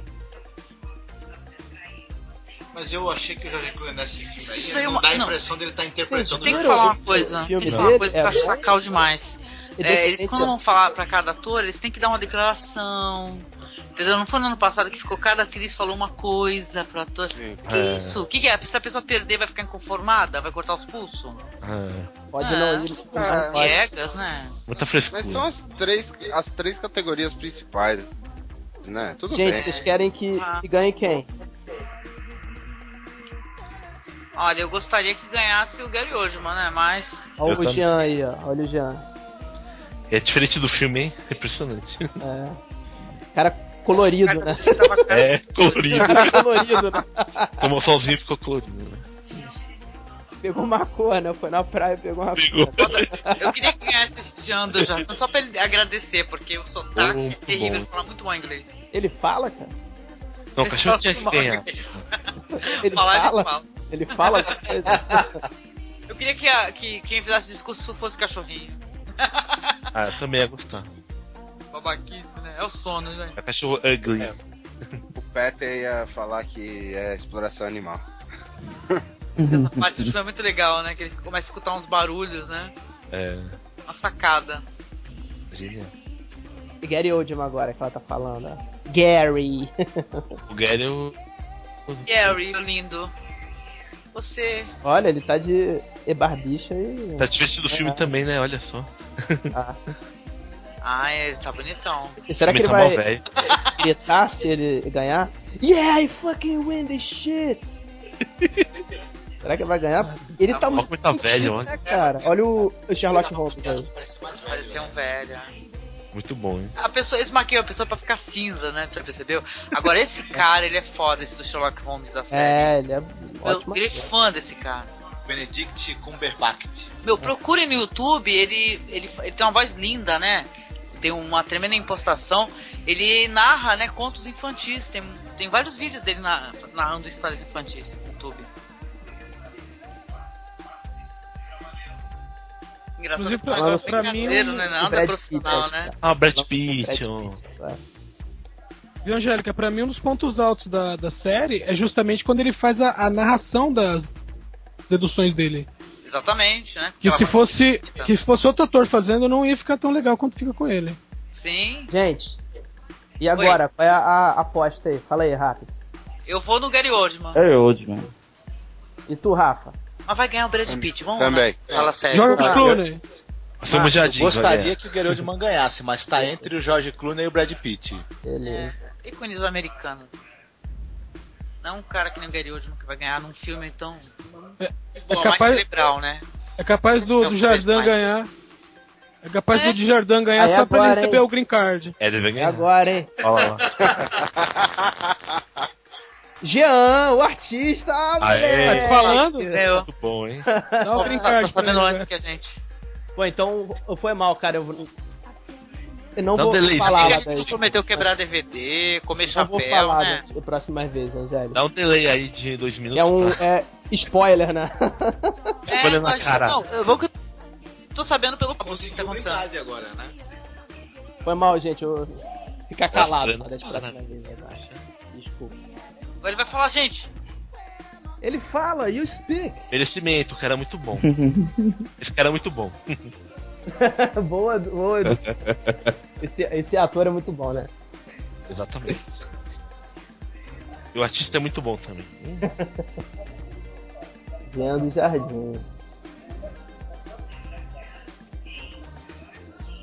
[SPEAKER 6] Mas eu achei que o Jorge Clooney nesse filme aí,
[SPEAKER 1] Isso
[SPEAKER 6] ele
[SPEAKER 1] aí é
[SPEAKER 6] não
[SPEAKER 1] uma-
[SPEAKER 6] dá a
[SPEAKER 1] não.
[SPEAKER 6] impressão dele
[SPEAKER 9] tá
[SPEAKER 6] estar interpretando
[SPEAKER 1] É, Tem
[SPEAKER 6] o
[SPEAKER 1] que
[SPEAKER 5] Juro,
[SPEAKER 1] falar uma
[SPEAKER 5] esse
[SPEAKER 1] coisa. Tem
[SPEAKER 5] filme
[SPEAKER 1] que falar uma
[SPEAKER 5] dele
[SPEAKER 1] coisa que eu
[SPEAKER 5] é
[SPEAKER 1] acho
[SPEAKER 5] bom?
[SPEAKER 1] sacal demais.
[SPEAKER 5] E
[SPEAKER 1] É,
[SPEAKER 5] desse
[SPEAKER 1] eles,
[SPEAKER 5] jeito,
[SPEAKER 1] quando vão falar pra cada ator, eles têm que dar uma declaração. Entendeu? Não foi no ano passado que ficou cada atriz falou uma coisa pro ator. Que
[SPEAKER 4] É.
[SPEAKER 1] isso? O que, que é? Se a pessoa perder, vai ficar inconformada? Vai cortar os pulsos?
[SPEAKER 4] Ah,
[SPEAKER 5] Pode
[SPEAKER 1] Ah,
[SPEAKER 5] não ir.
[SPEAKER 1] tudo
[SPEAKER 5] Não pode.
[SPEAKER 1] Piegas, né?
[SPEAKER 4] muita
[SPEAKER 3] Mas um são
[SPEAKER 4] frescura.
[SPEAKER 3] as três, as três categorias principais. né? Tudo
[SPEAKER 5] Gente,
[SPEAKER 3] bem.
[SPEAKER 5] vocês querem que,
[SPEAKER 1] Ah.
[SPEAKER 5] que ganhe quem?
[SPEAKER 1] Olha, eu gostaria que ganhasse o Gary Oldman, né? Mas.
[SPEAKER 5] Olha
[SPEAKER 4] Eu
[SPEAKER 5] o
[SPEAKER 4] também.
[SPEAKER 5] Jean aí, ó. Olha o Jean.
[SPEAKER 4] É diferente do filme, hein? É impressionante.
[SPEAKER 5] É. Cara colorido, né?
[SPEAKER 1] Ele tava cara-
[SPEAKER 4] É, colorido.
[SPEAKER 5] Cara colorido, né?
[SPEAKER 4] Tomou sozinho e ficou colorido. Né?
[SPEAKER 5] Pegou uma cor, né? Foi na praia e pegou uma
[SPEAKER 4] Pegou.
[SPEAKER 5] cor.
[SPEAKER 1] Eu queria que ganhasse esse Xander já. Só pra ele agradecer, porque o sotaque
[SPEAKER 4] Muito
[SPEAKER 1] é terrível.
[SPEAKER 4] bom.
[SPEAKER 1] Ele fala muito mal inglês.
[SPEAKER 5] Ele fala, cara?
[SPEAKER 4] Não, o cachorro tinha que
[SPEAKER 1] Fala
[SPEAKER 4] ganhar.
[SPEAKER 1] inglês.
[SPEAKER 5] Ele
[SPEAKER 1] Falar, ele
[SPEAKER 5] fala?
[SPEAKER 1] fala.
[SPEAKER 5] Ele fala alguma coisa?
[SPEAKER 1] Eu queria que, a- que quem fizesse discurso fosse cachorrinho.
[SPEAKER 4] Ah, eu também ia gostar.
[SPEAKER 1] Babaquice, né? É o sono, né?
[SPEAKER 4] O cachorro ugly.
[SPEAKER 3] O Peter ia falar que é exploração animal.
[SPEAKER 1] Essa parte do filme é muito legal, né? Que ele começa a escutar uns barulhos, né?
[SPEAKER 4] É,
[SPEAKER 1] Uma sacada.
[SPEAKER 4] genial.
[SPEAKER 5] Gary Oldman agora que ela tá falando, ó. Gary.
[SPEAKER 4] O Gary é o.
[SPEAKER 1] Gary, meu lindo. Você.
[SPEAKER 5] Olha, ele tá de e barbicha e.
[SPEAKER 4] Tá diferente do filme
[SPEAKER 5] É.
[SPEAKER 4] também, né? Olha só.
[SPEAKER 5] Ah.
[SPEAKER 1] Ah, ele tá bonitão.
[SPEAKER 5] E será
[SPEAKER 4] O
[SPEAKER 5] que
[SPEAKER 4] filme tá
[SPEAKER 5] ele
[SPEAKER 4] mal
[SPEAKER 5] vai
[SPEAKER 4] velho.
[SPEAKER 5] gritar se ele ganhar? Yeah, I fucking win this shit! Será que ele vai ganhar? Ele tá,
[SPEAKER 4] Tá mal,
[SPEAKER 5] muito.
[SPEAKER 4] mas tá velho,
[SPEAKER 5] né, cara? Olha o o Sherlock Holmes aí.
[SPEAKER 6] Parece mais velho.
[SPEAKER 1] Parecia um velho. né?
[SPEAKER 4] Muito bom, hein?
[SPEAKER 1] A pessoa, eles maquiam a pessoa pra ficar cinza, né? Tu já percebeu? Agora esse cara, ele é foda, esse do Sherlock Holmes da série.
[SPEAKER 5] É, ele é
[SPEAKER 1] Eu
[SPEAKER 5] ótimo.
[SPEAKER 1] virei fã desse cara.
[SPEAKER 6] Benedict Cumberbatch.
[SPEAKER 1] Meu,
[SPEAKER 5] É.
[SPEAKER 1] procurem no YouTube, ele, ele, ele tem uma voz linda, né? Tem uma tremenda impostação. Ele narra, né, contos infantis. Tem, tem vários vídeos dele na- narrando histórias infantis no YouTube. Engraçado
[SPEAKER 7] Inclusive,
[SPEAKER 1] que o negócio
[SPEAKER 7] pra-
[SPEAKER 1] é
[SPEAKER 7] pra mim,
[SPEAKER 1] caseiro, né?
[SPEAKER 5] O
[SPEAKER 1] Nada
[SPEAKER 5] Brad
[SPEAKER 1] profissional,
[SPEAKER 5] Pitt,
[SPEAKER 1] né?
[SPEAKER 5] cara.
[SPEAKER 4] Ah, o Brad
[SPEAKER 5] Não,
[SPEAKER 4] Pitt.
[SPEAKER 5] Brad
[SPEAKER 4] ó.
[SPEAKER 5] Pitt, é. claro.
[SPEAKER 7] Viu, Angélica? Pra mim, um dos pontos altos da, da série é justamente quando ele faz a, a narração das deduções dele.
[SPEAKER 1] Exatamente, né?
[SPEAKER 7] Que
[SPEAKER 1] Aquela
[SPEAKER 7] se
[SPEAKER 1] voz
[SPEAKER 7] fosse,
[SPEAKER 1] bonita.
[SPEAKER 7] que se fosse outro ator fazendo, não ia ficar tão legal quanto fica com ele.
[SPEAKER 1] Sim.
[SPEAKER 5] Gente, e agora? Qual é a, a aposta aí? Fala aí, rápido.
[SPEAKER 1] Eu vou no Gary Oldman.
[SPEAKER 8] Gary Oldman.
[SPEAKER 5] E tu, Rafa?
[SPEAKER 1] Mas vai ganhar o Brad Pitt, vamos
[SPEAKER 3] Também.
[SPEAKER 1] lá.
[SPEAKER 8] É.
[SPEAKER 1] Fala sério.
[SPEAKER 7] George
[SPEAKER 5] Ah,
[SPEAKER 7] Clooney.
[SPEAKER 4] Somos
[SPEAKER 5] Ah,
[SPEAKER 4] já
[SPEAKER 6] Eu
[SPEAKER 4] digo,
[SPEAKER 6] gostaria
[SPEAKER 4] olha.
[SPEAKER 6] que o Gary Oldman ganhasse, mas tá
[SPEAKER 5] É.
[SPEAKER 6] entre o George Clooney e o Brad Pitt.
[SPEAKER 5] Beleza.
[SPEAKER 1] É, ícones americanos. Não um cara que nem o Gary Oldman que vai ganhar num filme tão. Pô, mais
[SPEAKER 7] capaz-
[SPEAKER 1] cerebral, né?
[SPEAKER 7] É capaz do, do Jardim ganhar. É capaz do Jardim ganhar
[SPEAKER 5] Aí
[SPEAKER 7] só pra ele
[SPEAKER 5] agora,
[SPEAKER 7] receber
[SPEAKER 5] hein?
[SPEAKER 7] o green card.
[SPEAKER 4] É, deve
[SPEAKER 5] E
[SPEAKER 4] ganhar.
[SPEAKER 5] agora, hein?
[SPEAKER 4] Olha lá.
[SPEAKER 5] Jean, o artista!
[SPEAKER 4] Aê.
[SPEAKER 5] moleque! É,
[SPEAKER 7] Tá te falando?
[SPEAKER 1] Meu,
[SPEAKER 4] Muito bom, hein?
[SPEAKER 7] Dá o
[SPEAKER 1] tá,
[SPEAKER 7] green
[SPEAKER 1] tá
[SPEAKER 7] card. pra
[SPEAKER 1] sabendo
[SPEAKER 7] ele,
[SPEAKER 1] antes
[SPEAKER 7] né?
[SPEAKER 1] que a gente.
[SPEAKER 5] Pô, então foi mal, cara. Eu, vou- eu não
[SPEAKER 4] Dá um
[SPEAKER 5] vou
[SPEAKER 4] delay,
[SPEAKER 5] falar
[SPEAKER 1] Ele
[SPEAKER 5] lá
[SPEAKER 1] já
[SPEAKER 5] da edição.
[SPEAKER 1] prometeu quebrar DVD, comer
[SPEAKER 5] Não vou
[SPEAKER 1] chapéu,
[SPEAKER 5] falar
[SPEAKER 1] né?
[SPEAKER 5] da, da próxima vez, Angélica.
[SPEAKER 4] Dá um delay aí de dois minutos.
[SPEAKER 5] É um
[SPEAKER 4] pra-
[SPEAKER 5] é, spoiler, né?
[SPEAKER 1] É,
[SPEAKER 4] Olha na
[SPEAKER 1] mas-
[SPEAKER 4] cara.
[SPEAKER 1] Não, eu vou que eu tô sabendo pelo que tá acontecendo.
[SPEAKER 6] agora, né?
[SPEAKER 5] foi mal, gente. Eu ficar calado
[SPEAKER 4] Nossa,
[SPEAKER 5] né, da
[SPEAKER 4] né?
[SPEAKER 5] próxima vez, Angélica. Desculpa.
[SPEAKER 1] Agora ele vai falar, gente,
[SPEAKER 5] Ele fala, you speak.
[SPEAKER 4] Merecimento, o cara é muito bom. Esse cara é muito bom.
[SPEAKER 5] boa, boa. Edu. Esse, esse ator é muito bom, né?
[SPEAKER 4] Exatamente. E o artista é muito bom também. Hum,
[SPEAKER 5] Jean do Jardim.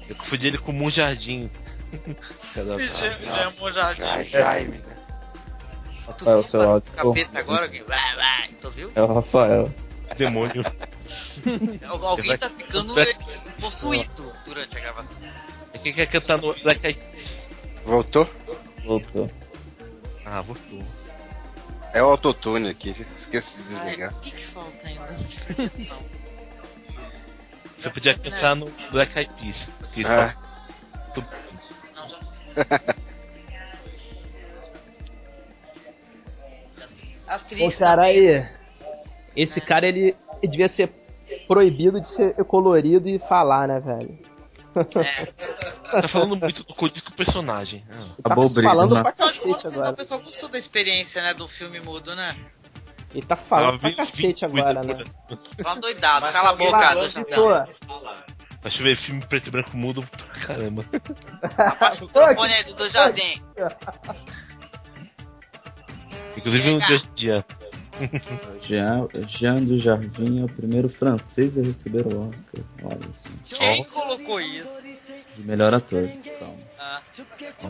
[SPEAKER 4] Eu confundi ele com o Munjardim.
[SPEAKER 1] já, já amou já. já.
[SPEAKER 3] Jaime, né?
[SPEAKER 1] Tu
[SPEAKER 8] Rafael,
[SPEAKER 1] viu,
[SPEAKER 8] é seu
[SPEAKER 1] mano,
[SPEAKER 8] áudio.
[SPEAKER 1] Capeta agora, alguém. Vai, vai, tu viu?
[SPEAKER 8] É o Rafael.
[SPEAKER 4] Demônio.
[SPEAKER 1] Al- Alguém tá ficando eh, possuído durante a gravação.
[SPEAKER 4] E Quem É quer cantar no Black Eyed Peas?
[SPEAKER 3] Voltou?
[SPEAKER 8] Voltou.
[SPEAKER 4] Ah, voltou.
[SPEAKER 3] É o autotune aqui, esqueci de
[SPEAKER 1] Ai,
[SPEAKER 3] desligar.
[SPEAKER 1] o que que falta ainda de perfeição?
[SPEAKER 4] Você podia cantar no Black Eyed Peas. Que isso
[SPEAKER 5] É.
[SPEAKER 3] Ah.
[SPEAKER 4] tá muito bom.
[SPEAKER 1] Não, já
[SPEAKER 5] Ô,
[SPEAKER 1] Atriz
[SPEAKER 5] cara,
[SPEAKER 1] também.
[SPEAKER 5] aí. Esse cara, ele devia ser proibido de ser colorido e falar, né, velho? Ele
[SPEAKER 1] É.
[SPEAKER 4] Tá falando muito do código do personagem. Ah,
[SPEAKER 5] tá
[SPEAKER 8] Acabou o brilho,
[SPEAKER 5] falando
[SPEAKER 8] né?
[SPEAKER 5] pra
[SPEAKER 1] Então, de modo
[SPEAKER 5] cacete
[SPEAKER 1] geral, o
[SPEAKER 5] agora.
[SPEAKER 1] pessoal gostou da experiência, né, do filme mudo, né?
[SPEAKER 5] Ele tá
[SPEAKER 4] Ah,
[SPEAKER 5] falando pra
[SPEAKER 4] vi-
[SPEAKER 5] cacete
[SPEAKER 4] vi-
[SPEAKER 5] agora,
[SPEAKER 4] cuida-
[SPEAKER 5] né?
[SPEAKER 1] Tá um doidado, cala a boca,
[SPEAKER 5] falando,
[SPEAKER 1] já
[SPEAKER 5] então.
[SPEAKER 4] Acho que ver filme preto e branco mudo pra caramba.
[SPEAKER 5] tá
[SPEAKER 1] Abaixa o microfone aí do Dojadim.
[SPEAKER 4] Inclusive no
[SPEAKER 1] Chega.
[SPEAKER 4] dia de dia.
[SPEAKER 8] Jean, Jean do Jardim é o primeiro francês a receber o Oscar. Olha isso.
[SPEAKER 1] Quem colocou isso?
[SPEAKER 8] De melhor ator. Calma.
[SPEAKER 1] Ah,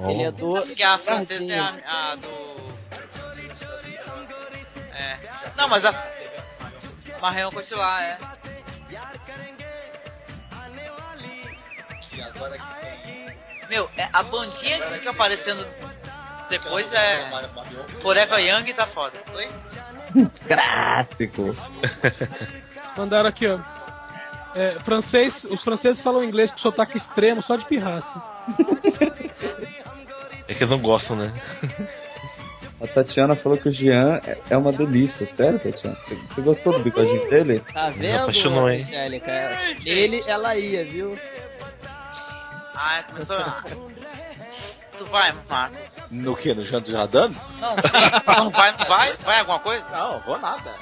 [SPEAKER 8] Ó.
[SPEAKER 5] Ele é do.
[SPEAKER 1] porque a francesa é a, a do. É. Não, mas a. Marion Cotillard, é.
[SPEAKER 6] Que agora que
[SPEAKER 1] Meu, é a bandinha que fica aparecendo depois
[SPEAKER 6] tem
[SPEAKER 1] é.
[SPEAKER 6] Mar- Marion.
[SPEAKER 1] Forever Young tá foda. Oi?
[SPEAKER 8] Clássico.
[SPEAKER 7] Mandaram aqui, ó. É, francês, os franceses falam inglês com sotaque extremo, só de pirraça.
[SPEAKER 4] É que eles não gostam, né?
[SPEAKER 8] A Tatiana falou que o Jean é- é uma delícia, sério, Tatiana? Você- Você gostou do bigodinho dele?
[SPEAKER 5] Tá vendo,
[SPEAKER 4] apaixonou, hein?
[SPEAKER 5] Angélica? Ele, ela ia, viu?
[SPEAKER 1] Ah, começou. a- Tu vai, Marcos.
[SPEAKER 2] No que? No Jean do Jardim?
[SPEAKER 1] Não, sim. Não vai, não vai? Vai alguma coisa?
[SPEAKER 2] Não, vou nada.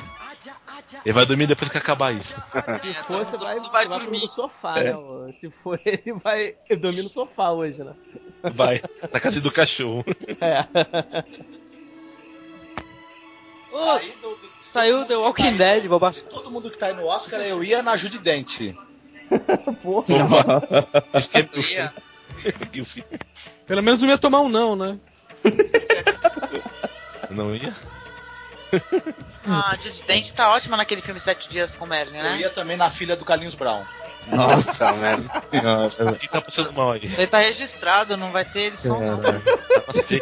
[SPEAKER 4] Ele vai dormir depois que acabar isso.
[SPEAKER 5] Se
[SPEAKER 1] É,
[SPEAKER 5] for,
[SPEAKER 1] todo
[SPEAKER 5] você
[SPEAKER 1] mundo
[SPEAKER 5] vai,
[SPEAKER 1] vai
[SPEAKER 5] vai dormir
[SPEAKER 1] dormir.
[SPEAKER 5] no sofá,
[SPEAKER 4] É.
[SPEAKER 5] né? ô? Se for, ele vai dormir no sofá hoje, né?
[SPEAKER 4] Vai, na casa do cachorro.
[SPEAKER 5] É.
[SPEAKER 6] Aí, do- do-
[SPEAKER 1] Saiu The Walking Dead, bobagem.
[SPEAKER 2] Todo mundo que tá aí no Oscar, eu ia na Judidente.
[SPEAKER 5] Porra.
[SPEAKER 4] é E o filho
[SPEAKER 7] Pelo menos não ia tomar um não, né?
[SPEAKER 4] não ia?
[SPEAKER 1] Ah, Judy Dent tá ótima naquele filme Sete Dias com Merlin,
[SPEAKER 6] Eu
[SPEAKER 5] É.
[SPEAKER 1] né?
[SPEAKER 6] ia também na filha do Carlinhos Brown.
[SPEAKER 8] Nossa, senhora.
[SPEAKER 4] Quem tá passando mal aí? Tá
[SPEAKER 1] Ele tá registrado, não vai ter edição, não.
[SPEAKER 8] Cara,
[SPEAKER 4] Nossa, quem-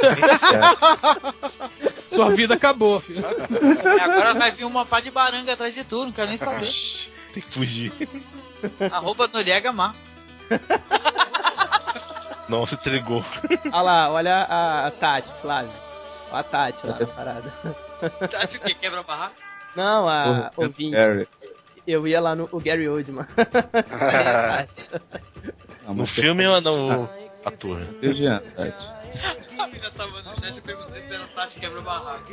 [SPEAKER 7] Sua vida acabou, filho.
[SPEAKER 1] E É, agora vai vir uma pá de baranga atrás de tudo, não quero nem saber.
[SPEAKER 4] Tem que fugir.
[SPEAKER 1] Arroba Noriega Mar.
[SPEAKER 4] Nossa, entregou.
[SPEAKER 5] Olha lá, olha a, a Tati, Flávio. Olha a Tati lá na
[SPEAKER 8] Essa-
[SPEAKER 5] parada.
[SPEAKER 1] Tá de que quebra barraco?
[SPEAKER 5] Não, a
[SPEAKER 8] porra, é.
[SPEAKER 5] ouvinte.
[SPEAKER 8] Gary.
[SPEAKER 5] Eu ia lá no o Gary Oldman. Aí a Tati.
[SPEAKER 8] Não,
[SPEAKER 4] No
[SPEAKER 8] mas
[SPEAKER 4] filme ou no ator? né?
[SPEAKER 8] você- o Jean, Tati.
[SPEAKER 1] A filha tava no chat, eu perguntei se era o Tati quebra barraco.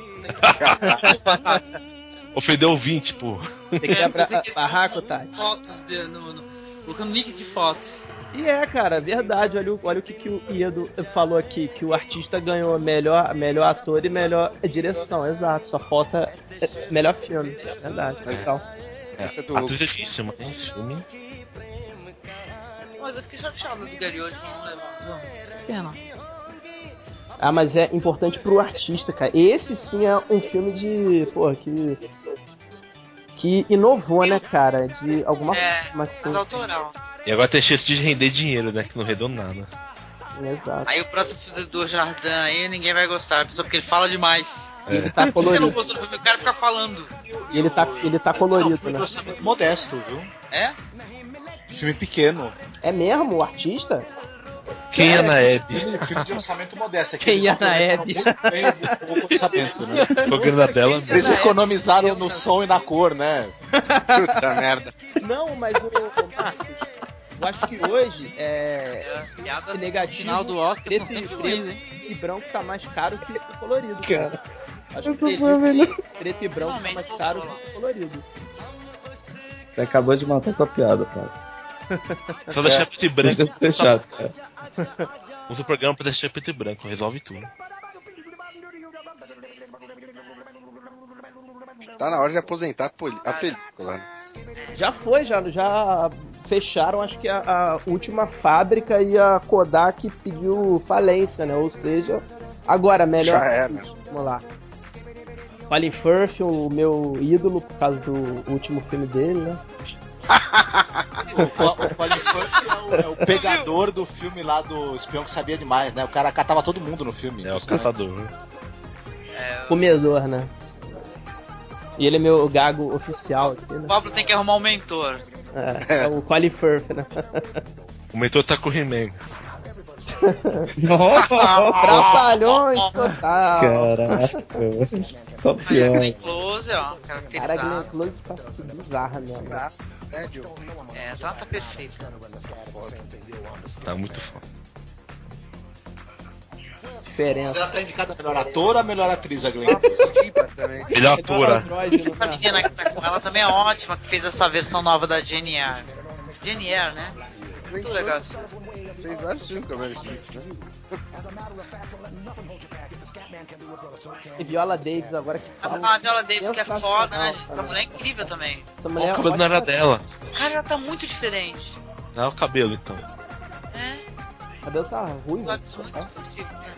[SPEAKER 4] Ofendeu o 20, pô.
[SPEAKER 5] Você
[SPEAKER 1] É,
[SPEAKER 5] quer
[SPEAKER 1] eu pensei
[SPEAKER 5] pra,
[SPEAKER 1] que
[SPEAKER 5] barraco,
[SPEAKER 1] eles estavam
[SPEAKER 5] Tati?
[SPEAKER 1] Fotos de, no, no, colocando links de fotos.
[SPEAKER 5] E é, cara, verdade. Olha, o- olha o que, que o Iedo falou aqui, que o artista ganhou melhor, melhor ator e melhor direção, exato. Só falta é, melhor filme, é verdade. Legal.
[SPEAKER 3] Esse é do
[SPEAKER 4] Ator já disse, mas um filme.
[SPEAKER 1] Mas eu fiquei chateado do Gary hoje não levar. Não. Pena.
[SPEAKER 5] Ah, mas é importante pro artista, cara. Esse sim é um filme de. Porra, que. Que inovou, né, cara? De alguma
[SPEAKER 1] É,
[SPEAKER 5] forma, assim.
[SPEAKER 1] Mas autoral.
[SPEAKER 4] E agora tem chance de render dinheiro, né? Que não rendeu nada.
[SPEAKER 5] Exato.
[SPEAKER 1] Aí o próximo filme do Jardim aí ninguém vai gostar, pessoal, porque ele fala demais.
[SPEAKER 5] E ele tá
[SPEAKER 1] É. Você não
[SPEAKER 5] colorido.
[SPEAKER 1] gostou do filme, o cara fica falando.
[SPEAKER 5] E ele tá, ele tá
[SPEAKER 6] Não,
[SPEAKER 5] colorido,
[SPEAKER 6] é um filme
[SPEAKER 5] né?
[SPEAKER 6] de orçamento modesto, viu?
[SPEAKER 1] É?
[SPEAKER 6] Filme pequeno.
[SPEAKER 5] É mesmo o artista?
[SPEAKER 4] Quem é na Hebe?
[SPEAKER 6] Filme, filme de orçamento modesto. é que
[SPEAKER 5] Quem
[SPEAKER 6] eles
[SPEAKER 5] é na
[SPEAKER 6] implementaram
[SPEAKER 5] Hebe?
[SPEAKER 6] muito bem o- o orçamento, né?
[SPEAKER 4] Ficou grana dela?
[SPEAKER 1] Quem é
[SPEAKER 2] Eles
[SPEAKER 1] na Hebe?
[SPEAKER 2] economizaram no som e na cor, né?
[SPEAKER 3] Puta merda.
[SPEAKER 5] é. Não, mas o, o Marcos, eu acho que hoje é.
[SPEAKER 1] As piadas
[SPEAKER 5] Esse negativo,
[SPEAKER 1] no final do Oscar são
[SPEAKER 5] Preto e,
[SPEAKER 1] sempre ruins,
[SPEAKER 5] preto
[SPEAKER 1] hein?
[SPEAKER 5] e branco tá mais caro que o colorido, cara. Acho
[SPEAKER 8] Essa
[SPEAKER 5] que
[SPEAKER 8] foi a melhor.
[SPEAKER 5] preto, preto e branco tá
[SPEAKER 1] Finalmente
[SPEAKER 5] mais
[SPEAKER 1] voltou
[SPEAKER 5] caro
[SPEAKER 1] lá.
[SPEAKER 5] que o colorido.
[SPEAKER 8] Você acabou de matar com a piada, Paulo.
[SPEAKER 4] Só deixar preto e branco.
[SPEAKER 8] Deixa de ser chato, cara.
[SPEAKER 4] Usa o programa pra deixar preto e branco, resolve tudo.
[SPEAKER 3] Tá na hora de aposentar a, poli- a película. né?
[SPEAKER 5] Já foi, já, já fecharam, acho que a, a última fábrica e a Kodak pediu falência, né? Ou seja, agora melhor.
[SPEAKER 3] Já era.
[SPEAKER 5] Vamos lá. Colin Firth, o meu ídolo por causa do último filme dele, né?
[SPEAKER 6] O, Co- o Colin Firth é o, é o pegador do filme lá do Espião que Sabia Demais, né? O cara catava todo mundo no filme.
[SPEAKER 4] É o catador.
[SPEAKER 5] Comedor, né? E ele é meu gago oficial aqui,
[SPEAKER 1] O
[SPEAKER 5] né?
[SPEAKER 1] Pablo tem que arrumar um mentor.
[SPEAKER 5] É, é o Colin Firth, né?
[SPEAKER 4] O mentor tá com o He-Man. Ah.
[SPEAKER 5] Trapalhões total!
[SPEAKER 8] Caraca, só
[SPEAKER 1] Aí a
[SPEAKER 8] pior.
[SPEAKER 1] Glenn Close, ó,
[SPEAKER 5] Cara, a Glenn
[SPEAKER 1] caracterizada.
[SPEAKER 5] Close tá se bizarra mesmo. né?
[SPEAKER 3] É, Diogo.
[SPEAKER 1] É, ela tá perfeita.
[SPEAKER 4] Tá muito foda.
[SPEAKER 6] Mas
[SPEAKER 5] Diferença.
[SPEAKER 6] ela tá indicada a melhor ator ou a melhor atriz, a Glenn?
[SPEAKER 3] Também.
[SPEAKER 4] Ele é uma atora.
[SPEAKER 5] androide,
[SPEAKER 1] Essa
[SPEAKER 5] né?
[SPEAKER 1] menina que tá com ela também é ótima, que fez essa versão nova da Jenny R. Jenny R, né? Muito legal. esse filme.
[SPEAKER 3] é Fez vários filmes com a Meryl Streep, né?
[SPEAKER 5] E Viola Davis agora que fala.
[SPEAKER 1] A Viola Davis que é foda, né, gente? Essa
[SPEAKER 5] Sensacional,
[SPEAKER 1] mulher é incrível também.
[SPEAKER 5] Essa
[SPEAKER 4] Olha
[SPEAKER 5] mulher é
[SPEAKER 4] o cabelo não era
[SPEAKER 5] ótima-
[SPEAKER 4] dela.
[SPEAKER 1] Cara, ela tá muito diferente.
[SPEAKER 4] Não é o cabelo, então.
[SPEAKER 1] É,
[SPEAKER 5] O cabelo tá ruim,
[SPEAKER 1] os olhos muito
[SPEAKER 5] né?
[SPEAKER 1] expressivos, né?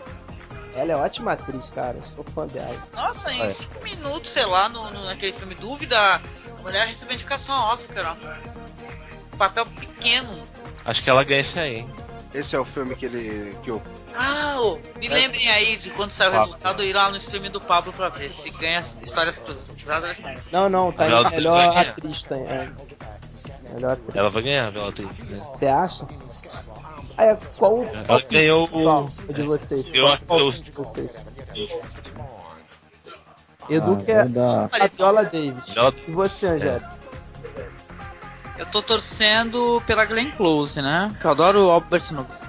[SPEAKER 5] Ela é ótima atriz, cara. Eu sou fã dela.
[SPEAKER 1] Nossa, em
[SPEAKER 4] É.
[SPEAKER 1] cinco minutos, sei lá, no, no- naquele filme Dúvida, a mulher recebeu indicação ao Oscar, ó. Um Papel pequeno.
[SPEAKER 4] Acho que ela ganha esse aí, hein?
[SPEAKER 3] Esse é o filme que ele. que o
[SPEAKER 1] Ah, ô, me lembrem aí de quando sair o
[SPEAKER 4] Pablo.
[SPEAKER 1] resultado ir lá no stream do Pablo pra ver se ganha as histórias cruzadas.
[SPEAKER 5] Não, não, tá
[SPEAKER 4] Viola
[SPEAKER 5] em melhor
[SPEAKER 4] Davis.
[SPEAKER 5] atriz, tá em- é. Melhor atriz.
[SPEAKER 4] Ela vai ganhar, Viola Davis. Né?
[SPEAKER 5] Você acha? Ah, é, qual o.
[SPEAKER 4] Ela ganhou
[SPEAKER 5] Qual
[SPEAKER 4] o.
[SPEAKER 5] o de vocês?
[SPEAKER 4] Eu acho que
[SPEAKER 5] Qual o
[SPEAKER 4] eu-
[SPEAKER 5] de vocês?
[SPEAKER 4] Viola
[SPEAKER 5] Edu
[SPEAKER 8] Ah,
[SPEAKER 5] quer
[SPEAKER 8] vou dar-
[SPEAKER 5] a Viola Davis.
[SPEAKER 4] Davis.
[SPEAKER 5] E você, Angélica?
[SPEAKER 1] Eu tô torcendo pela Glenn Close, né? Que eu adoro o Albert Noobs.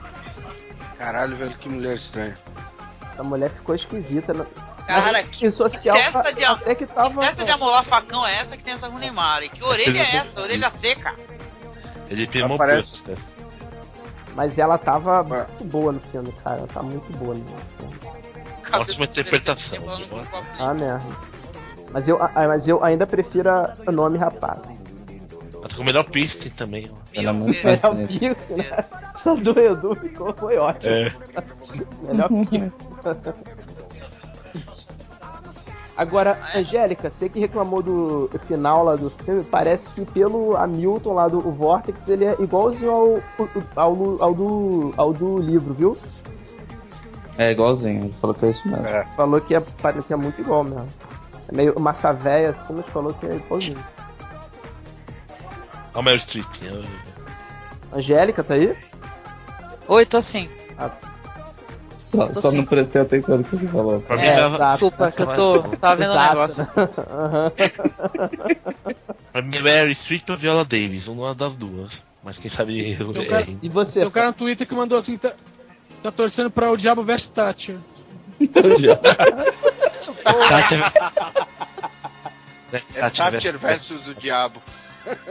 [SPEAKER 3] Caralho, velho, que mulher estranha.
[SPEAKER 5] Essa mulher ficou esquisita. né?
[SPEAKER 1] Cara,
[SPEAKER 5] Mas,
[SPEAKER 1] que,
[SPEAKER 5] em social, tá-
[SPEAKER 1] que testa de am-
[SPEAKER 5] até que
[SPEAKER 1] que
[SPEAKER 5] tava.
[SPEAKER 1] testa de amolar facão é essa que tem essa com o Neymar? E que orelha é essa? Orelha seca.
[SPEAKER 4] Ele pirmou
[SPEAKER 3] Aparece.
[SPEAKER 4] pouco, né?
[SPEAKER 5] Mas ela tava
[SPEAKER 3] Ué.
[SPEAKER 5] muito boa no filme, cara. Ela tá muito boa no filme.
[SPEAKER 4] Ótima interpretação.
[SPEAKER 1] é
[SPEAKER 5] Ah, merda. Mas eu, ah, mas eu ainda prefiro a- o nome rapaz.
[SPEAKER 4] Ela tá com o melhor piercing também. né? ó.
[SPEAKER 8] Ela é muito
[SPEAKER 1] Beyoncé.
[SPEAKER 5] Melhor
[SPEAKER 8] fascinante.
[SPEAKER 5] piercing, né?
[SPEAKER 1] É.
[SPEAKER 5] Só do Edu ficou, foi ótimo.
[SPEAKER 4] É.
[SPEAKER 5] Melhor piercing. Agora, Angélica, você que reclamou do final lá do filme, parece que pelo Hamilton lá do o Vortex, ele é igualzinho ao, ao, ao, ao do, ao do livro, viu?
[SPEAKER 8] É igualzinho, ele falou que é isso mesmo.
[SPEAKER 5] Falou que é, pare- que é muito igual mesmo. É meio massa véia assim, mas falou que é igualzinho.
[SPEAKER 4] Olha o Meryl Streep. né?
[SPEAKER 5] Angélica, tá aí?
[SPEAKER 1] Oi, tô assim.
[SPEAKER 8] Só,
[SPEAKER 5] Tipo
[SPEAKER 8] só
[SPEAKER 5] assim-
[SPEAKER 8] não prestei atenção no que você falou.
[SPEAKER 4] Pra mim,
[SPEAKER 5] É,
[SPEAKER 4] ela,
[SPEAKER 5] exato.
[SPEAKER 1] Desculpa, que eu tô. Tava Tá vendo o
[SPEAKER 5] Exato,
[SPEAKER 1] negócio.
[SPEAKER 5] né? Aham.
[SPEAKER 4] pra mim, Meryl Streep ou Viola Davis. Uma das duas. Mas quem sabe eu
[SPEAKER 7] Eu quero-
[SPEAKER 4] errei.
[SPEAKER 5] E você?
[SPEAKER 7] Tem um cara no Twitter que mandou assim: tá, tá torcendo pra o Diabo Veste Thatcher.
[SPEAKER 4] Thatcher. É Thatcher
[SPEAKER 3] É Thatcher
[SPEAKER 4] versus-
[SPEAKER 3] versus o Diabo.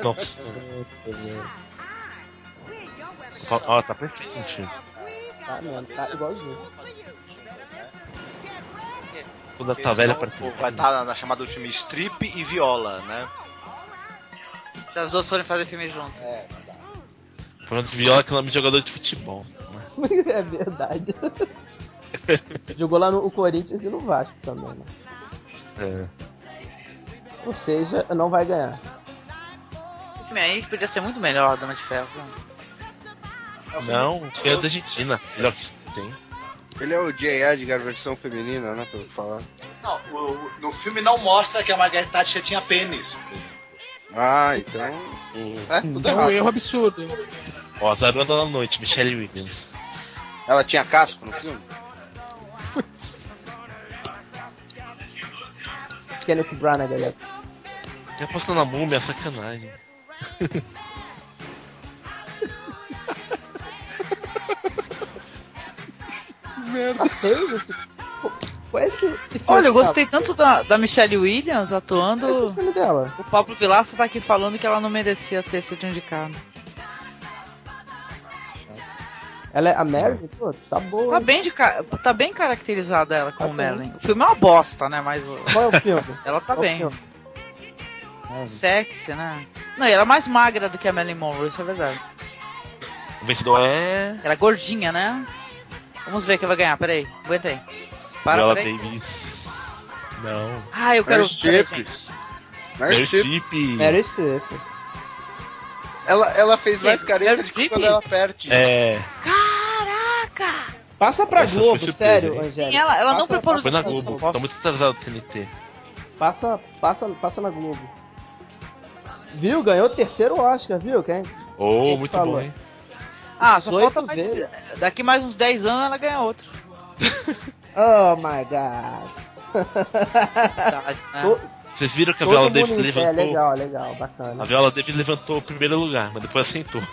[SPEAKER 4] Nossa.
[SPEAKER 8] Nossa, velho.
[SPEAKER 4] Ó, tá perfeito no filme.
[SPEAKER 5] Tá, mano, tá igualzinho.
[SPEAKER 4] Quando ela tá
[SPEAKER 6] um
[SPEAKER 4] velha, parece.
[SPEAKER 9] Vai estar na, na chamada do filme Strip e Viola, né?
[SPEAKER 1] Se as duas forem fazer filme junto.
[SPEAKER 4] Falando de Viola, que é o nome de jogador de futebol. né?
[SPEAKER 5] É verdade. Jogou lá no o Corinthians e no Vasco também, né?
[SPEAKER 4] É.
[SPEAKER 5] Ou seja, não vai ganhar.
[SPEAKER 1] Esse filme aí podia ser muito melhor, Dona de Ferro.
[SPEAKER 4] Não, é da Argentina. Melhor que tem.
[SPEAKER 3] Ele é o J.A. de versão feminina, né? Pelo que falar.
[SPEAKER 6] Não, o- o- no filme não mostra que a Margaret Thatcher tinha pênis.
[SPEAKER 3] Ah, então. É, tudo
[SPEAKER 7] É um
[SPEAKER 3] errado.
[SPEAKER 7] erro absurdo.
[SPEAKER 4] Ó, a Zaranda da Noite, Michelle Williams.
[SPEAKER 3] Ela tinha casco no filme?
[SPEAKER 5] Kenneth Branagh, é galera.
[SPEAKER 4] Já passando Tá a múmia, é sacanagem.
[SPEAKER 5] Ela fez isso? Qual é esse filme
[SPEAKER 1] Olha, eu
[SPEAKER 5] dela?
[SPEAKER 1] gostei tanto da, da Michelle Williams
[SPEAKER 5] Qual é esse
[SPEAKER 1] atuando.
[SPEAKER 5] filme dela?
[SPEAKER 1] O Pablo Vilaça tá aqui falando que ela não merecia ter sido indicada.
[SPEAKER 5] Ela é a Mary? Pô, tá boa.
[SPEAKER 1] Tá bem, de ca- tá bem caracterizada ela como
[SPEAKER 5] Tá bem.
[SPEAKER 1] Merlin. O filme é uma bosta, né? Mas o-
[SPEAKER 5] Qual é o filme?
[SPEAKER 1] ela tá
[SPEAKER 5] Qual
[SPEAKER 1] bem.
[SPEAKER 5] filme?
[SPEAKER 1] Sexy, né? Não, e ela é mais magra do que a Marilyn Monroe, isso é verdade.
[SPEAKER 4] O vencedor é.
[SPEAKER 1] Ela é gordinha, né? Vamos ver quem vai ganhar, peraí. Aguenta aí. Para,
[SPEAKER 4] Viola
[SPEAKER 1] peraí.
[SPEAKER 4] Davis. Não.
[SPEAKER 1] Ah, eu quero...
[SPEAKER 3] Meryl
[SPEAKER 1] peraí,
[SPEAKER 3] Streep.
[SPEAKER 1] gente.
[SPEAKER 4] Meryl
[SPEAKER 3] Meryl Streep.
[SPEAKER 4] Streep.
[SPEAKER 5] Mary Streep.
[SPEAKER 3] Ela, ela fez mais
[SPEAKER 1] Sim,
[SPEAKER 3] careta
[SPEAKER 1] Meryl
[SPEAKER 3] do que
[SPEAKER 1] Streep?
[SPEAKER 3] quando ela perde.
[SPEAKER 4] É.
[SPEAKER 1] Caraca!
[SPEAKER 5] Passa pra
[SPEAKER 4] Essa
[SPEAKER 5] Globo,
[SPEAKER 4] foi surpresa,
[SPEAKER 5] sério,
[SPEAKER 4] hein?
[SPEAKER 5] Angélica.
[SPEAKER 1] Sim, ela- ela não
[SPEAKER 5] Passa-
[SPEAKER 1] preparou
[SPEAKER 4] Foi na
[SPEAKER 1] Eu só
[SPEAKER 4] Globo.
[SPEAKER 1] posso-
[SPEAKER 4] Tá muito atrasado o TNT.
[SPEAKER 5] Passa, passa, passa na Globo. Viu? Ganhou o terceiro Oscar, viu? Quem?
[SPEAKER 4] Oh,
[SPEAKER 5] Quem
[SPEAKER 4] muito
[SPEAKER 5] falou?
[SPEAKER 4] bom, hein?
[SPEAKER 1] Ah, só
[SPEAKER 5] 18
[SPEAKER 1] falta mais...
[SPEAKER 5] vezes.
[SPEAKER 1] Daqui mais uns 10 anos ela ganha outro.
[SPEAKER 5] Oh my god.
[SPEAKER 1] Verdade, né?
[SPEAKER 5] Todo-
[SPEAKER 4] Vocês viram que a Viola
[SPEAKER 5] Todo
[SPEAKER 4] Davis
[SPEAKER 5] mundo em pé,
[SPEAKER 4] levantou.
[SPEAKER 5] legal, legal,
[SPEAKER 4] A
[SPEAKER 5] bacana.
[SPEAKER 4] Viola Davis levantou o primeiro lugar, mas depois assentou.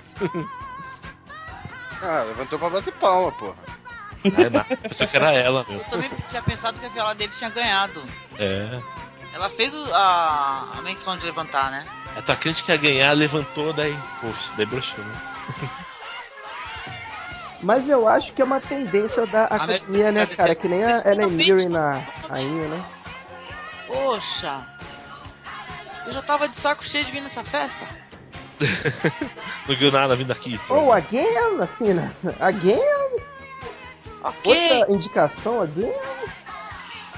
[SPEAKER 3] Ah, levantou pra bater palma, porra.
[SPEAKER 4] Aí, na- Pensou que era ela, meu.
[SPEAKER 1] Eu também tinha pensado que a Viola Davis tinha ganhado.
[SPEAKER 4] É.
[SPEAKER 1] Ela fez o- a, a menção de levantar, né?
[SPEAKER 4] A tua crente que ia ganhar levantou, daí. Poxa, daí broxou, né?
[SPEAKER 5] Mas eu acho que é uma tendência da
[SPEAKER 1] Ah,
[SPEAKER 5] academia, né, cara? Que nem a
[SPEAKER 1] é Vocês
[SPEAKER 5] Ellen
[SPEAKER 1] finalmente
[SPEAKER 5] Mirren na
[SPEAKER 1] estão-
[SPEAKER 5] rainha, né?
[SPEAKER 1] Poxa. Eu já tava de saco cheio de vir nessa festa.
[SPEAKER 4] Não viu nada vindo aqui. tá
[SPEAKER 5] Oh,
[SPEAKER 4] ligado?
[SPEAKER 5] again, assim, né? Again?
[SPEAKER 1] Ok.
[SPEAKER 5] Outra indicação, é again?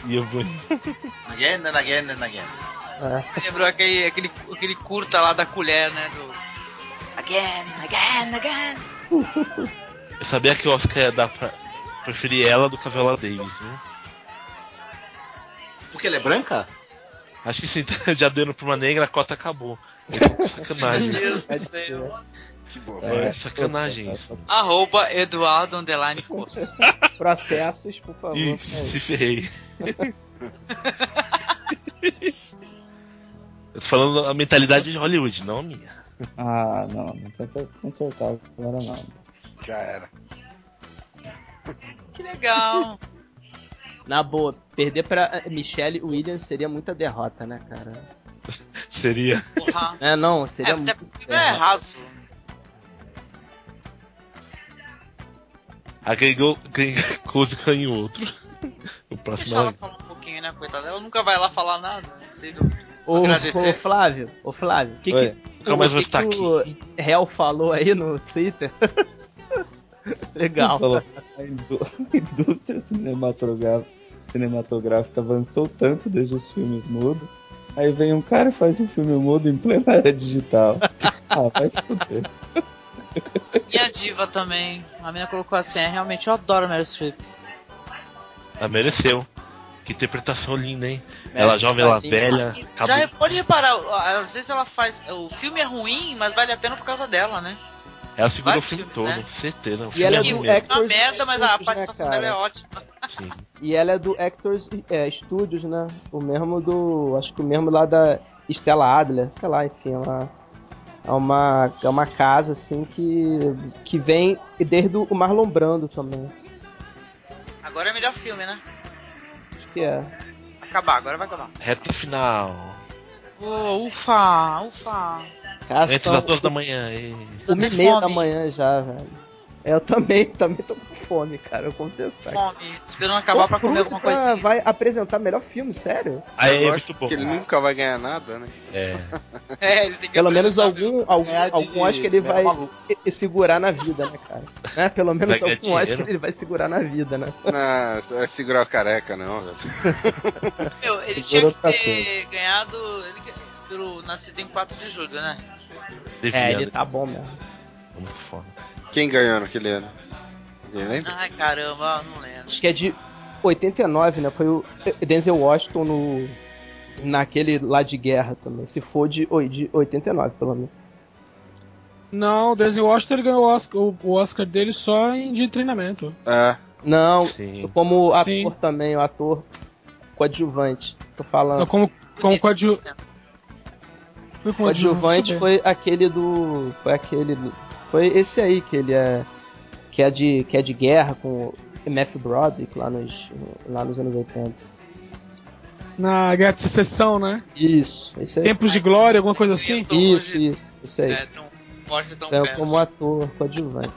[SPEAKER 4] E eu vou.
[SPEAKER 9] Again
[SPEAKER 6] né,
[SPEAKER 9] and again and again.
[SPEAKER 5] É.
[SPEAKER 1] Lembrou aquele, aquele, aquele curta lá da colher, né? Do... Again, again, again.
[SPEAKER 4] Eu sabia que o Oscar ia dar pra. Preferir ela do que a Viola Davis, viu?
[SPEAKER 9] Porque ela é branca?
[SPEAKER 4] Acho que sim, tá já deu pra uma negra, a cota acabou. Isso é Sacanagem.
[SPEAKER 1] Deus do céu.
[SPEAKER 3] Que boa.
[SPEAKER 4] Mano, sacanagem isso.
[SPEAKER 1] Arroba Eduardo Underline Costa.
[SPEAKER 5] Processos, por favor.
[SPEAKER 4] Ih, se ferrei. Eu tô falando a mentalidade de Hollywood, não a minha.
[SPEAKER 8] Ah, não, não tenta
[SPEAKER 5] É,
[SPEAKER 8] consertar agora não.
[SPEAKER 3] Já era.
[SPEAKER 1] Que legal.
[SPEAKER 5] Na boa, perder pra Michelle Williams seria muita derrota, né, cara?
[SPEAKER 4] Seria.
[SPEAKER 1] Porra.
[SPEAKER 5] É, não,
[SPEAKER 1] É,
[SPEAKER 5] seria
[SPEAKER 1] até
[SPEAKER 5] muito.
[SPEAKER 1] porque não é raso.
[SPEAKER 4] Agregou quem close ganha o outro. O próximo
[SPEAKER 1] Deixa ela
[SPEAKER 4] é
[SPEAKER 1] falar um pouquinho, né, coitada? Ela nunca vai lá falar nada. é Não sei, viu?
[SPEAKER 5] Ô,
[SPEAKER 1] Agradecer.
[SPEAKER 5] ô, Flávio, ô Flávio, o que,
[SPEAKER 4] Oi, Então,
[SPEAKER 5] que,
[SPEAKER 4] nunca mais
[SPEAKER 5] o
[SPEAKER 4] vou
[SPEAKER 5] que
[SPEAKER 4] estar
[SPEAKER 5] que
[SPEAKER 4] tá aqui.
[SPEAKER 5] o Hell falou aí no Twitter? Legal.
[SPEAKER 8] Falou, a indú- a indústria cinematogra- cinematográfica avançou tanto desde os filmes mudos. Aí vem um cara e faz um filme mudo em plena era digital. Ah, vai se fuder.
[SPEAKER 1] E a diva também. A mina colocou assim, é, realmente eu adoro a Meryl Streep.
[SPEAKER 4] Ah, mereceu. Que interpretação linda, hein? ela jovem, ela
[SPEAKER 5] É,
[SPEAKER 4] velha.
[SPEAKER 1] Já é re-
[SPEAKER 4] Cabo...
[SPEAKER 1] pode reparar, ó, às vezes ela faz. O filme é ruim, mas vale a pena por causa dela, né?
[SPEAKER 4] Ela segurou É o
[SPEAKER 1] vários
[SPEAKER 4] filme
[SPEAKER 1] filmes,
[SPEAKER 4] todo,
[SPEAKER 1] né?
[SPEAKER 4] certeza. O
[SPEAKER 5] E
[SPEAKER 4] filme
[SPEAKER 5] ela é
[SPEAKER 4] é ruim mesmo.
[SPEAKER 5] do
[SPEAKER 1] Uma
[SPEAKER 5] Actors
[SPEAKER 1] merda, mas a
[SPEAKER 5] Studios,
[SPEAKER 1] participação
[SPEAKER 5] né, cara?
[SPEAKER 1] dela é ótima.
[SPEAKER 4] Sim.
[SPEAKER 5] E ela é do Actors é, Studios, né? O mesmo do. Acho que o mesmo lá da Stella Adler, sei lá, enfim, ela. É uma, é uma casa, assim, que, que vem desde o Marlon Brando também.
[SPEAKER 1] Agora é melhor filme, né?
[SPEAKER 5] Acho que é.
[SPEAKER 1] Vai acabar, agora vai acabar.
[SPEAKER 4] Reta final.
[SPEAKER 1] Ô, ufa, ufa.
[SPEAKER 5] Cara,
[SPEAKER 4] Antes
[SPEAKER 5] são-
[SPEAKER 4] das duas da manhã. e-
[SPEAKER 1] Tô
[SPEAKER 5] Uma e
[SPEAKER 1] até
[SPEAKER 5] meia
[SPEAKER 1] fome,
[SPEAKER 5] da manhã já, velho. É, Eu também, também tô com fome, cara, eu confessar.
[SPEAKER 1] Tá fome. Esperando acabar pra comer alguma
[SPEAKER 5] coisa.
[SPEAKER 1] coisinha.
[SPEAKER 5] vai apresentar melhor filme, sério?
[SPEAKER 4] Aí é
[SPEAKER 3] Eu
[SPEAKER 4] muito
[SPEAKER 3] acho
[SPEAKER 4] bom.
[SPEAKER 3] Que ele nunca vai ganhar nada, né?
[SPEAKER 4] É.
[SPEAKER 1] É, ele tem que
[SPEAKER 5] Pelo menos
[SPEAKER 1] apresentar mesmo.
[SPEAKER 5] algum, algum,
[SPEAKER 9] É a de-
[SPEAKER 5] algum Oscar ele
[SPEAKER 9] Mel
[SPEAKER 5] vai
[SPEAKER 9] Maluco.
[SPEAKER 5] se- se segurar na vida, né, cara? Né? Pelo menos
[SPEAKER 4] Vai ganhar
[SPEAKER 5] algum Oscar
[SPEAKER 4] dinheiro.
[SPEAKER 5] ele vai segurar na vida, né?
[SPEAKER 3] Não, é segurar o careca, não, velho.
[SPEAKER 1] Meu, ele
[SPEAKER 8] Segura
[SPEAKER 1] tinha que
[SPEAKER 8] outra
[SPEAKER 1] ter ganhado. Ele, ganhou pelo Nascido em 4 de julho, né?
[SPEAKER 4] Devia,
[SPEAKER 5] É, ele
[SPEAKER 4] né?
[SPEAKER 5] tá bom mesmo.
[SPEAKER 4] Muito foda.
[SPEAKER 3] Quem ganhou naquele ano? Ninguém lembra?
[SPEAKER 1] Ai, caramba, não lembro.
[SPEAKER 5] Acho que é de 89, né? Foi o Denzel Washington no. Naquele lá de guerra também. Se for de, oi, de 89, pelo menos.
[SPEAKER 7] Não, o Denzel Washington ele ganhou o Oscar, o- o Oscar dele só em de treinamento.
[SPEAKER 3] Ah,
[SPEAKER 5] Não,
[SPEAKER 4] Sim.
[SPEAKER 5] como ator
[SPEAKER 7] Sim.
[SPEAKER 5] também, o ator coadjuvante. Tô falando.
[SPEAKER 8] Ah.
[SPEAKER 7] Não, como como coadju...
[SPEAKER 1] tá
[SPEAKER 7] foi
[SPEAKER 5] coadjuvante
[SPEAKER 7] deixa eu ver.
[SPEAKER 5] foi aquele do. Foi aquele. do- Foi esse aí que ele é. Que é de, que é de guerra com o MF Broderick lá nos, lá nos anos 80.
[SPEAKER 7] Na Guerra de Secessão, né?
[SPEAKER 5] Isso, esse aí.
[SPEAKER 7] Tempos de Glória, alguma coisa assim?
[SPEAKER 1] Tão
[SPEAKER 5] Isso,
[SPEAKER 1] longe.
[SPEAKER 5] isso, esse aí.
[SPEAKER 1] É, tão forte, tão
[SPEAKER 5] Então,
[SPEAKER 1] perto.
[SPEAKER 5] como ator coadjuvante.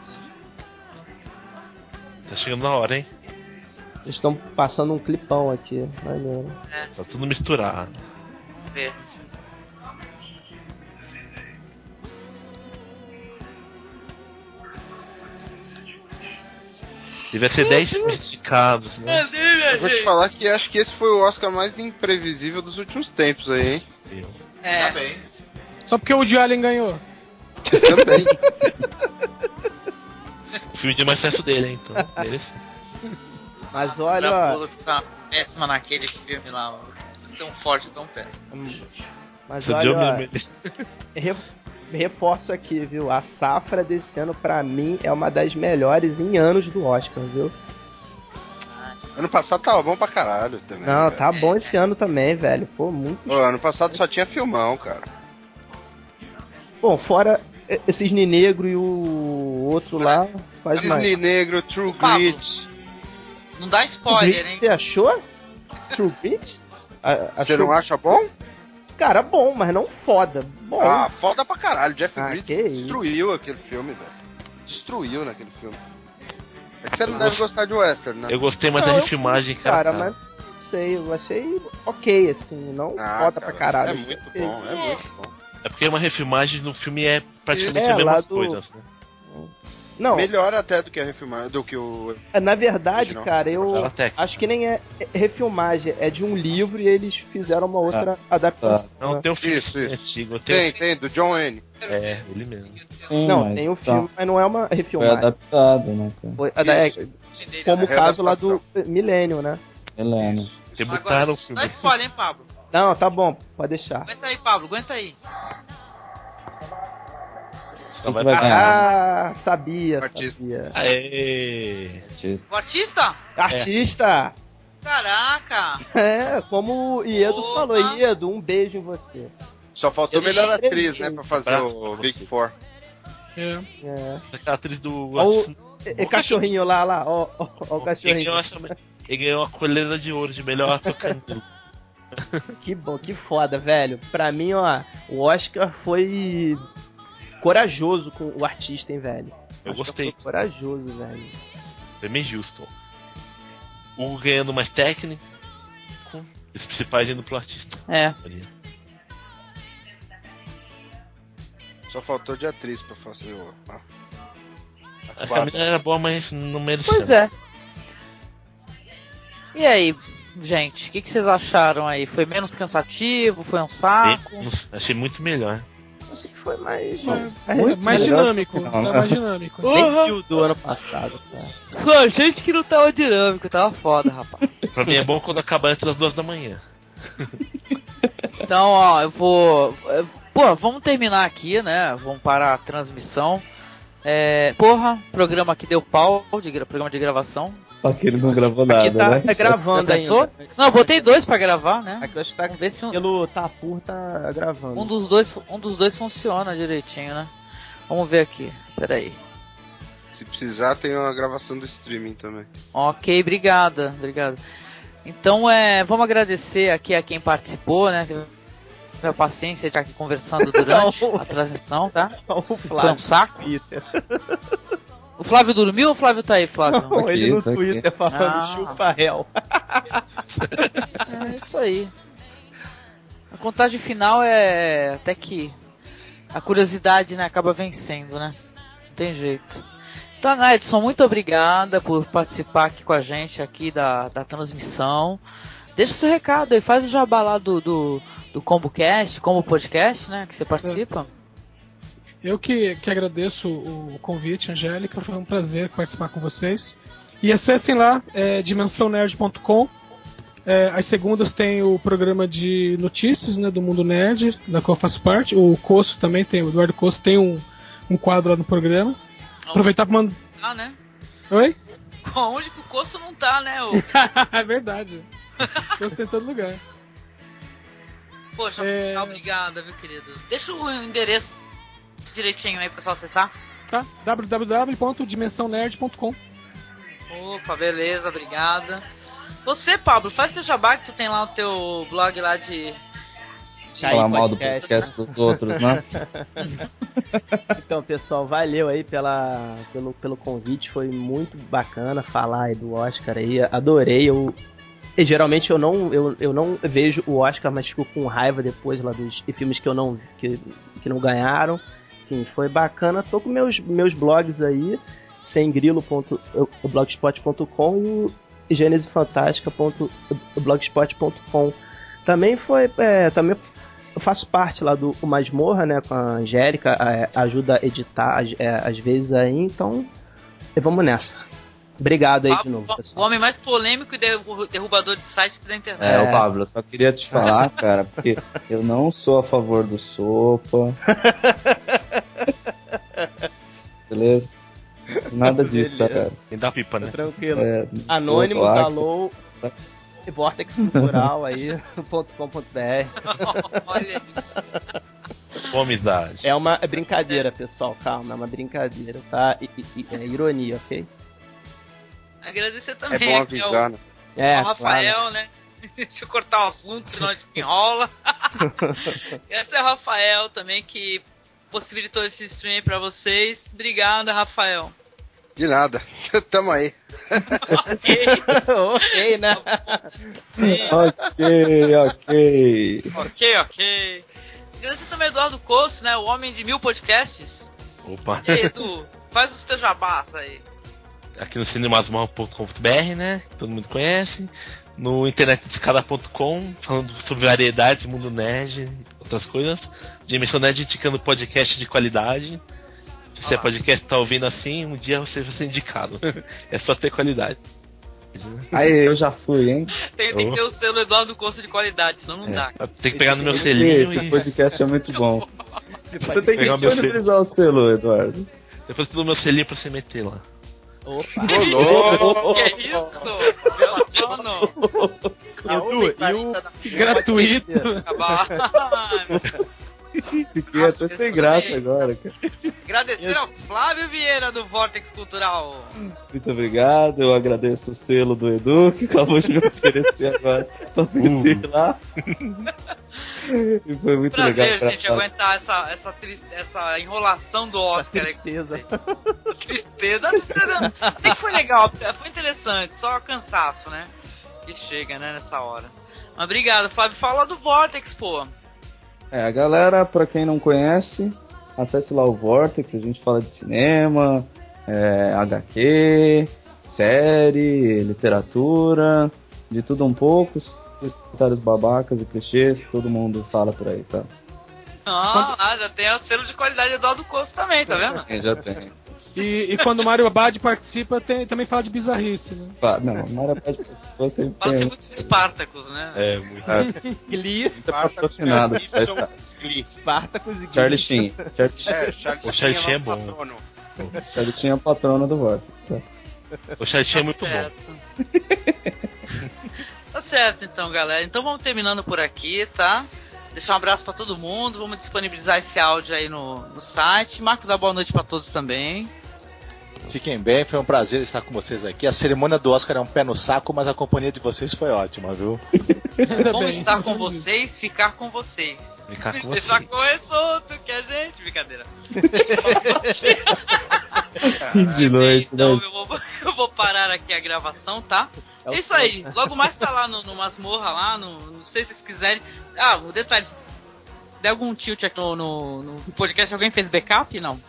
[SPEAKER 4] Tá chegando na hora, hein?
[SPEAKER 5] Eles estão passando um clipão aqui. Maneiro.
[SPEAKER 4] Tá tudo misturado.
[SPEAKER 1] Vamos ver.
[SPEAKER 4] Devia ser 10 filmes indicados, né?
[SPEAKER 1] Cadê, minha
[SPEAKER 3] eu vou te
[SPEAKER 1] gente?
[SPEAKER 3] falar que acho que esse foi o Oscar mais imprevisível dos últimos tempos aí, hein?
[SPEAKER 4] Eu.
[SPEAKER 9] Tá
[SPEAKER 1] É,
[SPEAKER 9] bem.
[SPEAKER 7] Só porque o Woody Allen ganhou.
[SPEAKER 3] Também.
[SPEAKER 4] O filme de mais sucesso dele, hein? Então, mereceu.
[SPEAKER 5] Mas
[SPEAKER 1] nossa,
[SPEAKER 5] olha,
[SPEAKER 1] pra
[SPEAKER 5] ó,
[SPEAKER 1] pulo que tá péssima naquele filme lá, mano. Tão forte, tão perto.
[SPEAKER 5] hum, mas
[SPEAKER 4] Seu Joe
[SPEAKER 5] olha, ó,
[SPEAKER 4] mesmo, ele-
[SPEAKER 5] Re- reforço aqui, viu? A safra desse ano, pra mim, é uma das melhores em anos do Oscar, viu?
[SPEAKER 3] ano passado tava bom pra caralho também.
[SPEAKER 5] Não,
[SPEAKER 3] velho.
[SPEAKER 5] tá bom esse ano também, velho. Pô, muito.
[SPEAKER 3] Ô, ano passado só tinha filmão, cara.
[SPEAKER 5] Bom, fora e- esses Negro e o outro lá, faz mais.
[SPEAKER 3] Disney Negro, True
[SPEAKER 1] Pablo.
[SPEAKER 3] Grit.
[SPEAKER 1] Não dá
[SPEAKER 5] True
[SPEAKER 1] spoiler,
[SPEAKER 5] Grit,
[SPEAKER 1] hein?
[SPEAKER 5] Você achou? True Grit? A-
[SPEAKER 3] Você
[SPEAKER 5] achou-
[SPEAKER 3] não acha bom?
[SPEAKER 5] Cara, bom, mas não foda. Bom.
[SPEAKER 3] Ah, foda pra caralho. Jeff
[SPEAKER 5] Ah,
[SPEAKER 3] Bridges
[SPEAKER 5] que isso.
[SPEAKER 3] destruiu aquele filme, velho. Destruiu naquele filme. Você não deve gostar de western, né?
[SPEAKER 4] Eu gostei mais
[SPEAKER 5] Não,
[SPEAKER 4] da
[SPEAKER 5] eu-
[SPEAKER 4] refilmagem, cara. tá.
[SPEAKER 5] Cara,
[SPEAKER 4] cara.
[SPEAKER 5] mas não sei, eu achei ok, assim, não
[SPEAKER 3] Ah,
[SPEAKER 5] foda
[SPEAKER 3] cara,
[SPEAKER 5] pra caralho.
[SPEAKER 3] É muito
[SPEAKER 5] Ok.
[SPEAKER 3] bom, é muito bom.
[SPEAKER 4] É porque uma refilmagem no filme é praticamente
[SPEAKER 5] É,
[SPEAKER 4] a
[SPEAKER 5] lá
[SPEAKER 4] mesma
[SPEAKER 5] do-
[SPEAKER 4] coisa. Né?
[SPEAKER 5] Não,
[SPEAKER 3] Melhor até do que a refilmagem, do que o.
[SPEAKER 5] é, na verdade,
[SPEAKER 3] Original.
[SPEAKER 5] cara, eu
[SPEAKER 4] Ela técnica.
[SPEAKER 5] acho que nem é é refilmagem, é de um livro e eles fizeram uma outra adaptação.
[SPEAKER 4] Ah. Não,
[SPEAKER 5] né?
[SPEAKER 4] tem um filme
[SPEAKER 3] Isso, isso.
[SPEAKER 4] antigo. Tem,
[SPEAKER 3] Tem, tem, do John Wayne.
[SPEAKER 4] um- É, ele mesmo.
[SPEAKER 8] Sim,
[SPEAKER 5] Não,
[SPEAKER 8] mas
[SPEAKER 5] tem o
[SPEAKER 8] tá-
[SPEAKER 5] filme, mas não é uma
[SPEAKER 8] Foi
[SPEAKER 5] refilmagem.
[SPEAKER 8] adaptado, né, cara?
[SPEAKER 5] Foi- é,
[SPEAKER 1] Dele,
[SPEAKER 5] como o
[SPEAKER 1] né?
[SPEAKER 5] caso lá do Milênio, né?
[SPEAKER 8] Helena.
[SPEAKER 4] Rebutaram o
[SPEAKER 1] Dá
[SPEAKER 4] filme.
[SPEAKER 1] spoiler, hein, Pablo?
[SPEAKER 5] Não, tá bom, pode deixar.
[SPEAKER 1] Aguenta aí, Pablo, aguenta aí.
[SPEAKER 4] Só
[SPEAKER 8] Quem
[SPEAKER 4] vai-
[SPEAKER 8] que vai ganhar?
[SPEAKER 5] Ah, sabia,
[SPEAKER 3] Artista.
[SPEAKER 5] sabia.
[SPEAKER 4] Aê!
[SPEAKER 8] Artista.
[SPEAKER 1] O artista?
[SPEAKER 5] Artista!
[SPEAKER 1] Caraca!
[SPEAKER 5] É, como o Iedo
[SPEAKER 1] Opa.
[SPEAKER 5] falou, Iedo, um beijo em você.
[SPEAKER 3] Só faltou
[SPEAKER 5] Eu
[SPEAKER 3] melhor
[SPEAKER 5] lembrei.
[SPEAKER 3] atriz, né? Pra fazer o
[SPEAKER 4] Pra
[SPEAKER 3] Big
[SPEAKER 4] você.
[SPEAKER 3] Four.
[SPEAKER 7] É.
[SPEAKER 5] É.
[SPEAKER 4] Aquela atriz do.
[SPEAKER 5] Ó, E- e cachorrinho lá, lá, ó, ó, ó o
[SPEAKER 4] ele,
[SPEAKER 5] cachorrinho.
[SPEAKER 4] ganhou essa- ele ganhou uma coleira de ouro de melhor ator canino.
[SPEAKER 5] Que bom, que foda, velho. Pra mim, ó, o Oscar foi corajoso com o artista, hein, velho.
[SPEAKER 4] Eu
[SPEAKER 5] Acho que
[SPEAKER 4] gostei.
[SPEAKER 5] foi corajoso, velho.
[SPEAKER 4] Foi meio justo. O ganhando mais técnico. Os principais indo pro artista.
[SPEAKER 5] É.
[SPEAKER 3] Só faltou de atriz pra fazer o. a-
[SPEAKER 5] Tá
[SPEAKER 3] a
[SPEAKER 1] É
[SPEAKER 4] A
[SPEAKER 3] quadra.
[SPEAKER 4] Camila era boa, mas não merecia.
[SPEAKER 10] Pois é. E aí, gente, o que, que vocês acharam aí? Foi menos cansativo? Foi um saco?
[SPEAKER 4] Nossa, Achei muito melhor.
[SPEAKER 5] Acho que foi mais.
[SPEAKER 7] É mais
[SPEAKER 8] melhor
[SPEAKER 7] dinâmico.
[SPEAKER 8] que não,
[SPEAKER 7] Tá
[SPEAKER 8] né?
[SPEAKER 7] mais dinâmico.
[SPEAKER 5] Nem viu do ano passado, cara.
[SPEAKER 10] Só gente que não tava dinâmico, tava foda, rapaz.
[SPEAKER 4] Pra mim é bom quando acabar antes das duas da manhã.
[SPEAKER 10] Então, ó, eu vou. é, Pô, vamos terminar aqui, né? Vamos parar a transmissão. É, porra, programa que deu pau, de, gra- programa de gravação.
[SPEAKER 8] Só que ele não gravou nada,
[SPEAKER 5] Aqui tá,
[SPEAKER 8] né?
[SPEAKER 5] tá gravando
[SPEAKER 10] Já pensou?
[SPEAKER 5] ainda.
[SPEAKER 10] Não, eu botei dois pra gravar, né?
[SPEAKER 5] Aqui acho que tá
[SPEAKER 10] Vamos ver se um,
[SPEAKER 5] pelo Tapur tá gravando.
[SPEAKER 10] um dos dois, um dos dois funciona direitinho, né? Vamos ver aqui. Peraí.
[SPEAKER 3] Se precisar, tem uma gravação do streaming também.
[SPEAKER 10] Ok, obrigada, obrigado. Então, é, vamos agradecer aqui a quem participou, né? Teve a paciência de estar aqui conversando durante
[SPEAKER 5] Não.
[SPEAKER 10] a transmissão, tá?
[SPEAKER 5] o
[SPEAKER 10] Foi
[SPEAKER 5] Flávio
[SPEAKER 10] um saco.
[SPEAKER 5] Twitter.
[SPEAKER 10] O Flávio dormiu ou o Flávio tá aí, Flávio?
[SPEAKER 5] Não, ele no
[SPEAKER 8] tá aqui.
[SPEAKER 5] Twitter falando
[SPEAKER 10] Ah.
[SPEAKER 5] chupa réu.
[SPEAKER 10] É isso aí. A contagem final é até que a curiosidade né, acaba vencendo, né? Não tem jeito. Então, né, Edson, muito obrigada por participar aqui com a gente aqui da, da transmissão. Deixa seu recado aí, faz o jabá lá do, do, do ComboCast, Combo Podcast, né? Que você participa.
[SPEAKER 7] Eu que, que agradeço o convite, Angélica. Foi um prazer participar com vocês. E acessem lá, é, dimensãonerd.com. É, às segundas tem o programa de notícias né, do Mundo Nerd, da qual eu faço parte. O Coço também tem, o Eduardo Coço tem um, um quadro lá no programa. Aproveitar para mandar.
[SPEAKER 1] Ah, né?
[SPEAKER 7] Oi?
[SPEAKER 1] Onde que o coço não tá, né? ô?
[SPEAKER 7] é verdade. Coço tem em todo lugar.
[SPEAKER 1] Poxa,
[SPEAKER 7] É.
[SPEAKER 1] obrigada, viu, querido? Deixa o endereço direitinho aí pro pessoal acessar.
[SPEAKER 7] Tá? www.dimensãonerd.com.
[SPEAKER 1] Opa, beleza, obrigada. Você, Pablo, faz seu jabá que tu tem lá o teu blog lá de.
[SPEAKER 8] Falar mal do podcast dos outros, né?
[SPEAKER 5] Então, pessoal, valeu aí pela, pelo, pelo convite. Foi muito bacana falar aí do Oscar aí. Adorei. Eu, e geralmente eu não, eu, eu não vejo o Oscar, mas fico com raiva depois lá dos filmes que eu não que, que não ganharam. Enfim, foi bacana. Tô com meus, meus blogs aí, semgrilo.blogspot.com e o gênesefantástica.blogspot.com. Também foi. é, também eu faço parte lá do o Masmorra, né, com a Angélica, é, ajuda a editar às- é, às vezes aí, então e vamos nessa. Obrigado aí de
[SPEAKER 1] Pablo,
[SPEAKER 5] novo,
[SPEAKER 1] o
[SPEAKER 5] pessoal.
[SPEAKER 1] homem mais polêmico e derru- derrubador de site da internet.
[SPEAKER 8] É, o Pablo, eu só queria te falar, cara, porque eu não sou a favor do sopa. Beleza? Nada disso, tá, cara?
[SPEAKER 4] Tem da pipa, né?
[SPEAKER 5] Tranquilo.
[SPEAKER 8] É,
[SPEAKER 5] Anônimos,
[SPEAKER 8] sopa,
[SPEAKER 5] alô, Vortex Cultural aí, ponto com, ponto BR.
[SPEAKER 1] Olha aí.
[SPEAKER 4] Boa amizade.
[SPEAKER 5] É uma é brincadeira, pessoal, calma, é uma brincadeira, tá? E- e- e- é ironia, ok?
[SPEAKER 1] Agradecer também
[SPEAKER 3] É bom
[SPEAKER 1] aqui ao-
[SPEAKER 3] avisar, né?
[SPEAKER 5] É,
[SPEAKER 1] ao Rafael, né? Deixa eu cortar o assunto, senão a gente enrola. Esse é o Rafael também que possibilitou esse stream para vocês. Obrigada, Rafael.
[SPEAKER 3] De nada. Tamo aí.
[SPEAKER 10] ok, ok, né?
[SPEAKER 8] ok, ok.
[SPEAKER 1] Ok, ok. Agradecer também Eduardo Coço, né? O homem de mil podcasts.
[SPEAKER 4] Opa.
[SPEAKER 1] E aí, Edu, faz os teus jabás aí.
[SPEAKER 4] Aqui no cinemasmorra.com.br, né? Que todo mundo conhece. No internetdescada.com, falando sobre variedades, mundo nerd, outras coisas. Dimensão Nerd indicando podcast de qualidade. Se você é podcast tá ouvindo assim, um dia você vai ser indicado. é só ter qualidade. Né?
[SPEAKER 8] Aí, eu já fui, hein?
[SPEAKER 1] Tem, tem que ter o selo Eduardo Coço de qualidade, senão não
[SPEAKER 4] É,
[SPEAKER 1] dá.
[SPEAKER 4] Tem que pegar no meu
[SPEAKER 8] Esse-
[SPEAKER 4] selinho
[SPEAKER 8] Esse
[SPEAKER 4] e-
[SPEAKER 8] podcast é muito bom. Tu tem que
[SPEAKER 4] Pegar meu
[SPEAKER 8] disponibilizar o selo, Eduardo.
[SPEAKER 4] Depois tudo meu selinho pra você meter lá.
[SPEAKER 3] Oh.
[SPEAKER 1] Que é isso? Relaciono.
[SPEAKER 7] Gratuito.
[SPEAKER 1] Acabar.
[SPEAKER 8] Fiquei até sem graça agora, cara.
[SPEAKER 1] Agradecer ao Flávio Vieira do Vortex Cultural.
[SPEAKER 8] Muito obrigado, eu agradeço o selo do Edu, que acabou de me oferecer agora pra meter lá. E foi muito
[SPEAKER 1] Prazer,
[SPEAKER 8] legal. pra
[SPEAKER 1] gente,
[SPEAKER 8] falar.
[SPEAKER 1] aguentar essa, essa, triste, essa enrolação do Oscar. aí.
[SPEAKER 10] Tristeza.
[SPEAKER 1] Tristeza, tristeza. não. Até que foi legal, foi interessante, só cansaço, né? Que chega, né, nessa hora. Mas obrigado, Flávio. Fala do Vortex, pô.
[SPEAKER 8] É, a galera, pra quem não conhece, acesse lá o Vortex, a gente fala de cinema, é, HQ, série, literatura, de tudo um pouco, os comentários babacas e clichês que todo mundo fala por aí, tá?
[SPEAKER 1] Ah, lá, já tem o selo de qualidade do Eduardo Costa também, tá vendo?
[SPEAKER 8] É, já tem.
[SPEAKER 7] E, e quando o Mário Abad participa, tem, também fala de bizarrice, né?
[SPEAKER 8] Fa- Não, Mara pode participar sempre.
[SPEAKER 1] Fala assim
[SPEAKER 8] tem-
[SPEAKER 1] sempre dos Espartacos, né?
[SPEAKER 4] É, muito.
[SPEAKER 8] Ah,
[SPEAKER 10] Glee,
[SPEAKER 8] isso é patrocinado. já está.
[SPEAKER 10] Spartacus e Glee.
[SPEAKER 8] um, Charlie Sheen. Charlie Sheen,
[SPEAKER 3] É, Charlie
[SPEAKER 4] O Charlie
[SPEAKER 3] Sheen
[SPEAKER 4] Sheen é
[SPEAKER 3] nosso
[SPEAKER 4] bom.
[SPEAKER 3] patrono.
[SPEAKER 8] Charlie Sheen é a patrona do Vortex, tá?
[SPEAKER 4] O chatinho é muito bom.
[SPEAKER 1] bom. tá certo, então, galera. Então vamos terminando por aqui, tá? Deixar um abraço pra todo mundo. Vamos disponibilizar esse áudio aí no, no site. Marcos, dá boa noite pra todos também.
[SPEAKER 2] Fiquem bem, foi um prazer estar com vocês aqui. A cerimônia do Oscar é um pé no saco, mas a companhia de vocês foi ótima, viu?
[SPEAKER 7] Ainda
[SPEAKER 1] Bom
[SPEAKER 7] bem.
[SPEAKER 1] estar com vocês, ficar com vocês.
[SPEAKER 4] Ficar com você.
[SPEAKER 1] Deixar correr solto que a gente. Brincadeira.
[SPEAKER 8] Sim, de noite,
[SPEAKER 1] Então
[SPEAKER 8] né?
[SPEAKER 1] eu vou, eu vou parar aqui a gravação, tá? É isso aí. Logo mais tá lá no, no Masmorra, lá, no, não sei se vocês quiserem. Ah, o detalhe. se Der algum tilt aqui no, no, no podcast, alguém fez backup? Não.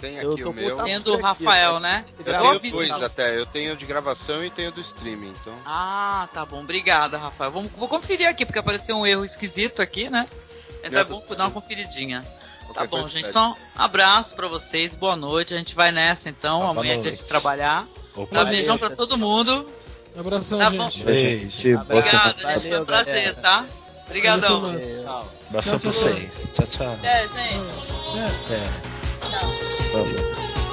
[SPEAKER 3] Tem
[SPEAKER 10] Eu
[SPEAKER 3] aqui
[SPEAKER 10] tô
[SPEAKER 3] o meu.
[SPEAKER 10] com
[SPEAKER 1] Tem
[SPEAKER 10] Tá
[SPEAKER 1] do
[SPEAKER 10] aqui,
[SPEAKER 1] Rafael, né?
[SPEAKER 3] Eu tenho
[SPEAKER 1] aviso,
[SPEAKER 3] dois
[SPEAKER 1] tá?
[SPEAKER 3] até. Eu tenho de gravação e tenho do streaming, então.
[SPEAKER 1] Ah, tá bom. Obrigada, Rafael. Vamos, vou conferir aqui, porque apareceu um erro esquisito aqui, né? Mas é
[SPEAKER 3] Já
[SPEAKER 1] bom dar uma conferidinha. Tá
[SPEAKER 3] Qualquer
[SPEAKER 1] bom,
[SPEAKER 3] coisa
[SPEAKER 1] gente.
[SPEAKER 3] pede.
[SPEAKER 1] Então, abraço pra vocês. Boa noite. A gente vai nessa, então.
[SPEAKER 4] Boa
[SPEAKER 1] Amanhã é dia
[SPEAKER 4] noite.
[SPEAKER 1] de trabalhar.
[SPEAKER 4] Opa,
[SPEAKER 1] Um beijão pra todo mundo.
[SPEAKER 7] Abração,
[SPEAKER 1] Tá bom.
[SPEAKER 7] gente.
[SPEAKER 4] beijo.
[SPEAKER 8] Tipo,
[SPEAKER 1] Obrigado,
[SPEAKER 10] Valeu,
[SPEAKER 1] gente. Foi
[SPEAKER 10] galera.
[SPEAKER 1] um prazer, tá? Obrigadão.
[SPEAKER 7] Valeu.
[SPEAKER 4] Abração pra vocês. Tchau, tchau.
[SPEAKER 1] É, gente.
[SPEAKER 4] Até.
[SPEAKER 8] assim,